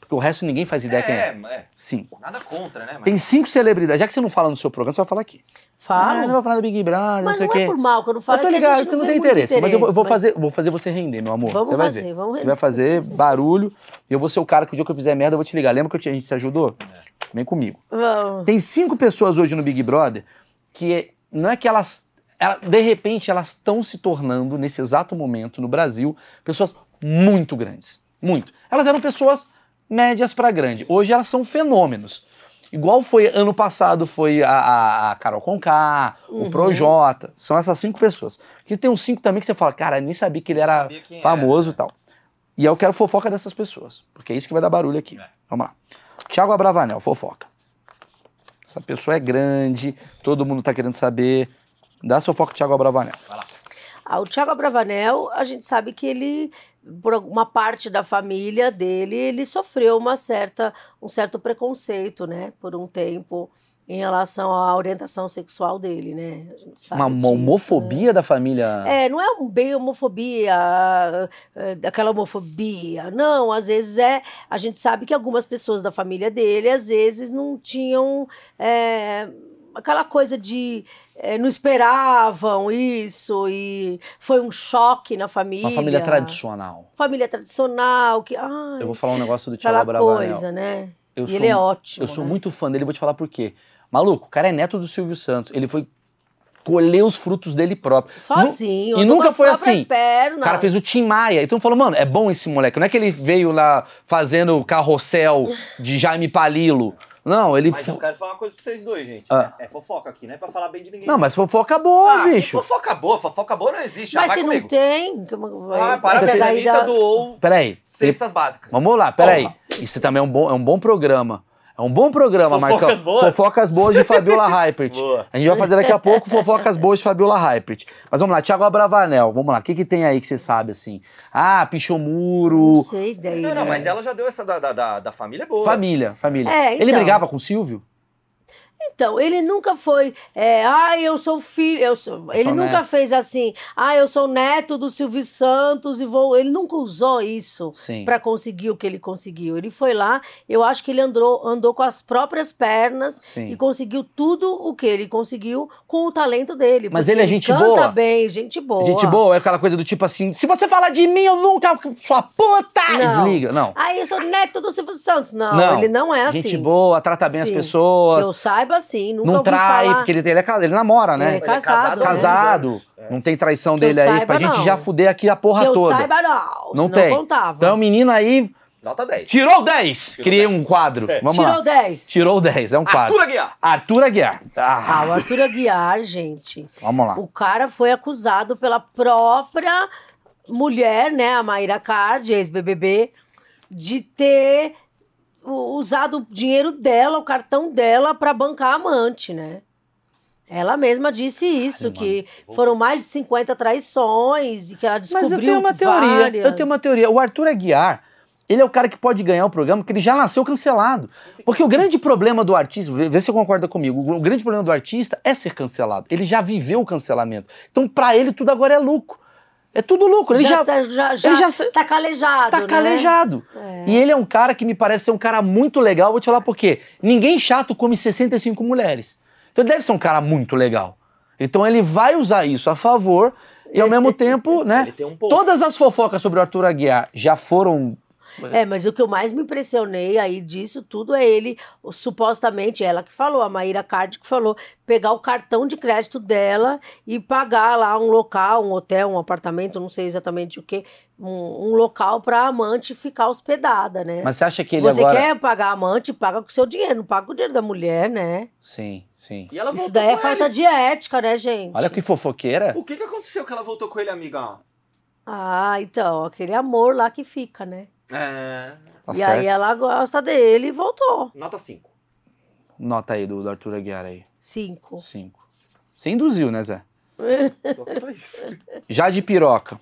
[SPEAKER 2] Porque o resto ninguém faz ideia quem é.
[SPEAKER 3] É, é,
[SPEAKER 2] 5.
[SPEAKER 3] nada contra, né? Mas
[SPEAKER 2] Tem cinco celebridades. Já que você não fala no seu programa, você vai falar aqui.
[SPEAKER 1] Fala.
[SPEAKER 2] Ah, não vai falar do Big Brother, não
[SPEAKER 1] mas
[SPEAKER 2] sei
[SPEAKER 1] não
[SPEAKER 2] o quê.
[SPEAKER 1] é por mal que eu não falo.
[SPEAKER 2] eu tô
[SPEAKER 1] é que a
[SPEAKER 2] ligado,
[SPEAKER 1] gente
[SPEAKER 2] que você não
[SPEAKER 1] vê
[SPEAKER 2] tem
[SPEAKER 1] muito
[SPEAKER 2] interesse, mas eu vou, eu vou
[SPEAKER 1] mas-
[SPEAKER 2] fazer, vou fazer você render, meu amor.
[SPEAKER 1] Vamos
[SPEAKER 2] você vai
[SPEAKER 1] fazer,
[SPEAKER 2] ver.
[SPEAKER 1] vamos
[SPEAKER 2] Você
[SPEAKER 1] render.
[SPEAKER 2] vai fazer barulho. E eu vou ser o cara que o dia que eu fizer merda, eu vou te ligar. Lembra que eu te- a gente se ajudou?
[SPEAKER 1] É.
[SPEAKER 2] Vem comigo.
[SPEAKER 1] Vamos.
[SPEAKER 2] Tem cinco pessoas hoje no Big Brother que é- não é que elas. ela- de repente, elas estão se tornando, nesse exato momento, no Brasil, pessoas muito grandes. Muito. Elas eram pessoas médias pra grande. Hoje elas são fenômenos. Igual foi ano passado, foi a, a- a Carol Conká, o
[SPEAKER 1] Uhum.
[SPEAKER 2] Projota. São essas cinco pessoas. Que tem uns cinco também que você fala, cara, eu nem sabia que ele
[SPEAKER 3] não
[SPEAKER 2] era
[SPEAKER 3] sabia quem
[SPEAKER 2] É. famoso e tal. E eu quero fofoca dessas pessoas, porque é isso que vai dar barulho aqui.
[SPEAKER 3] É.
[SPEAKER 2] Vamos lá. Tiago Abravanel, fofoca. Essa pessoa é grande, todo mundo tá querendo saber. Dá sua fofoca, Tiago Abravanel.
[SPEAKER 1] Ah, o Thiago Abravanel, a gente sabe que ele, por alguma parte da família dele, ele sofreu uma certa, um certo preconceito, né? Por um tempo, em relação à orientação sexual dele, né? A gente sabe
[SPEAKER 2] Uma, uma
[SPEAKER 1] disso, né?
[SPEAKER 2] homofobia da família.
[SPEAKER 1] É, não é um bem homofobia, é, aquela homofobia. Não, às vezes é. A gente sabe que algumas pessoas da família dele, às vezes, não tinham é, aquela coisa de. é, não esperavam isso e foi um choque na família.
[SPEAKER 2] Uma família tradicional.
[SPEAKER 1] Família tradicional, que. Ai,
[SPEAKER 2] Eu vou falar um negócio do Tiago
[SPEAKER 1] aquela
[SPEAKER 2] Abravanel.
[SPEAKER 1] coisa, né?
[SPEAKER 2] Eu
[SPEAKER 1] e ele é ótimo.
[SPEAKER 2] Eu sou
[SPEAKER 1] né?
[SPEAKER 2] muito fã dele, vou te falar por quê. Maluco, o cara é neto do Silvio Santos. Ele foi colher os frutos dele próprio.
[SPEAKER 1] Sozinho,
[SPEAKER 2] Nu- e
[SPEAKER 1] andou com
[SPEAKER 2] nunca
[SPEAKER 1] as
[SPEAKER 2] foi
[SPEAKER 1] próprias
[SPEAKER 2] assim.
[SPEAKER 1] Pernas.
[SPEAKER 2] O cara fez o Tim Maia. Então falou, mano, é bom esse moleque. Não é que ele veio lá fazendo carrossel de Jaime Palilo. Não, ele.
[SPEAKER 3] Mas
[SPEAKER 2] fo-
[SPEAKER 3] eu quero falar uma coisa pra vocês dois, gente.
[SPEAKER 2] Ah.
[SPEAKER 3] É, é fofoca aqui, não é pra falar bem de ninguém.
[SPEAKER 2] Não, mas fofoca boa,
[SPEAKER 3] Ah,
[SPEAKER 2] bicho.
[SPEAKER 3] Fofoca boa, fofoca boa não existe, já
[SPEAKER 1] Mas
[SPEAKER 3] vai
[SPEAKER 1] se
[SPEAKER 3] comigo.
[SPEAKER 1] não tem. como-
[SPEAKER 3] Ah,
[SPEAKER 1] Essas
[SPEAKER 3] parabéns, a
[SPEAKER 1] aí
[SPEAKER 3] Anitta
[SPEAKER 1] da-
[SPEAKER 3] doou
[SPEAKER 2] Peraí. Ele-
[SPEAKER 3] cestas básicas.
[SPEAKER 2] Vamos lá, peraí.
[SPEAKER 3] tá- Porra.
[SPEAKER 2] Isso também é um bom, é um bom programa. É um bom programa,
[SPEAKER 3] Fofocas
[SPEAKER 2] Marcão.
[SPEAKER 3] boas.
[SPEAKER 2] Fofocas boas de Fabiola Hypert.
[SPEAKER 3] Boa.
[SPEAKER 2] A gente vai fazer daqui a pouco fofocas boas de Fabiola Hypert. Mas vamos lá, Thiago Abravanel, vamos lá. O que, que tem aí que você sabe, assim? Ah, pichou
[SPEAKER 1] Não
[SPEAKER 2] muro.
[SPEAKER 1] sei daí.
[SPEAKER 3] Não, não,
[SPEAKER 1] né?
[SPEAKER 3] mas é ela já deu essa da, da, da, da família é boa.
[SPEAKER 2] É. Família, família.
[SPEAKER 1] É,
[SPEAKER 2] Ele
[SPEAKER 1] então.
[SPEAKER 2] brigava com o Silvio?
[SPEAKER 1] Então, ele nunca foi, é, ah, eu sou filho, eu sou... ele
[SPEAKER 2] sou
[SPEAKER 1] nunca
[SPEAKER 2] neto.
[SPEAKER 1] fez assim, ah, eu sou neto do Silvio Santos e vou, ele nunca usou isso
[SPEAKER 2] Sim.
[SPEAKER 1] para conseguir o que ele conseguiu. Ele foi lá, eu acho que ele andou, andou com as próprias pernas
[SPEAKER 2] Sim.
[SPEAKER 1] e conseguiu tudo o que ele conseguiu com o talento dele.
[SPEAKER 2] Mas
[SPEAKER 1] porque
[SPEAKER 2] ele é gente
[SPEAKER 1] canta
[SPEAKER 2] boa?
[SPEAKER 1] bem, gente boa.
[SPEAKER 2] Gente boa, é aquela coisa do tipo assim: se você falar de mim, eu nunca. Sua puta!
[SPEAKER 1] Não.
[SPEAKER 2] Desliga. Não.
[SPEAKER 1] Ah, eu sou neto do Silvio Santos. Não,
[SPEAKER 2] Não.
[SPEAKER 1] ele não é assim.
[SPEAKER 2] Gente boa, trata bem as
[SPEAKER 1] Sim.
[SPEAKER 2] pessoas.
[SPEAKER 1] Eu saiba assim, nunca
[SPEAKER 2] não
[SPEAKER 1] ouvi
[SPEAKER 2] trai,
[SPEAKER 1] falar.
[SPEAKER 2] porque ele, ele é casado, ele namora,
[SPEAKER 1] Ele
[SPEAKER 2] né?
[SPEAKER 1] é casado,
[SPEAKER 3] né?
[SPEAKER 2] Casado,
[SPEAKER 3] É.
[SPEAKER 2] não tem traição
[SPEAKER 1] Que eu
[SPEAKER 2] dele aí
[SPEAKER 1] saiba,
[SPEAKER 2] pra gente
[SPEAKER 1] não.
[SPEAKER 2] já fuder aqui a porra
[SPEAKER 1] que eu
[SPEAKER 2] toda.
[SPEAKER 1] saiba não,
[SPEAKER 2] Não
[SPEAKER 1] senão
[SPEAKER 2] tem.
[SPEAKER 1] contava.
[SPEAKER 2] Então, menina aí
[SPEAKER 3] É, Nota 10.
[SPEAKER 2] tirou 10.
[SPEAKER 3] Tirou
[SPEAKER 2] Criei um quadro.
[SPEAKER 3] É.
[SPEAKER 2] Vamos
[SPEAKER 1] Tirou
[SPEAKER 2] lá.
[SPEAKER 1] 10.
[SPEAKER 2] Tirou 10, é um Tá. quadro.
[SPEAKER 3] Arthur Aguiar.
[SPEAKER 2] Arthur Aguiar.
[SPEAKER 1] Ah, o Arthur Aguiar, gente.
[SPEAKER 2] Vamos lá.
[SPEAKER 1] O cara foi acusado pela própria mulher, né, a Mayra Card, ex-BBB, de ter u- usado o dinheiro dela, o cartão dela, pra bancar a amante, né? Ela mesma disse isso,
[SPEAKER 2] Ai,
[SPEAKER 1] que foram mais de 50 traições e que ela descobriu
[SPEAKER 2] Mas eu tenho uma teoria.
[SPEAKER 1] várias.
[SPEAKER 2] Eu tenho uma teoria. O Arthur Aguiar, ele é o cara que pode ganhar o programa, porque ele já nasceu cancelado. Porque o grande problema do artista, vê vê se você concorda comigo, o grande problema do artista é ser cancelado. Ele já viveu o cancelamento. Então, pra ele, tudo agora é lucro. É tudo lucro. Ele já,
[SPEAKER 1] já, tá- já, já,
[SPEAKER 2] já se-
[SPEAKER 1] tá calejado,
[SPEAKER 2] tá
[SPEAKER 1] né?
[SPEAKER 2] calejado.
[SPEAKER 1] É.
[SPEAKER 2] E ele é um cara que me parece ser um cara muito legal. Vou te falar por quê. Ninguém chato come 65 mulheres. Então ele deve ser um cara muito legal. Então ele vai usar isso a favor e ao mesmo tempo, né?
[SPEAKER 3] Ele tem um pouco.
[SPEAKER 2] Todas as fofocas sobre o Arthur Aguiar já foram.
[SPEAKER 1] É, mas o que eu mais me impressionei aí disso tudo é ele, o- supostamente ela que falou, a Maíra Card que falou, pegar o cartão de crédito dela e pagar lá um local, um hotel, um apartamento, não sei exatamente o que, um, um local pra amante ficar hospedada, né?
[SPEAKER 2] Mas você acha que ele
[SPEAKER 1] Você
[SPEAKER 2] agora.
[SPEAKER 1] quer pagar a amante, paga com o seu dinheiro, não paga com o dinheiro da mulher, né?
[SPEAKER 2] Sim, sim.
[SPEAKER 3] E ela
[SPEAKER 1] Isso
[SPEAKER 3] voltou
[SPEAKER 1] daí é
[SPEAKER 3] com
[SPEAKER 1] falta
[SPEAKER 3] ele.
[SPEAKER 1] de ética, né, gente?
[SPEAKER 2] Olha que fofoqueira.
[SPEAKER 3] O que que aconteceu que ela voltou com ele, amigão?
[SPEAKER 1] Ah, então, aquele amor lá que fica, né?
[SPEAKER 3] É...
[SPEAKER 2] Tá
[SPEAKER 1] e
[SPEAKER 2] certo.
[SPEAKER 1] aí ela gosta dele e voltou.
[SPEAKER 3] Nota 5.
[SPEAKER 2] Nota aí do, do Arthur Aguiar aí.
[SPEAKER 1] Cinco.
[SPEAKER 2] Cinco. Você induziu, né, Zé?
[SPEAKER 3] Bota isso.
[SPEAKER 2] Já de piroca.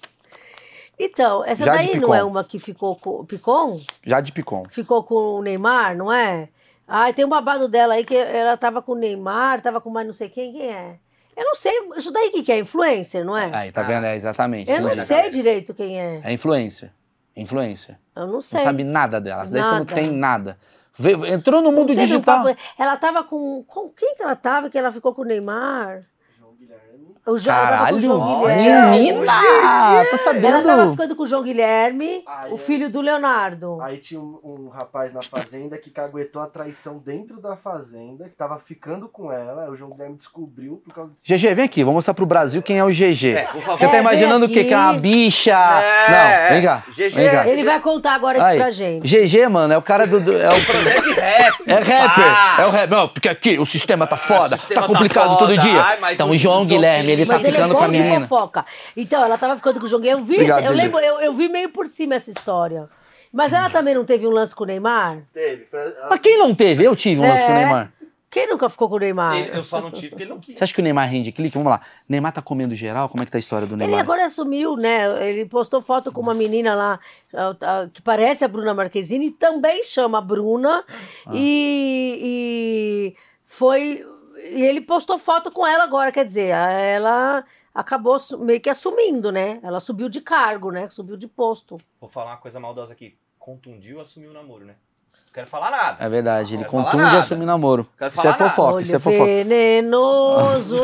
[SPEAKER 1] Então, essa
[SPEAKER 2] Jade
[SPEAKER 1] daí
[SPEAKER 2] Picon.
[SPEAKER 1] não é uma que ficou com. Picon?
[SPEAKER 2] Já de picom.
[SPEAKER 1] Ficou com o Neymar, não é? Ah, tem um babado dela aí que ela tava com o Neymar, tava com mais não sei quem, quem é? Eu não sei, isso daí que que é influencer, não é?
[SPEAKER 2] Aí, tá
[SPEAKER 3] Ah.
[SPEAKER 2] vendo? É exatamente.
[SPEAKER 1] Eu não
[SPEAKER 2] Imagina.
[SPEAKER 1] sei direito quem é.
[SPEAKER 2] É influencer. Influencer.
[SPEAKER 1] Eu não sei.
[SPEAKER 2] Não sabe nada dela. Daí você não
[SPEAKER 1] Nada.
[SPEAKER 2] tem nada. Vê- Entrou no
[SPEAKER 1] Não
[SPEAKER 2] mundo
[SPEAKER 1] teve um
[SPEAKER 2] digital.
[SPEAKER 1] papo- Ela tava com, com quem que ela tava que ela ficou com o Neymar?
[SPEAKER 4] João Guilherme.
[SPEAKER 1] O Jo- ela tava com o
[SPEAKER 2] Caralho,
[SPEAKER 1] João
[SPEAKER 3] olha,
[SPEAKER 1] Guilherme.
[SPEAKER 2] menina! Tá
[SPEAKER 1] Ela tava
[SPEAKER 2] sabendo?
[SPEAKER 1] ficando com o João Guilherme,
[SPEAKER 4] Ah,
[SPEAKER 1] o
[SPEAKER 4] é.
[SPEAKER 1] filho do Leonardo.
[SPEAKER 4] Aí tinha um, um rapaz na fazenda que caguetou a traição dentro da fazenda, que tava ficando com ela. O João Guilherme descobriu por causa disso.
[SPEAKER 2] GG, vem aqui, vou mostrar pro Brasil quem é o GG.
[SPEAKER 3] É, por favor.
[SPEAKER 2] Você
[SPEAKER 1] É,
[SPEAKER 2] tá
[SPEAKER 1] vem
[SPEAKER 2] imaginando o quê?
[SPEAKER 1] aqui.
[SPEAKER 2] Que é uma bicha.
[SPEAKER 3] É,
[SPEAKER 2] não, vem
[SPEAKER 3] é.
[SPEAKER 2] cá.
[SPEAKER 3] GG.
[SPEAKER 2] Vem cá.
[SPEAKER 1] Ele vai contar agora isso
[SPEAKER 2] Aí.
[SPEAKER 1] pra gente.
[SPEAKER 2] GG, mano, é o cara do. do- é, o,
[SPEAKER 3] um Projeto de rap.
[SPEAKER 2] é rapper.
[SPEAKER 3] pá.
[SPEAKER 2] É o rapper. Não, porque aqui o sistema tá foda,
[SPEAKER 3] O sistema
[SPEAKER 2] tá complicado
[SPEAKER 3] foda.
[SPEAKER 2] todo dia.
[SPEAKER 3] Ai, mas
[SPEAKER 2] Então,
[SPEAKER 3] os-
[SPEAKER 2] João
[SPEAKER 3] os
[SPEAKER 2] Guilherme, ele
[SPEAKER 3] ouvintes-
[SPEAKER 1] Mas
[SPEAKER 2] tá
[SPEAKER 1] ele é
[SPEAKER 2] ficando com a
[SPEAKER 1] bom de
[SPEAKER 2] menina.
[SPEAKER 1] fofoca. Então, ela tava ficando com o João Guilherme. Eu vi,
[SPEAKER 2] Obrigado,
[SPEAKER 1] eu,
[SPEAKER 2] Lili.
[SPEAKER 1] lembro, eu, eu vi meio por cima essa história. Mas ela também não teve um lance com o Neymar?
[SPEAKER 4] Teve. Foi a-
[SPEAKER 2] Mas quem não teve? Eu tive um lance com o
[SPEAKER 1] É.
[SPEAKER 2] Neymar.
[SPEAKER 1] Quem nunca ficou com o Neymar?
[SPEAKER 3] Ele- eu só não tive porque ele não quis.
[SPEAKER 2] Você acha que o Neymar rende clique? Vamos lá. Neymar tá comendo geral? Como é que tá a história do
[SPEAKER 1] Ele
[SPEAKER 2] Neymar?
[SPEAKER 1] agora assumiu, né? Ele postou foto com uma menina lá ah, ah, que parece a Bruna Marquezine, também chama Bruna.
[SPEAKER 2] Ah.
[SPEAKER 1] E, e foi. E ele postou foto com ela agora, quer dizer, ela acabou su- meio que assumindo, né? Ela subiu de cargo, né? Subiu de posto.
[SPEAKER 3] Vou falar uma coisa maldosa aqui. Contundiu assumiu o namoro, né? Não quero falar nada.
[SPEAKER 2] É verdade, ele
[SPEAKER 3] Não fala
[SPEAKER 2] contunde e
[SPEAKER 3] nada.
[SPEAKER 2] assume namoro.
[SPEAKER 3] Quero
[SPEAKER 2] Isso é
[SPEAKER 3] falar nada.
[SPEAKER 2] fofoca, isso
[SPEAKER 1] Olho
[SPEAKER 2] é fofoca.
[SPEAKER 1] venenoso.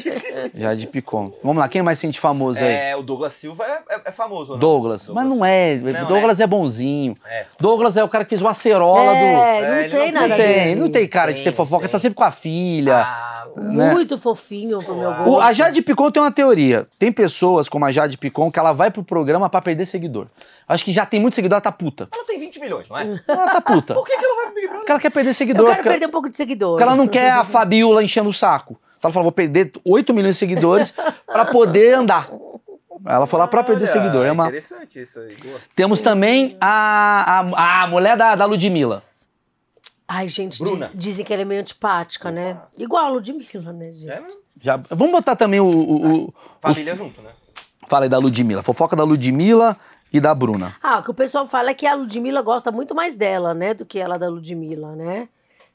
[SPEAKER 2] Já de picom. Vamos lá, quem mais sente famoso aí?
[SPEAKER 3] É, o Douglas Silva é, é- é famoso, né?
[SPEAKER 2] Douglas. Mas não é.
[SPEAKER 3] Não,
[SPEAKER 2] Douglas é. bonzinho.
[SPEAKER 3] É.
[SPEAKER 2] Douglas é o cara que fez o acerola
[SPEAKER 1] é, não
[SPEAKER 3] É, ele
[SPEAKER 1] tem
[SPEAKER 3] não
[SPEAKER 2] do.
[SPEAKER 1] nada
[SPEAKER 2] Não
[SPEAKER 1] dele.
[SPEAKER 2] tem, não tem cara de
[SPEAKER 3] Tem,
[SPEAKER 2] ter fofoca,
[SPEAKER 3] tem.
[SPEAKER 2] tá sempre com a filha.
[SPEAKER 3] Ah,
[SPEAKER 2] né?
[SPEAKER 1] Muito fofinho pro meu
[SPEAKER 4] O-
[SPEAKER 1] gosto.
[SPEAKER 2] O- a Jade Picon tem uma teoria. Tem pessoas como a Jade Picon que ela vai pro programa pra perder seguidor. Acho que já tem muito seguidor, ela tá puta.
[SPEAKER 3] ela tem 20 milhões, não é?
[SPEAKER 2] Ela tá puta.
[SPEAKER 3] Por que, que ela vai pro Big Brother?
[SPEAKER 2] Porque ela quer perder seguidor.
[SPEAKER 1] Eu quero
[SPEAKER 2] porque-
[SPEAKER 1] perder um pouco de seguidor.
[SPEAKER 2] Porque ela não quer a Fabiola enchendo o saco. Ela falou, vou perder 8 milhões de seguidores pra poder andar. Ela foi lá pra perder
[SPEAKER 3] Olha,
[SPEAKER 2] seguidor. É uma...
[SPEAKER 3] Interessante isso aí. boa.
[SPEAKER 2] Temos também a, a, a mulher da, da Ludmilla.
[SPEAKER 1] Ai, gente,
[SPEAKER 3] Bruna.
[SPEAKER 1] diz- dizem que ela é meio antipática, né? Igual a Ludmilla, né, gente?
[SPEAKER 3] É, mas
[SPEAKER 2] Já- Vamos botar também o, o, o-
[SPEAKER 3] família junto, né?
[SPEAKER 2] Fala aí da Ludmilla. Fofoca da Ludmilla e da Bruna.
[SPEAKER 1] Ah, o que o pessoal fala é que a Ludmilla gosta muito mais dela, né? Do que ela da Ludmilla, né?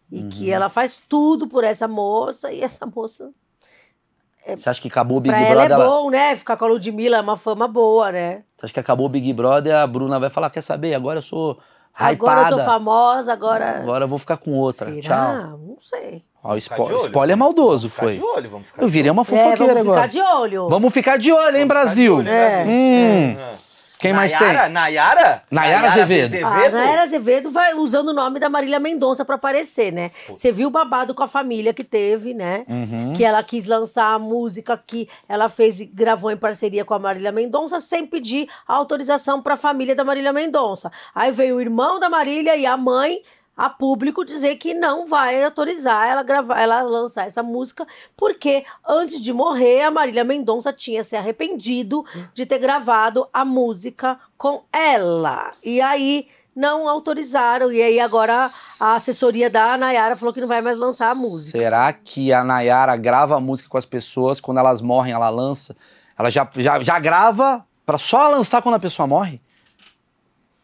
[SPEAKER 1] E que
[SPEAKER 2] Uhum.
[SPEAKER 1] ela faz tudo por essa moça e essa moça.
[SPEAKER 2] Você acha que acabou o Big
[SPEAKER 1] pra ela é
[SPEAKER 2] Brother?
[SPEAKER 1] bom, né? Ficar com a Ludmilla é uma fama boa, né?
[SPEAKER 2] Você acha que acabou o Big Brother? A Bruna vai falar: quer saber? Agora eu sou hypada.
[SPEAKER 1] Agora eu tô famosa, agora.
[SPEAKER 2] Agora eu vou ficar com outra.
[SPEAKER 1] Será?
[SPEAKER 2] Tchau.
[SPEAKER 1] Não sei.
[SPEAKER 2] Ó, o
[SPEAKER 3] Ficar
[SPEAKER 2] spo-
[SPEAKER 3] de olho.
[SPEAKER 2] spoiler maldoso
[SPEAKER 3] Vamos ficar
[SPEAKER 2] foi.
[SPEAKER 3] de olho, vamos ficar
[SPEAKER 2] Eu
[SPEAKER 3] de
[SPEAKER 2] virei
[SPEAKER 3] olho.
[SPEAKER 2] uma
[SPEAKER 1] É,
[SPEAKER 2] fofoqueira
[SPEAKER 1] vamos ficar
[SPEAKER 2] agora.
[SPEAKER 1] de olho.
[SPEAKER 2] Vamos ficar de olho, hein,
[SPEAKER 3] Vamos ficar de
[SPEAKER 2] Brasil?
[SPEAKER 3] olho, né,
[SPEAKER 1] É.
[SPEAKER 3] Brasil?
[SPEAKER 2] Hum.
[SPEAKER 3] É.
[SPEAKER 2] Quem mais tem?
[SPEAKER 3] Nayara- Nayara? É
[SPEAKER 2] Nayara Azevedo.
[SPEAKER 1] Ah, a Nayara Azevedo vai usando o nome da Marília Mendonça pra aparecer, né? Você viu o babado com a família que teve, né?
[SPEAKER 2] Uhum.
[SPEAKER 1] Que ela quis lançar a música que ela fez e gravou em parceria com a Marília Mendonça sem pedir autorização pra família da Marília Mendonça. Aí veio o irmão da Marília e a mãe a público dizer que não vai autorizar ela gravar, ela lançar essa música, porque antes de morrer a Marília Mendonça tinha se arrependido de ter gravado a música com ela. E aí não autorizaram e aí agora a assessoria da Nayara falou que não vai mais lançar a música.
[SPEAKER 2] Será que a Nayara grava a música com as pessoas, quando elas morrem, ela lança? Ela já, já, já grava pra só lançar quando a pessoa morre?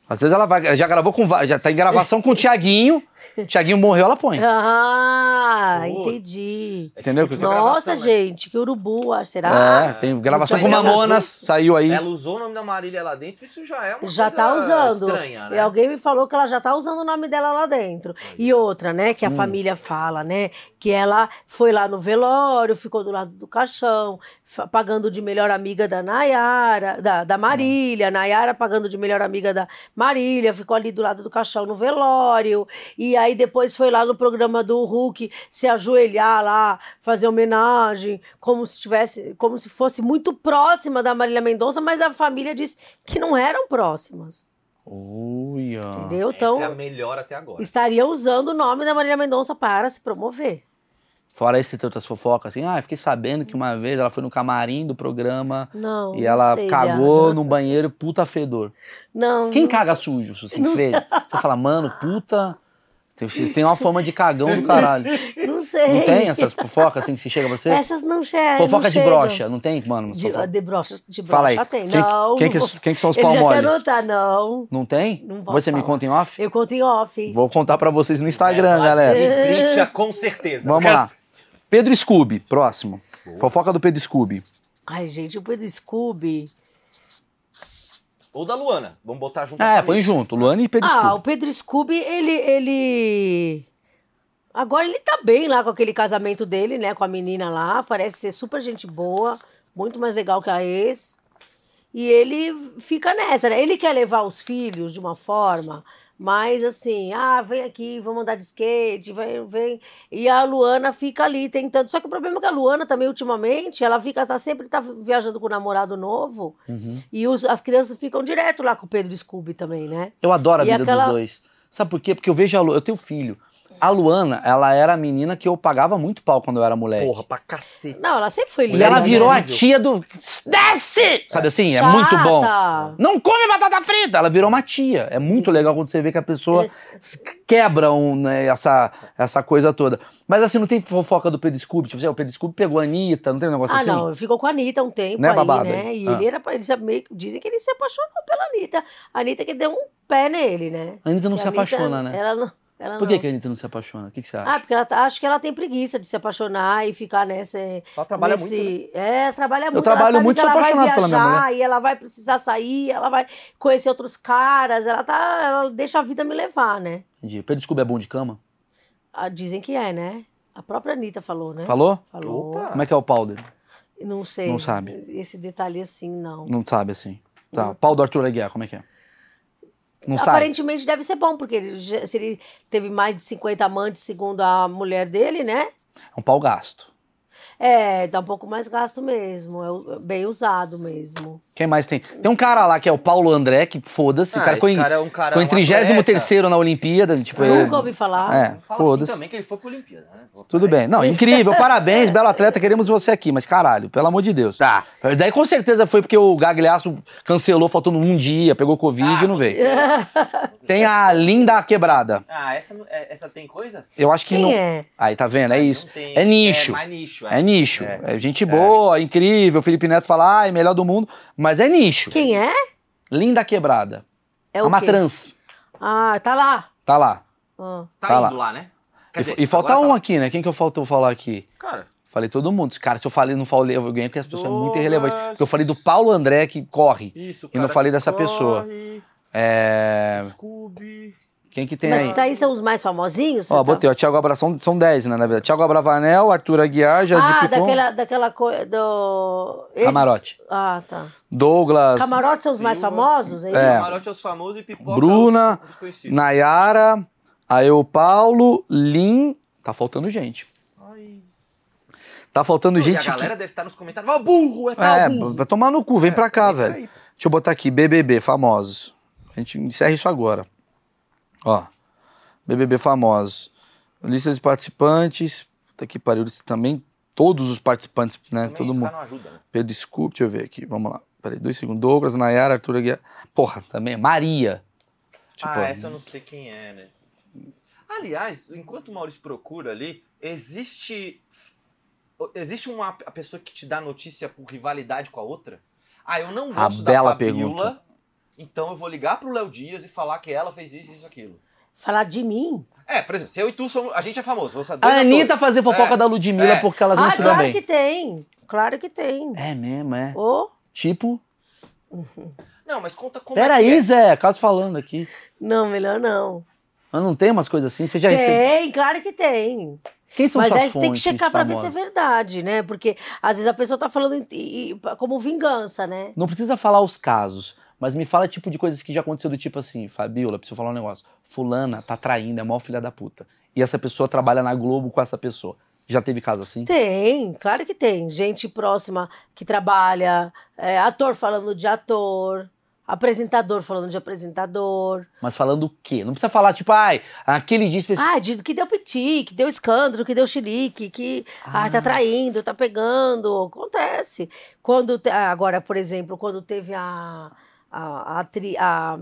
[SPEAKER 2] Às vezes ela vai- ela já gravou com. va- Já tá em gravação com o Tiaguinho. Tiaguinho morreu, ela põe.
[SPEAKER 1] Ah,
[SPEAKER 3] Putz.
[SPEAKER 1] entendi.
[SPEAKER 2] Entendeu o que eu
[SPEAKER 3] Última tipo gravação,
[SPEAKER 1] Nossa,
[SPEAKER 3] né?
[SPEAKER 1] gente, que urubu, ah, será?
[SPEAKER 2] É, tem gravação com
[SPEAKER 1] Então,
[SPEAKER 2] Mamonas,
[SPEAKER 3] ela-
[SPEAKER 2] saiu aí.
[SPEAKER 3] Ela usou o nome da Marília lá dentro, isso já é uma
[SPEAKER 1] Já
[SPEAKER 3] coisa
[SPEAKER 1] tá usando.
[SPEAKER 3] estranha, né?
[SPEAKER 1] E alguém me falou que ela já tá usando o nome dela lá dentro. E outra, né, que a
[SPEAKER 2] Hum.
[SPEAKER 1] família fala, né, que ela foi lá no velório, ficou do lado do caixão, fa- pagando de melhor amiga da Nayara, da, da Marília, Nayara pagando de melhor amiga da Marília, ficou ali do lado do caixão no velório, e aí depois foi lá no programa do Hulk se ajoelhar lá, fazer homenagem, como se tivesse, como se fosse muito próxima da Marília Mendonça, mas a família disse que não eram próximas.
[SPEAKER 2] Uia.
[SPEAKER 1] Entendeu?
[SPEAKER 3] Essa é a
[SPEAKER 1] Então,
[SPEAKER 3] melhor até agora.
[SPEAKER 1] estaria usando o nome da Marília Mendonça para se promover.
[SPEAKER 2] Fora esse tem outras fofocas, assim, ah, fiquei sabendo que uma vez ela foi no camarim do programa
[SPEAKER 1] Não.
[SPEAKER 2] e
[SPEAKER 1] não
[SPEAKER 2] ela
[SPEAKER 1] sei,
[SPEAKER 2] cagou
[SPEAKER 1] viado.
[SPEAKER 2] no banheiro, puta fedor.
[SPEAKER 1] Não.
[SPEAKER 2] Quem
[SPEAKER 1] não-
[SPEAKER 2] caga sujo, assim, se você fede? Você fala, mano, puta. Tem tem uma fama de cagão do caralho.
[SPEAKER 1] Não sei.
[SPEAKER 2] Não tem essas fofocas assim que se chega pra você?
[SPEAKER 1] Essas não chegam. É,
[SPEAKER 2] Fofoca
[SPEAKER 1] não
[SPEAKER 2] de
[SPEAKER 1] chegam.
[SPEAKER 2] brocha, não tem, mano?
[SPEAKER 1] De,
[SPEAKER 2] Fofoca-
[SPEAKER 1] de brocha, de brocha
[SPEAKER 2] Fala aí.
[SPEAKER 1] tem.
[SPEAKER 2] Quem,
[SPEAKER 1] não.
[SPEAKER 2] quem que,
[SPEAKER 1] não vou-
[SPEAKER 2] quem que são os
[SPEAKER 1] Ele
[SPEAKER 2] pau
[SPEAKER 1] já quer
[SPEAKER 2] mole?
[SPEAKER 1] anotar, não.
[SPEAKER 2] Não tem?
[SPEAKER 1] Não vou
[SPEAKER 2] Você me
[SPEAKER 1] falar.
[SPEAKER 2] conta em off?
[SPEAKER 1] Eu conto em off.
[SPEAKER 2] Vou contar pra vocês no Instagram,
[SPEAKER 3] É,
[SPEAKER 2] galera.
[SPEAKER 3] Grincha, com certeza.
[SPEAKER 2] Vamos lá. Pedro Scooby, próximo. Fofoca do Pedro Scooby.
[SPEAKER 1] Ai, gente, o Pedro Scooby.
[SPEAKER 3] Ou da Luana. Vamos botar junto. a
[SPEAKER 2] É,
[SPEAKER 3] família.
[SPEAKER 2] põe junto, Luana e Pedro
[SPEAKER 1] Ah, o
[SPEAKER 2] Scooby.
[SPEAKER 1] Pedro Scooby, ele, ele. Agora ele tá bem lá com aquele casamento dele, né? Com a menina lá. Parece ser super gente boa, muito mais legal que a ex. E ele fica nessa, né? Ele quer levar os filhos de uma forma, mas assim, ah, vem aqui, vamos andar de skate, vem, vem. E a Luana fica ali tentando. Só que o problema é que a Luana também, ultimamente, ela fica, tá sempre tá viajando com o namorado novo.
[SPEAKER 2] Uhum.
[SPEAKER 1] E os- as crianças ficam direto lá com o Pedro Scooby também, né?
[SPEAKER 2] Eu adoro a
[SPEAKER 1] E
[SPEAKER 2] vida
[SPEAKER 1] aquela-
[SPEAKER 2] dos dois. Sabe por quê? Porque eu vejo a Luana, eu tenho filho. A Luana, ela era a menina que eu pagava muito pau quando eu era moleque.
[SPEAKER 4] Porra, pra cacete.
[SPEAKER 1] Não, ela sempre foi
[SPEAKER 2] e
[SPEAKER 1] linda.
[SPEAKER 2] ela virou a
[SPEAKER 1] né?
[SPEAKER 2] tia do. Desce! Sabe assim? É
[SPEAKER 1] Chata. Ah,
[SPEAKER 2] muito bom. Não come batata frita! Ela virou uma tia. É muito legal quando você vê que a
[SPEAKER 1] É.
[SPEAKER 2] pessoa quebra um, né, essa, essa coisa toda. Mas assim, não tem fofoca do Pedro Scooby. Tipo, assim, o Pedro Scooby pegou a Anitta, não tem um negócio
[SPEAKER 1] Ah,
[SPEAKER 2] assim?
[SPEAKER 1] não, ficou com a Anitta um tempo
[SPEAKER 2] Né,
[SPEAKER 1] aí,
[SPEAKER 2] babado,
[SPEAKER 1] né?
[SPEAKER 2] hein?
[SPEAKER 1] E
[SPEAKER 2] Ah.
[SPEAKER 1] ele era pra ele se- meio que dizem que ele se apaixonou pela Anitta. A Anitta que deu um pé nele, né?
[SPEAKER 2] A Anitta não
[SPEAKER 1] Que
[SPEAKER 2] se
[SPEAKER 1] a Anitta,
[SPEAKER 2] apaixona, né?
[SPEAKER 1] Ela não. Ela
[SPEAKER 2] Por que,
[SPEAKER 1] não.
[SPEAKER 2] que a Anitta não se apaixona? O que, que você acha?
[SPEAKER 1] Ah, porque ela tá- acho que ela tem preguiça de se apacionar e ficar nessa.
[SPEAKER 3] Ela trabalha
[SPEAKER 1] nesse,
[SPEAKER 3] muito. né?
[SPEAKER 1] É, trabalha muito.
[SPEAKER 2] trabalho
[SPEAKER 1] ela sabe
[SPEAKER 2] muito,
[SPEAKER 1] que
[SPEAKER 2] sou
[SPEAKER 1] ela vai
[SPEAKER 2] apaixonado pela minha
[SPEAKER 1] viajar e ela vai precisar sair, ela vai conhecer outros caras, ela tá. Ela deixa a vida me levar, né?
[SPEAKER 2] Entendi. Pedro Scooby é bom de cama?
[SPEAKER 1] Ah, Dizem que é, né? A própria Anitta falou, né?
[SPEAKER 2] Falou?
[SPEAKER 1] Falou.
[SPEAKER 3] Opa!
[SPEAKER 2] Como é que é o pau dele?
[SPEAKER 1] Não sei.
[SPEAKER 2] Não sabe.
[SPEAKER 1] Esse detalhe assim, não.
[SPEAKER 2] Não sabe assim. Tá.
[SPEAKER 1] Não.
[SPEAKER 2] Pau do Arthur Aguiar, como é que é? Não sabe?
[SPEAKER 1] Aparentemente deve ser bom, porque ele já- se ele teve mais de 50 amantes, segundo a mulher dele, né?
[SPEAKER 2] É um pau gasto.
[SPEAKER 1] É, dá um pouco mais gasto mesmo. É u- bem usado mesmo.
[SPEAKER 2] Quem mais tem? Tem um cara lá que é o Paulo André, que foda-se. o
[SPEAKER 3] Ah,
[SPEAKER 2] cara
[SPEAKER 3] esse
[SPEAKER 2] ficou em,
[SPEAKER 3] cara é um cara.
[SPEAKER 2] ficou em
[SPEAKER 3] um atleta.
[SPEAKER 2] 33 na Olimpíada. Tipo,
[SPEAKER 1] Eu
[SPEAKER 2] ele-
[SPEAKER 1] Nunca ouvi falar.
[SPEAKER 2] É,
[SPEAKER 3] Fala assim
[SPEAKER 2] foda-se.
[SPEAKER 3] também que ele foi pra Olimpíada, né?
[SPEAKER 2] Tudo bem. Não, incrível, parabéns, belo atleta, queremos você aqui, mas caralho, pelo amor de Deus.
[SPEAKER 3] Tá.
[SPEAKER 2] Daí com certeza foi porque o Gagliasso cancelou, faltando um dia, pegou Covid
[SPEAKER 1] Ah,
[SPEAKER 2] e não veio. Tem a linda quebrada.
[SPEAKER 3] Ah, essa, é- essa tem coisa?
[SPEAKER 2] Eu acho que
[SPEAKER 1] Quem
[SPEAKER 2] não.
[SPEAKER 1] é?
[SPEAKER 2] Aí, tá vendo? É
[SPEAKER 3] Ah,
[SPEAKER 2] isso.
[SPEAKER 3] não tem.
[SPEAKER 2] É nicho.
[SPEAKER 3] É mais nicho.
[SPEAKER 2] É nicho.
[SPEAKER 3] É.
[SPEAKER 2] É gente boa, incrível. Felipe Neto fala, ai, melhor do mundo. Mas é nicho.
[SPEAKER 1] Quem é?
[SPEAKER 2] Linda quebrada.
[SPEAKER 1] É
[SPEAKER 2] É
[SPEAKER 1] o
[SPEAKER 2] uma
[SPEAKER 1] quê?
[SPEAKER 2] trans.
[SPEAKER 1] Ah, tá lá.
[SPEAKER 2] Tá lá.
[SPEAKER 1] Ah.
[SPEAKER 3] Tá,
[SPEAKER 2] Tá
[SPEAKER 3] indo lá, né? Quer
[SPEAKER 2] E,
[SPEAKER 3] dizer,
[SPEAKER 2] e falta
[SPEAKER 3] agora
[SPEAKER 2] um
[SPEAKER 3] tá lá.
[SPEAKER 2] aqui, né? Quem que eu faltou falar aqui?
[SPEAKER 3] Cara,
[SPEAKER 2] Falei todo mundo. Cara, se eu falei, não falei alguém, porque essa pessoa é muito
[SPEAKER 3] Douglas.
[SPEAKER 2] irrelevante. Porque eu falei do Paulo André que corre.
[SPEAKER 3] isso,
[SPEAKER 2] E não falei dessa pessoa. É.
[SPEAKER 3] Scooby.
[SPEAKER 2] Quem que tem
[SPEAKER 1] Mas
[SPEAKER 2] aí?
[SPEAKER 1] se tá aí são os mais famosinhos?
[SPEAKER 2] Ó,
[SPEAKER 1] tá?
[SPEAKER 2] botei, ó. Thiago Abração, são 10, né, na verdade. Thiago Abravanel, Arthur Aguiar, Jadir
[SPEAKER 1] Ah,
[SPEAKER 2] Picon,
[SPEAKER 1] daquela, daquela coisa do... Esses-
[SPEAKER 2] Camarote.
[SPEAKER 1] Ah, tá.
[SPEAKER 2] Douglas,
[SPEAKER 1] Camarote são os mais
[SPEAKER 3] Silva.
[SPEAKER 1] famosos, é,
[SPEAKER 2] É.
[SPEAKER 1] isso?
[SPEAKER 3] Camarote aos famosos e pipoca
[SPEAKER 2] Bruna,
[SPEAKER 3] aos desconhecidos.
[SPEAKER 2] Nayara, aí o Paulo, Lin... Tá faltando gente.
[SPEAKER 3] Ai.
[SPEAKER 2] Tá faltando
[SPEAKER 3] Pô, e
[SPEAKER 2] gente
[SPEAKER 3] a
[SPEAKER 2] que-
[SPEAKER 3] galera deve estar nos comentários. Ó, burro, é tal.
[SPEAKER 2] É,
[SPEAKER 3] burro.
[SPEAKER 2] vai tomar no cu, vem pra cá,
[SPEAKER 3] vem pra
[SPEAKER 2] velho.
[SPEAKER 3] aí.
[SPEAKER 2] Deixa eu botar aqui, BBB, famosos. A gente encerra isso agora. Ó, BBB famosos. Lista de participantes. Puta que pariu, lista também. Todos os participantes, né?
[SPEAKER 3] Também
[SPEAKER 2] Todo
[SPEAKER 3] os
[SPEAKER 2] mundo.
[SPEAKER 3] caras não ajudam, né?
[SPEAKER 2] Pedro Scoop, deixa eu ver aqui, vamos lá. Peraí, dois segundos. Douglas, Nayara, Arthur Aguiar. Porra, também. é Maria. Tipo,
[SPEAKER 3] ah, essa eu não sei quem é, né? Aliás, enquanto o Maurício procura ali, existe existe uma a pessoa que te dá notícia por rivalidade com a outra? Ah, eu não
[SPEAKER 2] A
[SPEAKER 3] gosto da
[SPEAKER 2] bela
[SPEAKER 3] Fabiola,
[SPEAKER 2] pergunta.
[SPEAKER 3] então eu vou ligar pro Léo Dias e falar que ela fez isso e isso aquilo.
[SPEAKER 1] Falar de mim?
[SPEAKER 3] É, por exemplo, se eu e tu somos, a gente é famoso, vamos ser dois
[SPEAKER 2] A
[SPEAKER 3] atores.
[SPEAKER 2] Anitta fazer fofoca
[SPEAKER 3] É,
[SPEAKER 2] da Ludmilla
[SPEAKER 3] é.
[SPEAKER 2] porque elas não
[SPEAKER 1] ah,
[SPEAKER 2] se dão
[SPEAKER 1] claro
[SPEAKER 2] bem.
[SPEAKER 1] que tem. Claro que tem.
[SPEAKER 2] É mesmo, é.
[SPEAKER 1] Ô,
[SPEAKER 2] Tipo,
[SPEAKER 3] Não, mas conta como é que
[SPEAKER 2] peraí,
[SPEAKER 3] é.
[SPEAKER 2] Zé, caso falando aqui.
[SPEAKER 1] não, melhor não.
[SPEAKER 2] Mas não tem umas coisas assim? Você já recebeu?
[SPEAKER 1] Tem, claro que tem.
[SPEAKER 2] Quem são
[SPEAKER 1] Mas
[SPEAKER 2] suas
[SPEAKER 1] aí você tem que
[SPEAKER 2] fontes
[SPEAKER 1] checar pra ver se é
[SPEAKER 2] famosas?
[SPEAKER 1] verdade, né? Porque às vezes a pessoa tá falando em- e- e- como vingança, né?
[SPEAKER 2] Não precisa falar os casos, mas me fala tipo de coisas que já aconteceu do tipo assim, Fabiola, preciso falar um negócio. Fulana tá traindo, é mó filha da puta. E essa pessoa trabalha na Globo com essa pessoa. Já teve caso assim?
[SPEAKER 1] Tem, claro que tem. Gente próxima que trabalha, é, ator falando de ator, apresentador falando de apresentador.
[SPEAKER 2] Mas falando o quê? Não precisa falar tipo, ai, aquele dia específico.
[SPEAKER 1] Ah, de, que deu piti, que deu escândalo, que deu xilique, que ah, tá traindo, tá pegando. Acontece. Quando te- ah, agora, por exemplo, quando teve a a, a, atri- a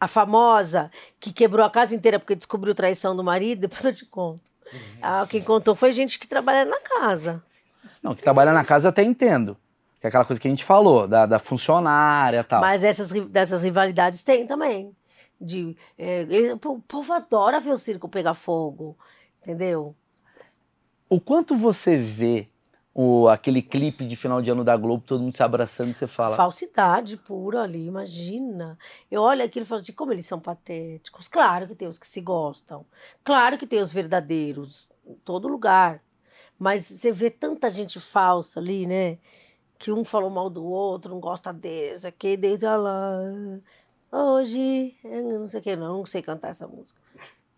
[SPEAKER 1] a famosa que quebrou a casa inteira porque descobriu traição do marido, depois eu te conto. Ah, quem contou foi gente que trabalha na casa.
[SPEAKER 2] Ah, Não, que trabalha na casa eu até entendo. Que é aquela coisa que a gente falou, da, da funcionária e tal.
[SPEAKER 1] Mas essas, ri- dessas rivalidades tem também. De, é, e- o povo adora ver o circo pegar fogo, entendeu?
[SPEAKER 2] O quanto você vê o, aquele clipe de final de ano da Globo, todo mundo se abraçando e você fala.
[SPEAKER 1] Falsidade pura ali, imagina. Eu olho aquilo e falo assim, como eles são patéticos. Claro que tem os que se gostam. Claro que tem os verdadeiros, em todo lugar. Mas você vê tanta gente falsa ali, né? Que um falou mal do outro, não gosta deles, aqui, deita tá lá. Hoje, eu não sei o que, não, não sei cantar essa música.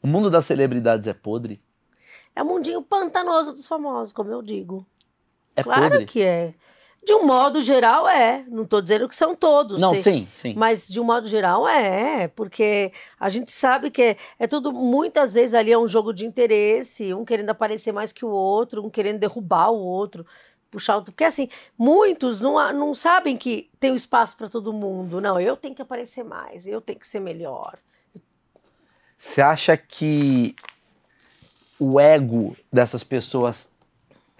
[SPEAKER 2] O mundo das celebridades é podre?
[SPEAKER 1] É o mundinho pantanoso dos famosos, como eu digo.
[SPEAKER 2] É
[SPEAKER 1] claro
[SPEAKER 2] podre?
[SPEAKER 1] que é. De um modo geral, é. Não tô dizendo que são todos.
[SPEAKER 2] Não,
[SPEAKER 1] tem-
[SPEAKER 2] sim, sim.
[SPEAKER 1] Mas, de um modo geral, é, porque a gente sabe que é, é tudo, muitas vezes ali é um jogo de interesse, um querendo aparecer mais que o outro, um querendo derrubar o outro, puxar o outro. Porque, assim, muitos não, a- não sabem que tem o espaço para todo mundo. Não, eu tenho que aparecer mais, eu tenho que ser melhor.
[SPEAKER 2] Você acha que o ego dessas pessoas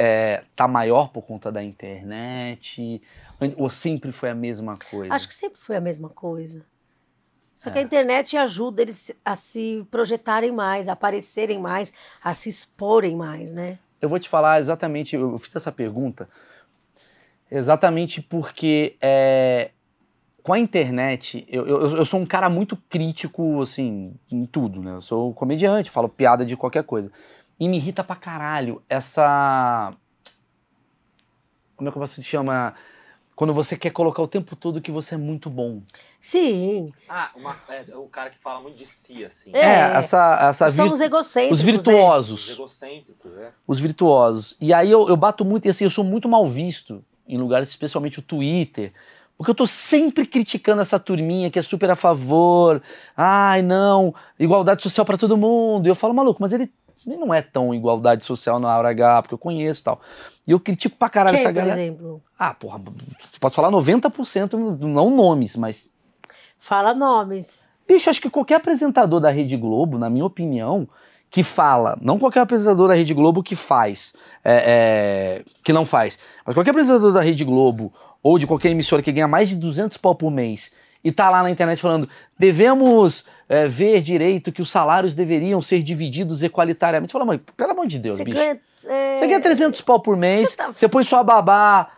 [SPEAKER 2] é, tá maior por conta da internet? Ou sempre foi a mesma coisa?
[SPEAKER 1] Acho que sempre foi a mesma coisa. Só que
[SPEAKER 2] É.
[SPEAKER 1] a internet ajuda eles a se projetarem mais, a aparecerem mais, a se exporem mais, né?
[SPEAKER 2] Eu vou te falar exatamente, eu fiz essa pergunta exatamente porque é, com a internet, eu, eu, eu sou um cara muito crítico, assim, em tudo, né? Eu sou comediante, falo piada de qualquer coisa. E me irrita pra caralho essa. Como é que você chama? Quando você quer colocar o tempo todo que você é muito bom.
[SPEAKER 1] Sim.
[SPEAKER 3] Ah, uma- é, o cara que fala muito de si, assim.
[SPEAKER 1] É,
[SPEAKER 2] essa, essa
[SPEAKER 1] São
[SPEAKER 2] Tá vir-
[SPEAKER 1] os egocêntricos.
[SPEAKER 2] os
[SPEAKER 1] né?
[SPEAKER 3] Os
[SPEAKER 2] virtuosos.
[SPEAKER 3] egocêntricos, é.
[SPEAKER 2] os virtuosos. E aí eu, eu bato muito, e assim, eu sou muito mal visto em lugares, especialmente o Twitter, porque eu tô sempre criticando essa turminha que é super a favor, ai não, igualdade social pra todo mundo. E eu falo, maluco, mas ele, ele não é tão igualdade social na hora H, porque eu conheço e tal. E eu critico pra caralho
[SPEAKER 1] né? Quem,
[SPEAKER 2] essa
[SPEAKER 1] por
[SPEAKER 2] galera.
[SPEAKER 1] exemplo?
[SPEAKER 2] Ah, porra, posso falar 90%, não nomes, mas
[SPEAKER 1] Fala nomes.
[SPEAKER 2] Bicho, acho que qualquer apresentador da Rede Globo, na minha opinião, que fala, não qualquer apresentador da Rede Globo que faz, é, é, que não faz, mas qualquer apresentador da Rede Globo ou de qualquer emissora que ganha mais de 200 pau por mês e tá lá na internet falando, devemos é, ver direito que os salários deveriam ser divididos equalitariamente. Fala, mãe, pelo amor de Deus,
[SPEAKER 1] você
[SPEAKER 2] bicho.
[SPEAKER 1] ganha. é,
[SPEAKER 2] Você ganha 300 pau por mês,
[SPEAKER 1] Você tá-
[SPEAKER 2] você põe sua babá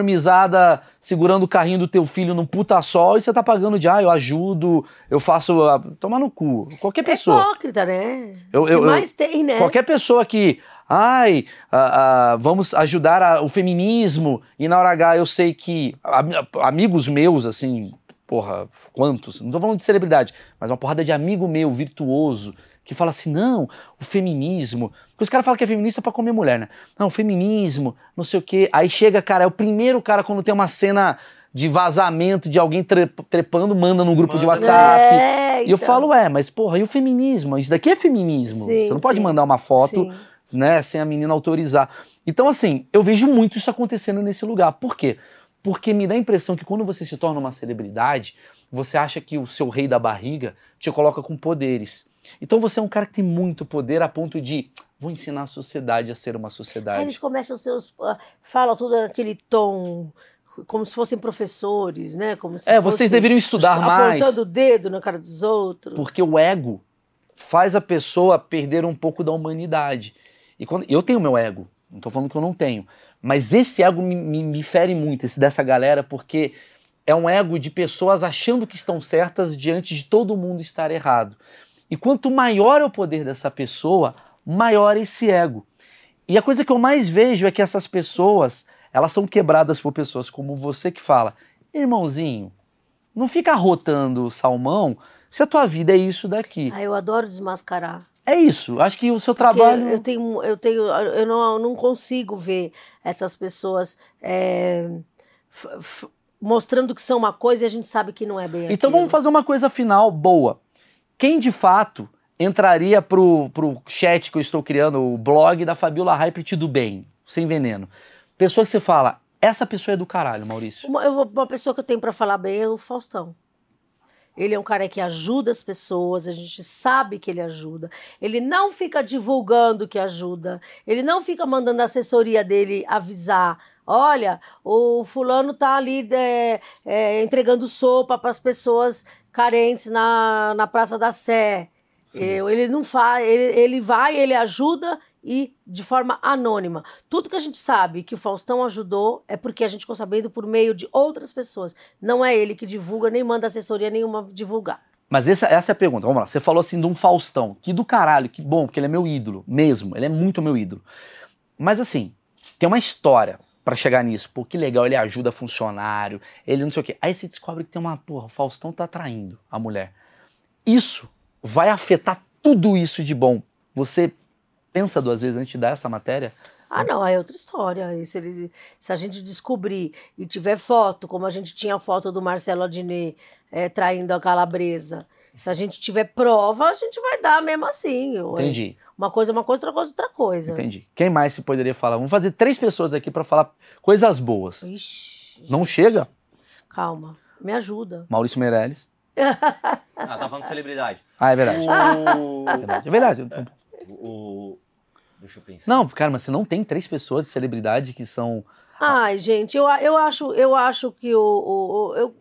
[SPEAKER 2] uniformizada segurando o carrinho do teu filho num puta sol e você tá pagando de, ah, eu ajudo, eu faço... ah, Toma no cu. Qualquer
[SPEAKER 1] é
[SPEAKER 2] pessoa.
[SPEAKER 1] hipócrita, né?
[SPEAKER 2] eu, eu-
[SPEAKER 1] o
[SPEAKER 2] eu-
[SPEAKER 1] que mais tem, né?
[SPEAKER 2] Qualquer pessoa que, ai, ah, ah, vamos ajudar a- o feminismo e na hora H eu sei que am- amigos meus, assim, porra, quantos? Não tô falando de celebridade, mas uma porrada de amigo meu, virtuoso, que fala assim, não, o feminismo. Porque os caras falam que é feminista pra comer mulher, né? Não, o feminismo, não sei o quê. Aí chega, cara, é o primeiro cara quando tem uma cena de vazamento de alguém trep- trepando, manda num grupo de
[SPEAKER 3] Manda.
[SPEAKER 2] WhatsApp.
[SPEAKER 1] É,
[SPEAKER 2] E eu
[SPEAKER 1] então.
[SPEAKER 2] falo, é, mas porra, e o feminismo? Isso daqui é feminismo.
[SPEAKER 1] Sim,
[SPEAKER 2] Você não pode
[SPEAKER 1] sim.
[SPEAKER 2] mandar uma foto,
[SPEAKER 1] Sim.
[SPEAKER 2] né, sem a menina autorizar. Então, assim, eu vejo muito isso acontecendo nesse lugar. Por quê? Porque me dá a impressão que quando você se torna uma celebridade, você acha que o seu rei da barriga te coloca com poderes. Então você é um cara que tem muito poder a ponto de vou ensinar a sociedade a ser
[SPEAKER 1] Aí
[SPEAKER 2] uma
[SPEAKER 1] eles
[SPEAKER 2] sociedade.
[SPEAKER 1] começam os seus. ah, Falam tudo naquele tom, como se fossem professores, né? Como se
[SPEAKER 2] É,
[SPEAKER 1] fossem
[SPEAKER 2] vocês deveriam estudar mais.
[SPEAKER 1] Apontando o dedo na cara dos outros.
[SPEAKER 2] Porque o ego faz a pessoa perder um pouco da humanidade. E quando eu tenho meu ego, não estou falando que eu não tenho, mas esse ego me, me, me fere muito, esse dessa galera, porque é um ego de pessoas achando que estão certas diante de todo mundo estar errado. E quanto maior é o poder dessa pessoa, maior é esse ego. E a coisa que eu mais vejo é que essas pessoas, elas são quebradas por pessoas como você que fala, irmãozinho, não fica rotando salmão se a tua vida é isso daqui.
[SPEAKER 1] Ah, eu adoro desmascarar.
[SPEAKER 2] É isso. Acho que o seu
[SPEAKER 1] Porque
[SPEAKER 2] trabalho.
[SPEAKER 1] Eu tenho, eu tenho, eu não, eu não consigo ver essas pessoas é, f- f- mostrando que são uma coisa e a gente sabe que não é bem
[SPEAKER 2] Então
[SPEAKER 1] aquilo.
[SPEAKER 2] vamos fazer uma coisa final boa. Quem de fato entraria pro, pro chat que eu estou criando, o blog da Fabiola Hype do bem, sem veneno. Pessoa que você fala, essa pessoa é do caralho, Maurício.
[SPEAKER 1] Uma, eu vou- uma pessoa que eu tenho pra falar bem é o Faustão. Ele é um cara que ajuda as pessoas, a gente sabe que ele ajuda. Ele não fica divulgando que ajuda. Ele não fica mandando a assessoria dele avisar. Olha, o fulano tá ali é, é, entregando sopa para as pessoas carentes na, na Praça da Sé. Eu- ele não faz, ele, ele vai, ele ajuda e de forma anônima. Tudo que a gente sabe que o Faustão ajudou é porque a gente ficou sabendo por meio de outras pessoas. Não é ele que divulga, nem manda assessoria nenhuma divulgar.
[SPEAKER 2] Mas essa, essa é a pergunta. Vamos lá. Você falou assim de um Faustão. Que do caralho, que bom, porque ele é meu ídolo mesmo. Ele é muito meu ídolo. Mas assim, tem uma história pra chegar nisso. Pô, que legal, ele ajuda funcionário, ele não sei o quê. Aí você descobre que tem uma. Porra, o Faustão tá traindo a mulher. Isso vai afetar tudo isso de bom. Você pensa duas vezes antes de dar essa matéria?
[SPEAKER 1] Ah, não, aí é outra história. E se, ele- se a gente descobrir e tiver foto, como a gente tinha a foto do Marcelo Adnet eh, traindo a calabresa, se a gente tiver prova, a gente vai dar mesmo assim. ué.
[SPEAKER 2] Entendi.
[SPEAKER 1] Uma coisa é uma coisa, outra coisa é outra coisa.
[SPEAKER 2] Entendi. Quem mais se poderia falar? Vamos fazer três pessoas aqui pra falar coisas boas.
[SPEAKER 1] Ixi,
[SPEAKER 2] Não chega?
[SPEAKER 1] calma, me ajuda.
[SPEAKER 2] Maurício Meirelles.
[SPEAKER 3] Ah, tá falando de celebridade.
[SPEAKER 2] Ah, é verdade. É
[SPEAKER 3] O...
[SPEAKER 2] verdade. É verdade. eu tô-
[SPEAKER 3] o... Deixa eu pensar.
[SPEAKER 2] Não, cara, mas você não tem três pessoas de celebridade que são.
[SPEAKER 1] Ai, gente, eu, a- eu acho, eu acho que o, o- o- eu,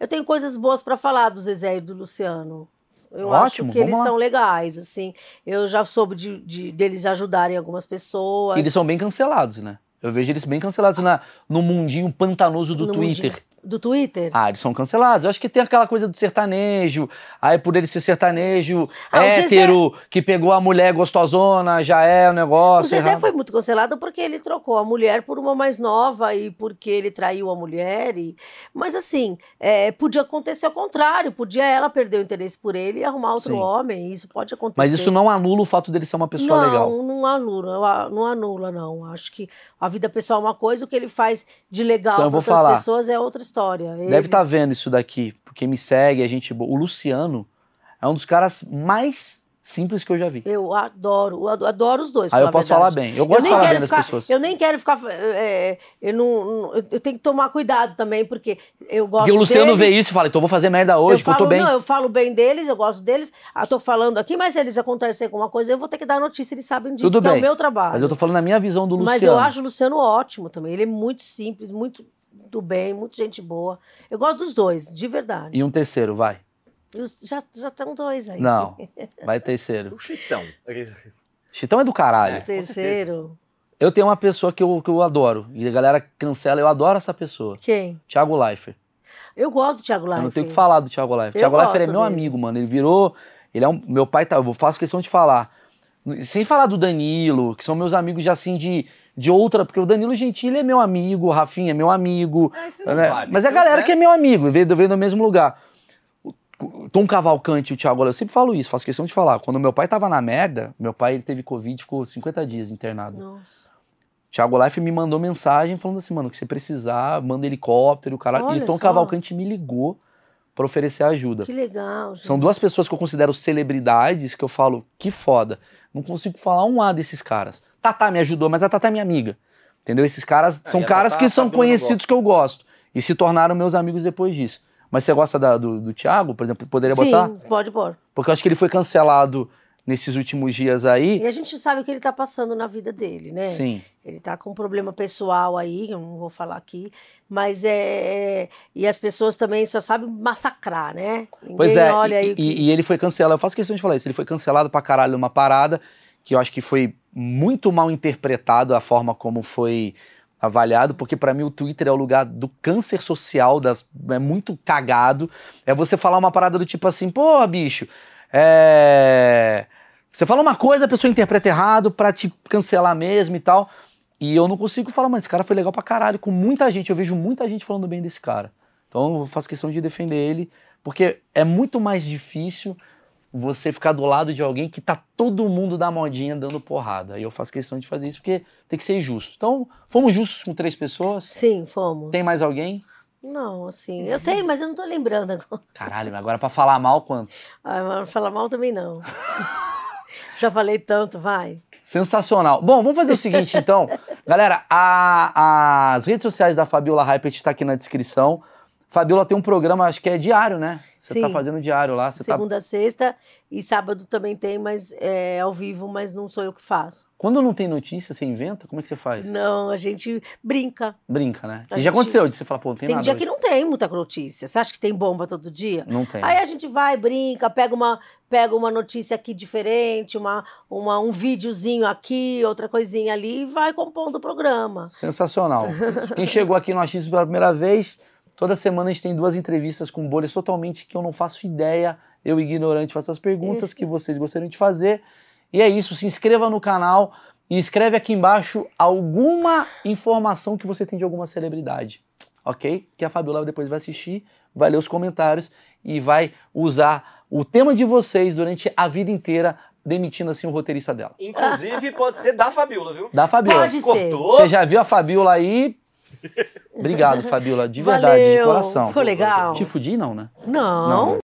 [SPEAKER 1] eu tenho coisas boas para falar do Zezé e do Luciano. Eu
[SPEAKER 2] Ótimo,
[SPEAKER 1] acho que
[SPEAKER 2] vamos
[SPEAKER 1] eles
[SPEAKER 2] lá.
[SPEAKER 1] são legais, assim. Eu já soube de, de- deles ajudarem algumas pessoas.
[SPEAKER 2] que Eles são bem cancelados, né? Eu vejo eles bem cancelados na, no mundinho pantanoso do
[SPEAKER 1] No
[SPEAKER 2] Twitter.
[SPEAKER 1] Do Twitter?
[SPEAKER 2] Ah, eles são cancelados. Eu acho que tem aquela coisa do sertanejo. Aí, por ele ser sertanejo,
[SPEAKER 1] Ah, o Zezé-
[SPEAKER 2] hétero, que pegou a mulher gostosona, já é o
[SPEAKER 1] o
[SPEAKER 2] negócio.
[SPEAKER 1] Zezé
[SPEAKER 2] errado.
[SPEAKER 1] foi muito cancelado porque ele trocou a mulher por uma mais nova e porque ele traiu a mulher. e- Mas assim, é, podia acontecer ao contrário. Podia ela perder o interesse por ele e arrumar outro
[SPEAKER 2] Sim.
[SPEAKER 1] homem. Isso pode acontecer.
[SPEAKER 2] Mas isso não anula o fato dele ser uma pessoa
[SPEAKER 1] não,
[SPEAKER 2] legal.
[SPEAKER 1] Não anula, eu a- não anula, não. Acho que a vida pessoal é uma coisa, o que ele faz de legal
[SPEAKER 2] Então eu
[SPEAKER 1] para
[SPEAKER 2] vou
[SPEAKER 1] outras
[SPEAKER 2] falar.
[SPEAKER 1] pessoas é outra história.
[SPEAKER 2] Deve tá estar vendo isso daqui, porque me segue, a gente. boa. O Luciano é um dos caras mais simples que eu já vi.
[SPEAKER 1] Eu adoro, eu ado- adoro os dois. pra
[SPEAKER 2] Aí eu
[SPEAKER 1] falar a
[SPEAKER 2] posso falar
[SPEAKER 1] verdade.
[SPEAKER 2] bem. Eu gosto de
[SPEAKER 1] nem
[SPEAKER 2] falar
[SPEAKER 1] quero
[SPEAKER 2] bem das
[SPEAKER 1] ficar-
[SPEAKER 2] pessoas.
[SPEAKER 1] Eu nem quero ficar. é, é, eu, não, não- eu- eu tenho que tomar cuidado também, porque eu gosto
[SPEAKER 2] Porque o Luciano
[SPEAKER 1] deles,
[SPEAKER 2] vê isso e fala, então eu vou fazer merda hoje,
[SPEAKER 1] eu
[SPEAKER 2] que eu
[SPEAKER 1] falo,
[SPEAKER 2] tô bem.
[SPEAKER 1] Não, eu falo bem deles, eu gosto deles. Ah, tô falando aqui, mas se eles acontecerem alguma coisa, eu vou ter que dar notícia, eles sabem disso,
[SPEAKER 2] Tudo
[SPEAKER 1] que é
[SPEAKER 2] bem.
[SPEAKER 1] o meu trabalho.
[SPEAKER 2] Mas eu tô falando na minha visão do Luciano.
[SPEAKER 1] Mas eu acho o Luciano ótimo também. Ele é muito simples, muito do bem, muito gente boa. Eu gosto dos dois, de verdade.
[SPEAKER 2] E um terceiro, vai.
[SPEAKER 1] E os- Já já estão dois aí.
[SPEAKER 2] Não, vai terceiro.
[SPEAKER 3] O Chitão.
[SPEAKER 2] Chitão é do caralho.
[SPEAKER 1] O terceiro.
[SPEAKER 2] Eu tenho uma pessoa que eu, que eu adoro. E a galera cancela, eu adoro essa pessoa.
[SPEAKER 1] Quem?
[SPEAKER 2] Thiago Leifert.
[SPEAKER 1] Eu gosto do Thiago
[SPEAKER 2] Eu
[SPEAKER 1] Leifert.
[SPEAKER 2] não tenho o que falar do Thiago Leifert.
[SPEAKER 1] Eu
[SPEAKER 2] Thiago Leifert é
[SPEAKER 1] gosto
[SPEAKER 2] meu
[SPEAKER 1] dele.
[SPEAKER 2] amigo, mano. Ele virou... Ele é um... Meu pai tá... Eu faço questão de falar. Sem falar do Danilo, que são meus amigos já assim de, de outra... Porque o Danilo Gentili é meu amigo, o Rafinha é meu amigo.
[SPEAKER 3] Ah, isso
[SPEAKER 2] né? Mas é a galera que é meu amigo, veio, veio do mesmo lugar. O- o Tom Cavalcante e o Thiago, Leifert, eu sempre falo isso, faço questão de falar. Quando meu pai tava na merda, meu pai ele teve Covid, ficou 50 dias internado.
[SPEAKER 1] Nossa.
[SPEAKER 2] Thiago Leifert me mandou mensagem falando assim, mano, o que você precisar, manda helicóptero, o caralho. e
[SPEAKER 1] Olha
[SPEAKER 2] o Tom
[SPEAKER 1] só.
[SPEAKER 2] Cavalcante me ligou pra oferecer ajuda.
[SPEAKER 1] Que legal, gente.
[SPEAKER 2] São duas pessoas que eu considero celebridades que eu falo, que foda. Não consigo falar um A desses caras. Tatá me ajudou, mas a Tatá é minha amiga. Entendeu? Esses caras
[SPEAKER 3] Ah,
[SPEAKER 2] são
[SPEAKER 3] e a
[SPEAKER 2] caras
[SPEAKER 3] Tatá
[SPEAKER 2] que são
[SPEAKER 3] sabe onde eu
[SPEAKER 2] conhecidos que eu gosto. E se tornaram meus amigos depois disso. Mas você gosta da- do, do Thiago, por exemplo? Poderia
[SPEAKER 1] Sim,
[SPEAKER 2] botar?
[SPEAKER 1] pode pôr.
[SPEAKER 2] Porque eu acho que ele foi cancelado nesses últimos dias aí.
[SPEAKER 1] E a gente sabe o que ele tá passando na vida dele, né?
[SPEAKER 2] Sim.
[SPEAKER 1] Ele tá com um problema pessoal aí, eu não vou falar aqui, mas é, é- e as pessoas também só sabem massacrar, né? Ninguém
[SPEAKER 2] Pois é.
[SPEAKER 1] olha aí
[SPEAKER 2] e,
[SPEAKER 1] o que-
[SPEAKER 2] e- e ele foi cancelado. Eu faço questão de falar isso. Ele foi cancelado pra caralho numa parada que eu acho que foi muito mal interpretado a forma como foi avaliado, porque pra mim o Twitter é o lugar do câncer social, das, é muito cagado. É você falar uma parada do tipo assim, pô, bicho, é. Você fala uma coisa, a pessoa interpreta errado pra te cancelar mesmo e tal. E eu não consigo falar, mano, esse cara foi legal pra caralho, com muita gente. Eu vejo muita gente falando bem desse cara. Então eu faço questão de defender ele, porque é muito mais difícil você ficar do lado de alguém que tá todo mundo da modinha dando porrada. E eu faço questão de fazer isso porque tem que ser justo. Então, fomos justos com três pessoas.
[SPEAKER 1] Sim, fomos.
[SPEAKER 2] Tem mais alguém?
[SPEAKER 1] Não, assim, eu tenho, mas eu não tô lembrando agora.
[SPEAKER 2] Caralho, agora pra falar mal quanto?
[SPEAKER 1] Ah, mas falar mal também não. Já falei tanto, vai.
[SPEAKER 2] Sensacional. Bom, vamos fazer o seguinte então. Galera, a- as redes sociais da Fabiola Hypert está aqui na tá descrição. Fabiola tem um programa, acho que é diário, né? Você tá
[SPEAKER 1] Sim.
[SPEAKER 2] fazendo diário lá. Você tá...
[SPEAKER 1] Segunda, a sexta e sábado também tem, mas é ao vivo, mas não sou eu que faço.
[SPEAKER 2] Quando não tem notícia, você inventa? Como é que você faz?
[SPEAKER 1] Não, a gente brinca.
[SPEAKER 2] Brinca, né?
[SPEAKER 1] A
[SPEAKER 2] E já
[SPEAKER 1] gente-
[SPEAKER 2] aconteceu de você falar, pô, não tem,
[SPEAKER 1] Tem,
[SPEAKER 2] nada.
[SPEAKER 1] dia
[SPEAKER 2] hoje.
[SPEAKER 1] que não tem muita notícia. Você acha que tem bomba todo dia?
[SPEAKER 2] Não tem.
[SPEAKER 1] Aí a gente vai, brinca, pega uma, pega uma notícia aqui diferente, uma, uma, um videozinho aqui, outra coisinha ali e vai compondo o programa.
[SPEAKER 2] Sensacional. Quem chegou aqui no Achismo pela primeira vez, toda semana a gente tem duas entrevistas com bolhas totalmente que eu não faço ideia. Eu, ignorante, faço as perguntas que vocês gostariam de fazer. E é isso. Se inscreva no canal e escreve aqui embaixo alguma informação que você tem de alguma celebridade. Ok? Que a Fabiola depois vai assistir, vai ler os comentários e vai usar o tema de vocês durante a vida inteira, demitindo assim o roteirista dela.
[SPEAKER 3] Inclusive, pode ser da Fabiola, viu?
[SPEAKER 2] Da Fabiola.
[SPEAKER 1] Pode ser.
[SPEAKER 3] Cortou.
[SPEAKER 2] Você já viu a Fabiola aí? Obrigado, Fabiola, de verdade,
[SPEAKER 1] Valeu.
[SPEAKER 2] de coração.
[SPEAKER 1] Ficou legal?
[SPEAKER 2] Te fudi, não, né?
[SPEAKER 1] Não.